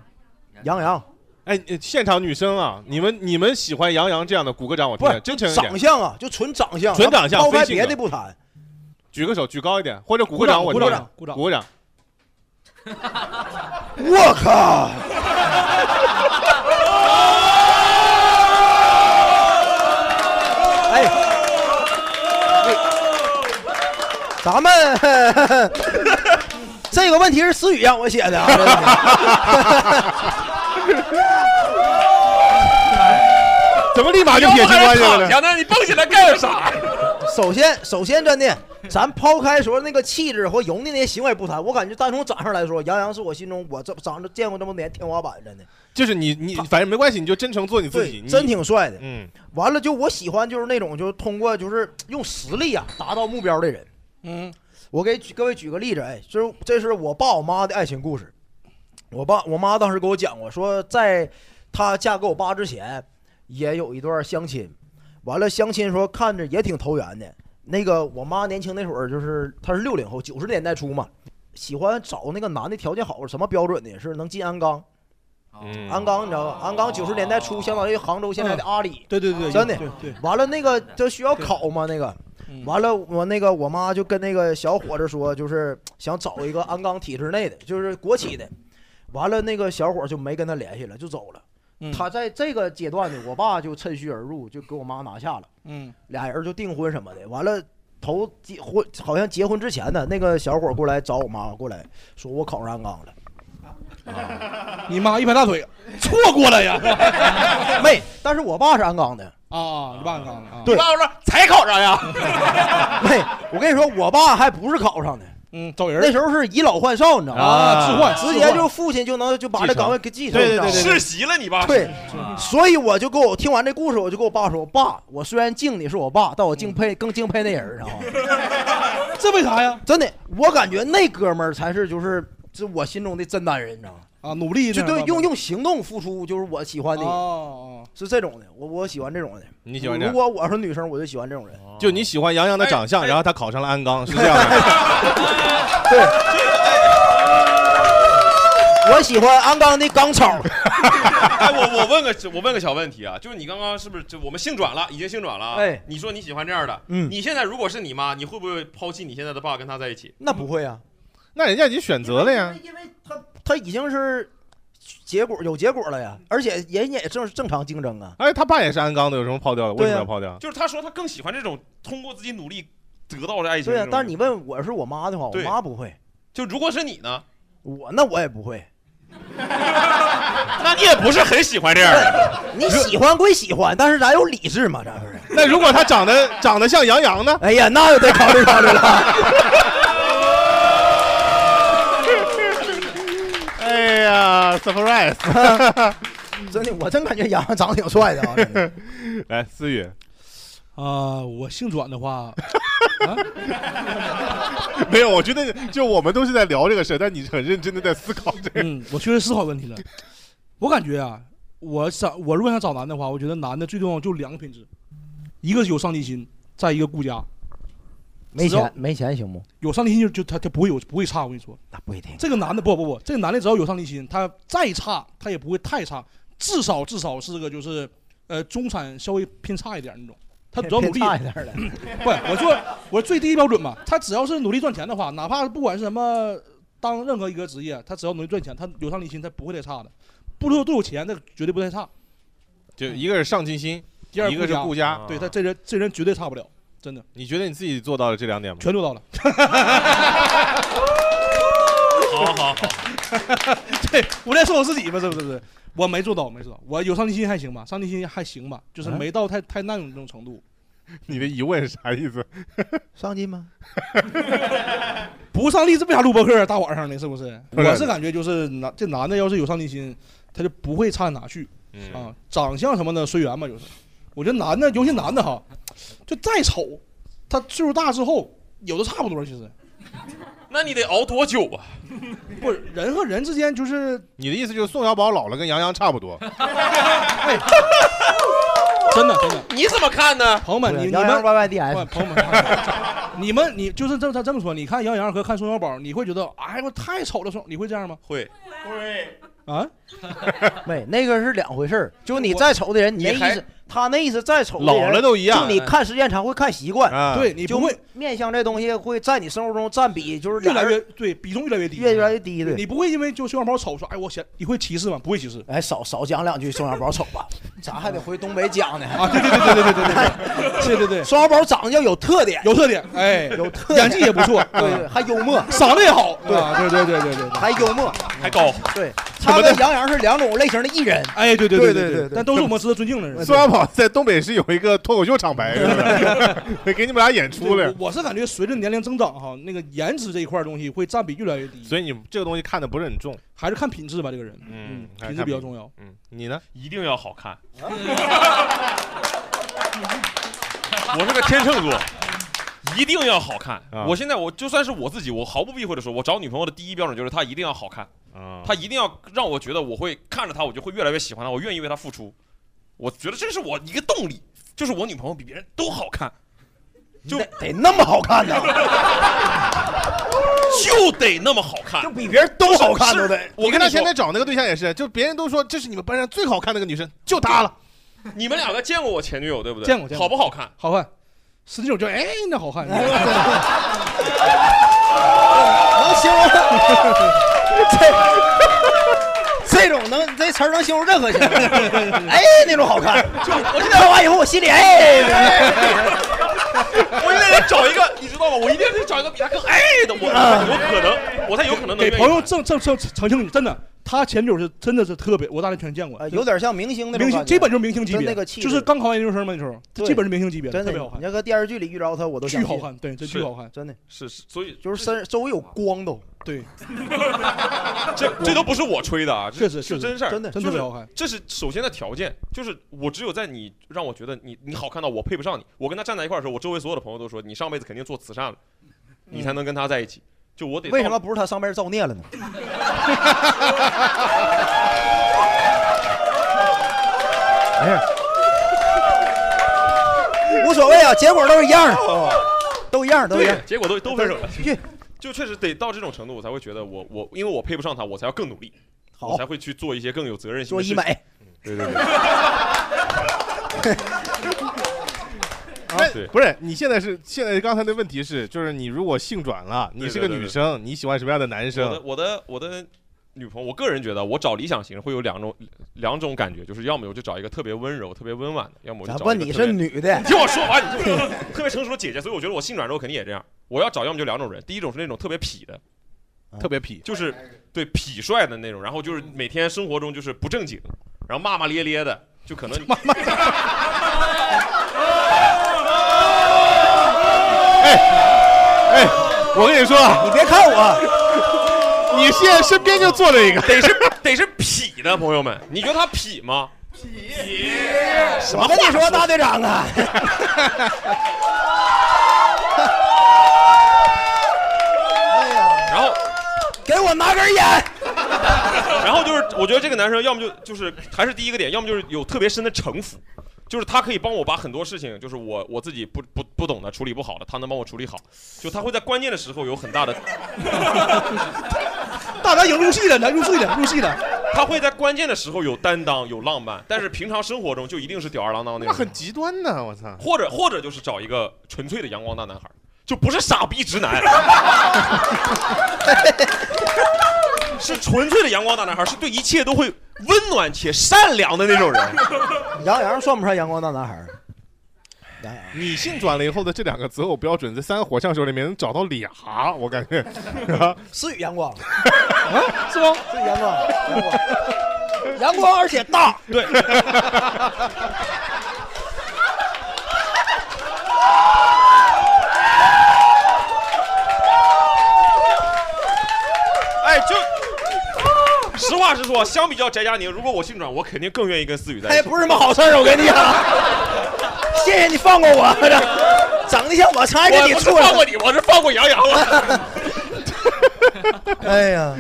杨洋哎，呃现场女生啊，你们你们喜欢杨洋这样的，鼓个掌，我听不听，是真诚一长点，相啊，就纯长相，纯长相抛非开性别格的不谈，举个手，举高一点，或者鼓鼓个掌掌，我鼓听掌听鼓掌鼓个掌。我靠！哎，咱们 (laughs) 这个问题是思雨让我写 (laughs) 的啊。怎么立马就撇清关系了呢？那你蹦起来干啥？首先，首先真的，咱抛开说那个气质和油腻那些行为不谈，我感觉单从长相来说，杨洋是我心中我这长着见过这么多年天花板，真的，就是你你反正没关系，你就真诚做你自己，对，你真挺帅的。嗯，完了，就我喜欢就是那种就是通过就是用实力啊达到目标的人。嗯，我给举各位举个例子，哎，就是这是我爸我妈的爱情故事。我爸我妈当时给我讲过，说在她嫁给我爸之前，也有一段相亲，完了相亲说看着也挺投缘的。那个我妈年轻那会儿就是她是六零后，九十年代初嘛，喜欢找那个男的条件好，什么标准呢？是能进鞍钢，嗯 (laughs) 鞍钢你知道吧？鞍钢九十年代初相当于杭州现在的阿里，嗯对对对真的对对。完了那个这需要考吗？那个，完了我那个我妈就跟那个小伙子说，就是想找一个鞍钢体制内的，就是国企的。完了那个小伙就没跟他联系了，就走了。嗯他在这个阶段呢，我爸就趁虚而入，就给我妈拿下了。嗯俩人就订婚什么的。完了，头结婚好像结婚之前呢，那个小伙过来找我妈，过来说我考上鞍钢了。啊你妈一拍大腿，错过了呀！ (laughs) 没，但是我爸是鞍钢的。啊，你爸刚刚啊对，爸说才考上呀。 (laughs) 没，我跟你说，我爸还不是考上的。嗯，走人那时候是以老换少，你知道吗？啊置换直置接换就父亲就能就把这岗位给继承，对你知道吗世袭了你爸。对，所以我就跟我听完这故事，我就跟我爸说：“爸，我虽然敬你是我爸，但我敬佩、更敬佩那人，知道吗？这为啥呀？真的，我感觉那哥们儿才是就是这我心中的真男人，你知道吗？啊，努力就那样对，的用用行动付出，就是我喜欢的，哦、是这种的，我我喜欢这种的。你喜欢这如样果我是女生，我就喜欢这种人。 (laughs) 就你喜欢杨洋的长哎相，然后他考上了鞍 (laughs) 钢，是这样的。我喜欢鞍钢的钢草， (laughs) 哎，我我问个我问个小问题啊，就是你刚刚是不是就我们性转了，已经性转了？啊哎，你说你喜欢这样的，嗯你现在如果是你妈，你会不会抛弃你现在的爸跟他在一起？那不会啊，那人家已经选择了呀。因为他他已经是结果有结果了呀，而且人家也正正常竞争啊。哎，他爸也是鞍钢的，有什么抛掉的？为对什呀么要抛掉？就是他说他更喜欢这种通过自己努力得到的爱情。对呀、啊呀，但是你问我是我妈的话，我对妈不会，就如果是你呢，我那我也不会。那你也不是很喜欢这样的。你喜欢归喜欢，但是咱有理智嘛，咱不 (laughs) 是？那如果他长得长得像杨洋呢？哎呀，那就得考虑考虑了。 (laughs) 哎呀，surprise！ (laughs) 真的，我真感觉杨 (laughs) 洋长得挺帅 (laughs) 哦的啊。真的 (laughs) 来，思雨，啊、我性转的 (laughs) 话， (laughs) 没 네.有，我觉得就我们都是在聊这个事儿，但你很认真的在思考这个。嗯，我确实思考问题了。我感觉啊，我想我如果想找男的话，我觉得男的最重要就两个品质，一个是有上进心，再一个顾家。没只要钱，没钱行不？有上进心就就他他不会有不会差，我跟你说，那不一定。这个男的不不不，这个男的只要有上进心，他再差他也不会太差，至少至少是个就是呃中产稍微偏差一点那种。他只要努力，偏差一 (laughs) 点的不，뭐我说我最低标准嘛，他只要是努力赚钱的话，哪怕不管是什么当任何一个职业，他只要努力赚钱，他有上进心，他不会太差的。不说都有钱，那绝对不太差。就一个是上进心，第二一个是顾家。对他这人这人绝对差不了，真的你觉得你自己做到了这两点吗？全做到了。好好好， (laughs) 对我在说我自己吧，是不是？我没做到，没做到。我有上进心还行吧，上进心还行吧，就是没到太太那种那种程度。哎你的疑问是啥意思？ (laughs) 上进吗？ (laughs) 不上力，这为啥录播客啊？大晚上的，是不是？不是我是感觉就是男这男的要是有上进心，他就不会差哪去嗯啊。长相什么的随缘吧，就是。我觉得男的，尤其男的哈，就再丑，他岁数大之后，有的差不多。其实那你得熬多久啊？不是人和人之间就是你的意思就是宋小宝老了跟杨洋差不 (laughs) 多？哎真的真的，你怎么看啊呢？朋友们，你你杨洋们 Y Y D S，朋友们， (laughs) 你们你就是这他这么说，你看杨洋和看宋小宝，你会觉得哎我太丑了，宋你会这样吗？会， (laughs) 啊，没那个是两回事儿。就你我再丑的人，你那你还意思，他那意思再丑的老人了都一样就哎你看时间长会看习惯，啊，对你就不会呃面相这东西会在你生活中占比就是越俩来人越对比重越来越低，啊越来越低的。你不会因为就宋小宝丑说哎我嫌你会歧视吗？不会歧视哎，少少讲两句宋小宝丑吧，咱还得回东北讲呢。啊，对对对对对对 (laughs) 对对对对对，宋小宝长得要有特点，有特点， (laughs) 哎，有特点演技也不错，啊对对，还幽默，嗓子也好，对吧？啊对对对对对对，还幽默。还高。 (laughs) 对，他跟 (laughs) 杨洋是两种类型的艺人。哎对对对对对对对但都是我们值得尊敬的人。宋小宝在东北是有一个脱口秀厂牌是不是？给你们俩演出对了我。我是感觉随着年龄增长哈，那个颜值这一块儿东西会占比越来越低，所以你这个东西看的不是很重，还是看品质吧，这个人，嗯还是品质看比较品重要。嗯，你呢？一定要好看。 (laughs) 我是个天秤座，一定要好看。啊我现在我就算是我自己，我毫不避讳的说，我找女朋友的第一标准就是她一定要好看，啊，她一定要让我觉得我会看着她，我就会越来越喜欢她，我愿意为她付出。我觉得这是我一个动力，就是我女朋友比别人都好看。就得得那么好看呢？ (laughs) 就得那么好看，就比别人都好看都得我我跟跟他你说前面找那个对象也是，就别人都说这是你们班上最好看那个女生，就她了。你们两个见过我前女友对不对？见过见过好 (laughs) 不好看？好看，是那种就哎那好 (laughs) 看，能形容这这种能这词儿能形容任何形容，哎，那种 (laughs) 好看。我现在看完以后，我心里哎，我现在得找一个，你知道吗？我一定得找一个比他更哎的，我我可能，我才有可能能给愿意朋友证证证澄清你，真的，他前女友是真的是特别，我大连全见过，呃有点像明星那种明星，感觉基本就是明星级别，就那个气质就是刚考完研究生嘛那时候，对基本是明星级别的，真特的别好看。你要搁电视剧里遇着他，我都巨好看对真巨好看，真的是，所以就是身周围有光都。对， (laughs) 这这都不是我吹的啊，这确实是确实真事儿，真的就是真的特别好看这是首先的条件，就是我只有在你让我觉得你你好看到我配不上你，我跟他站在一块儿的时候，我周围所有的朋友都说你上辈子肯定做慈善了，你才能跟他在一起。就我得为什么不是他上辈子造孽了呢？ (laughs) 哎呀，无所谓啊，结果都是一样的，都一样，都一样哦对，。结果都都分手了去。就确实得到这种程度，我才会觉得我我因为我配不上他，我才要更努力，好我才会去做一些更有责任心做的事医情。嗯美，对对对。啊那对不是你现在是现在刚才的问题是，就是你如果性转了，你是个对对对女生，你喜欢什么样的男我的生？我的我的女朋友，我个人觉得我找理想型会有两种两种感觉，就是要么我就找一个特别温柔、特别温婉的，要么我就咱找问一个你特别是女的你听我说完，你听我说，特别成熟的姐姐，所以我觉得我性转之后肯定也这样。我要找要么就两种人，第一种是那种特别痞的，特别痞，就是对痞帅的那种，然后就是每天生活中就是不正经，然后骂骂咧咧的，就可能骂 (laughs) 骂。哎，我跟你说，你别看我，你现在身边就坐着一个，得是 (laughs) 得是痞的朋友们，你觉得他痞吗？痞什么我话跟你说，大队长啊，然后给我拿根烟。 (laughs) 然后就是，我觉得这个男生要么就就是还是第一个点，要么就是有特别深的城府，就是他可以帮我把很多事情，就是我我自己不不不懂的处理不好的，他能帮我处理好，就他会在关键的时候有很大的，大家有入戏了，来入戏了，入戏了，他会在关键的时候有担当有浪漫，但是平常生活中就一定是吊儿郎当那那种很，极端呢，我嗯操！或者或者就是找一个纯粹的阳光大男孩，就不是傻逼直 (laughs) 男。是纯粹的阳光大男孩，是对一切都会温暖且善良的那种人。杨洋算不上阳光大男孩儿，杨洋你性转了以后的这两个择偶标准，在三个火象手里面能找到俩，我感 (laughs) 觉。啊是阳光，啊是吗？是阳光，阳光，阳光而且大。对，哎，就实话实说，相比较翟佳宁，如果我性转，我肯定更愿意跟思雨在哎，一起。不是什么好事儿，我跟你讲。谢谢你放过我，这整的像我差点我给不你是处放过了。你，我是放过杨洋了。 (laughs) 哎呀，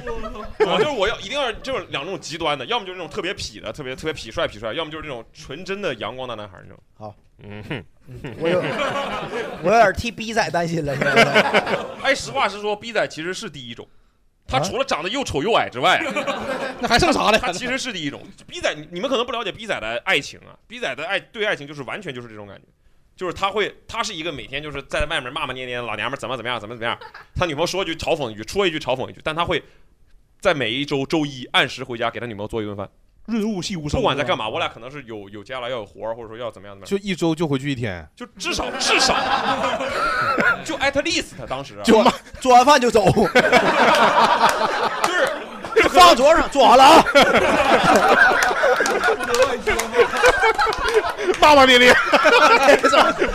我就是我要一定要就是两种极端的，要么就是那种特别痞的，特别特别痞帅痞帅，要么就是那种纯真的阳光大男孩那种。好，嗯哼。(laughs) 我有我有点替逼仔担心了。现在哎，实话实说，逼仔其实是第一种，啊他除了长得又丑又矮之外，那还剩啥嘞？他其实是第一种。逼仔，你你们可能不了解逼仔的爱情啊，逼仔的爱对爱情就是完全就是这种感觉，就是他会，他是一个每天就是在外面骂骂咧咧的老娘们儿怎么怎么样怎么怎么样，他女朋友说一句嘲讽一句，说一句嘲讽一句，但他会在每一周周一按时回家给他女朋友做一顿饭，润物细无声，不管在干嘛，我俩可能是有有接下来要有活儿，或者说要怎么样怎么样，就一周就回去一天，就至少至少 (laughs) 就 at least 当时啊做完做完饭就走，就是。放桌上，做完了啊。骂骂咧咧。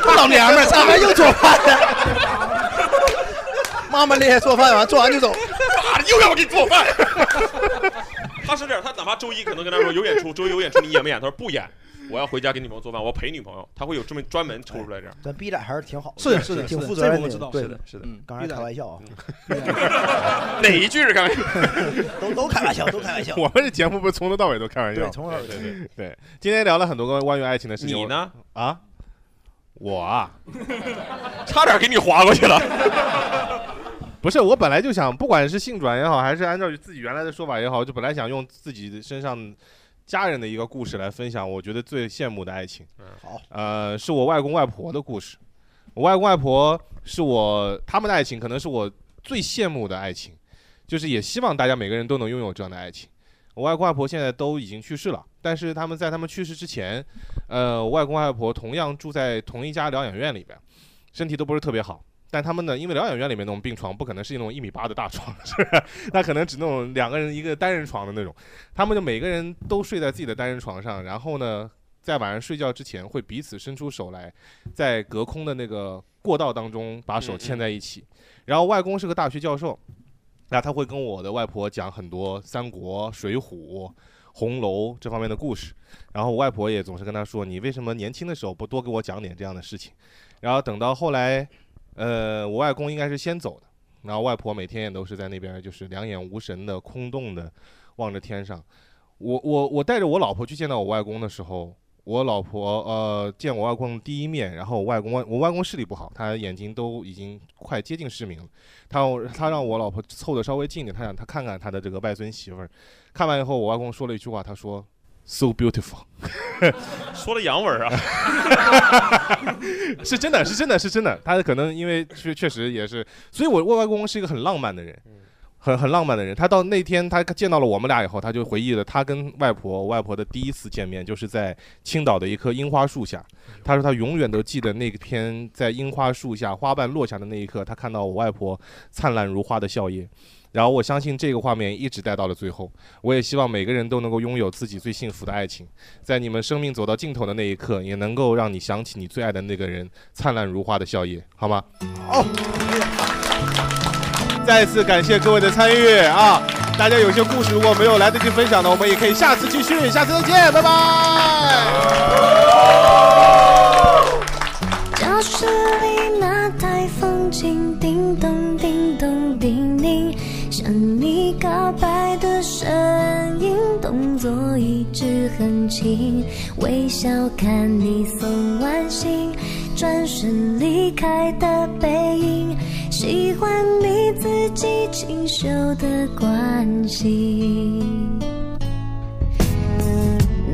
老娘们儿，上来又做饭了。妈妈厉害，做饭完啊做完就走。妈的，又让我给你做 아.饭。 (laughs) 他是这样，他哪怕周一可能跟他说有演出，周一有演出，你演不演？他说不演，我要回家给女朋友做饭，我要陪女朋友。他会有这么专门抽出来这样。咱逼仔还是挺好的，是的是的挺是的负责这任个我的，知道对是的是的嗯刚才逼仔开玩 (laughs) 笑啊，哪一句是刚才？ (laughs) 都都开玩笑，都开玩笑。 (laughs) 我们这节目不是从头到尾都开玩对笑，。从头到尾对，今天聊了很多关关于爱情的事情。你呢？我？啊，我啊，差点给你划过去了。 (laughs) (laughs) 不不是，我本来就想，不管是性转也好，还是按照自己原来的说法也好，就本来想用自己身上家人的一个故事来分享，我觉得最羡慕的爱情。好，呃，是我外公外婆的故事。我外公外婆是我他们的爱情，可能是我最羡慕的爱情，就是也希望大家每个人都能拥有这样的爱情。我外公外婆现在都已经去世了，但是他们在他们去世之前，呃，我外公外婆同样住在同一家疗养院里边，身体都不是特别好。但他们呢，因为疗养院里面那种病床不可能是那种一米八的大床， (laughs) 是吧那可能只那种两个人一个单人床的那种。他们就每个人都睡在自己的单人床上，然后呢，在晚上睡觉之前会彼此伸出手来，在隔空的那个过道当中把手牵在一起。然后外公是个大学教授，那他会跟我的外婆讲很多三国、水浒、红楼这方面的故事。然后我外婆也总是跟他说：“你为什么年轻的时候不多给我讲点这样的事情？”然后等到后来，呃，我外公应该是先走的，然后外婆每天也都是在那边，就是两眼无神的、空洞的望着天上。我我我带着我老婆去见到我外公的时候，我老婆呃见我外公第一面，然后我外公我外公视力不好，他眼睛都已经快接近失明了。他他让我老婆凑得稍微近一点，他想他看看他的这个外孙媳妇儿。看完以后，我外公说了一句话，他说：“So beautiful。” (laughs) 说了洋文儿啊。 (laughs) 是真的，是真的，是真的。他可能因为确确实也是，所以我我外公是一个很浪漫的人，很很浪漫的人。他到那天他见到了我们俩以后，他就回忆了他跟外婆我外婆的第一次见面，就是在青岛的一棵樱花树下。他说他永远都记得那天在樱花树下花瓣落下的那一刻，他看到我外婆灿烂如花的笑靥。然后我相信这个画面一直带到了最后。我也希望每个人都能够拥有自己最幸福的爱情，在你们生命走到尽头的那一刻，也能够让你想起你最爱的那个人灿烂如花的笑靥，好吗？好，再次感谢各位的参与啊！大家有些故事如果没有来得及分享的，我们也可以下次继续，下次再见，拜拜。教室里那台风琴叮咚叮咚叮咛，向你告白的声音，动作一直很轻，微笑看你送完信，转身离开的背影，喜欢你自己清秀的关心。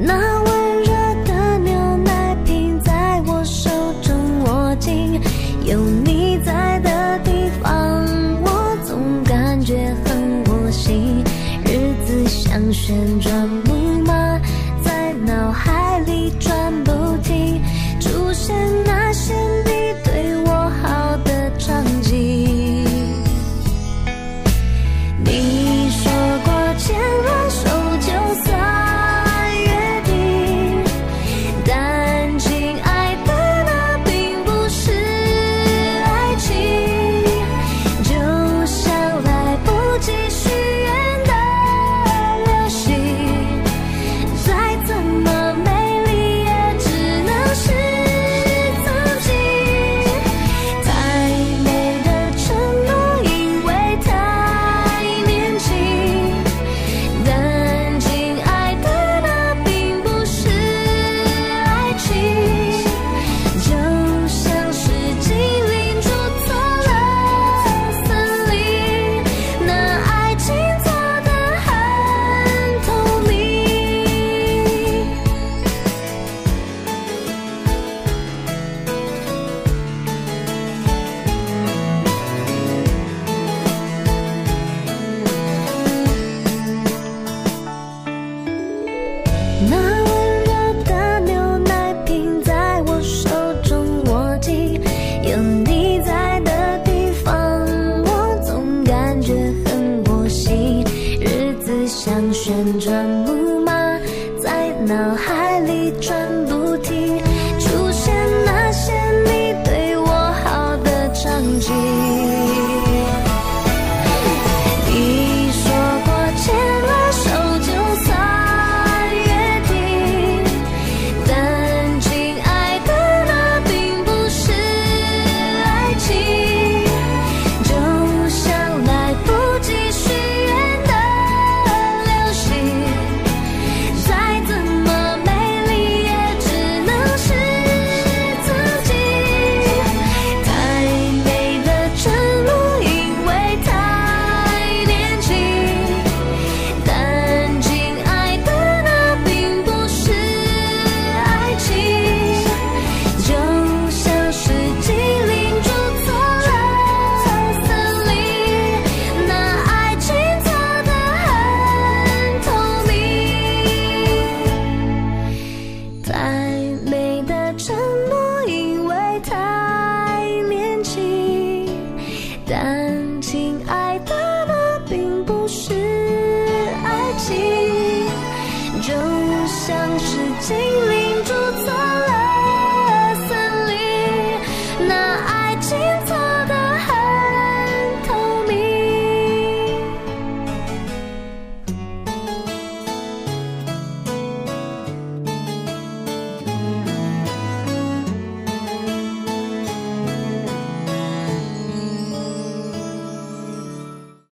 那温热的牛奶瓶在我手中握紧，有你在的地方，我总感觉很窝心。日子像旋转木马，在脑海里转不停，出现那些你对我好的场景。你说过牵了手就算约定，但亲爱的，那并不是爱情，就像来不及许愿的流星，再怎么美丽也只能是自己。太美的承诺，因为太年轻。但亲爱的，那并不是爱情，就像是精灵住错了森林，那爱情错得很透明。那温热的牛奶瓶在我手中握紧，有你在的地方，我总感觉很窝心。日子像旋转木马，在脑海里转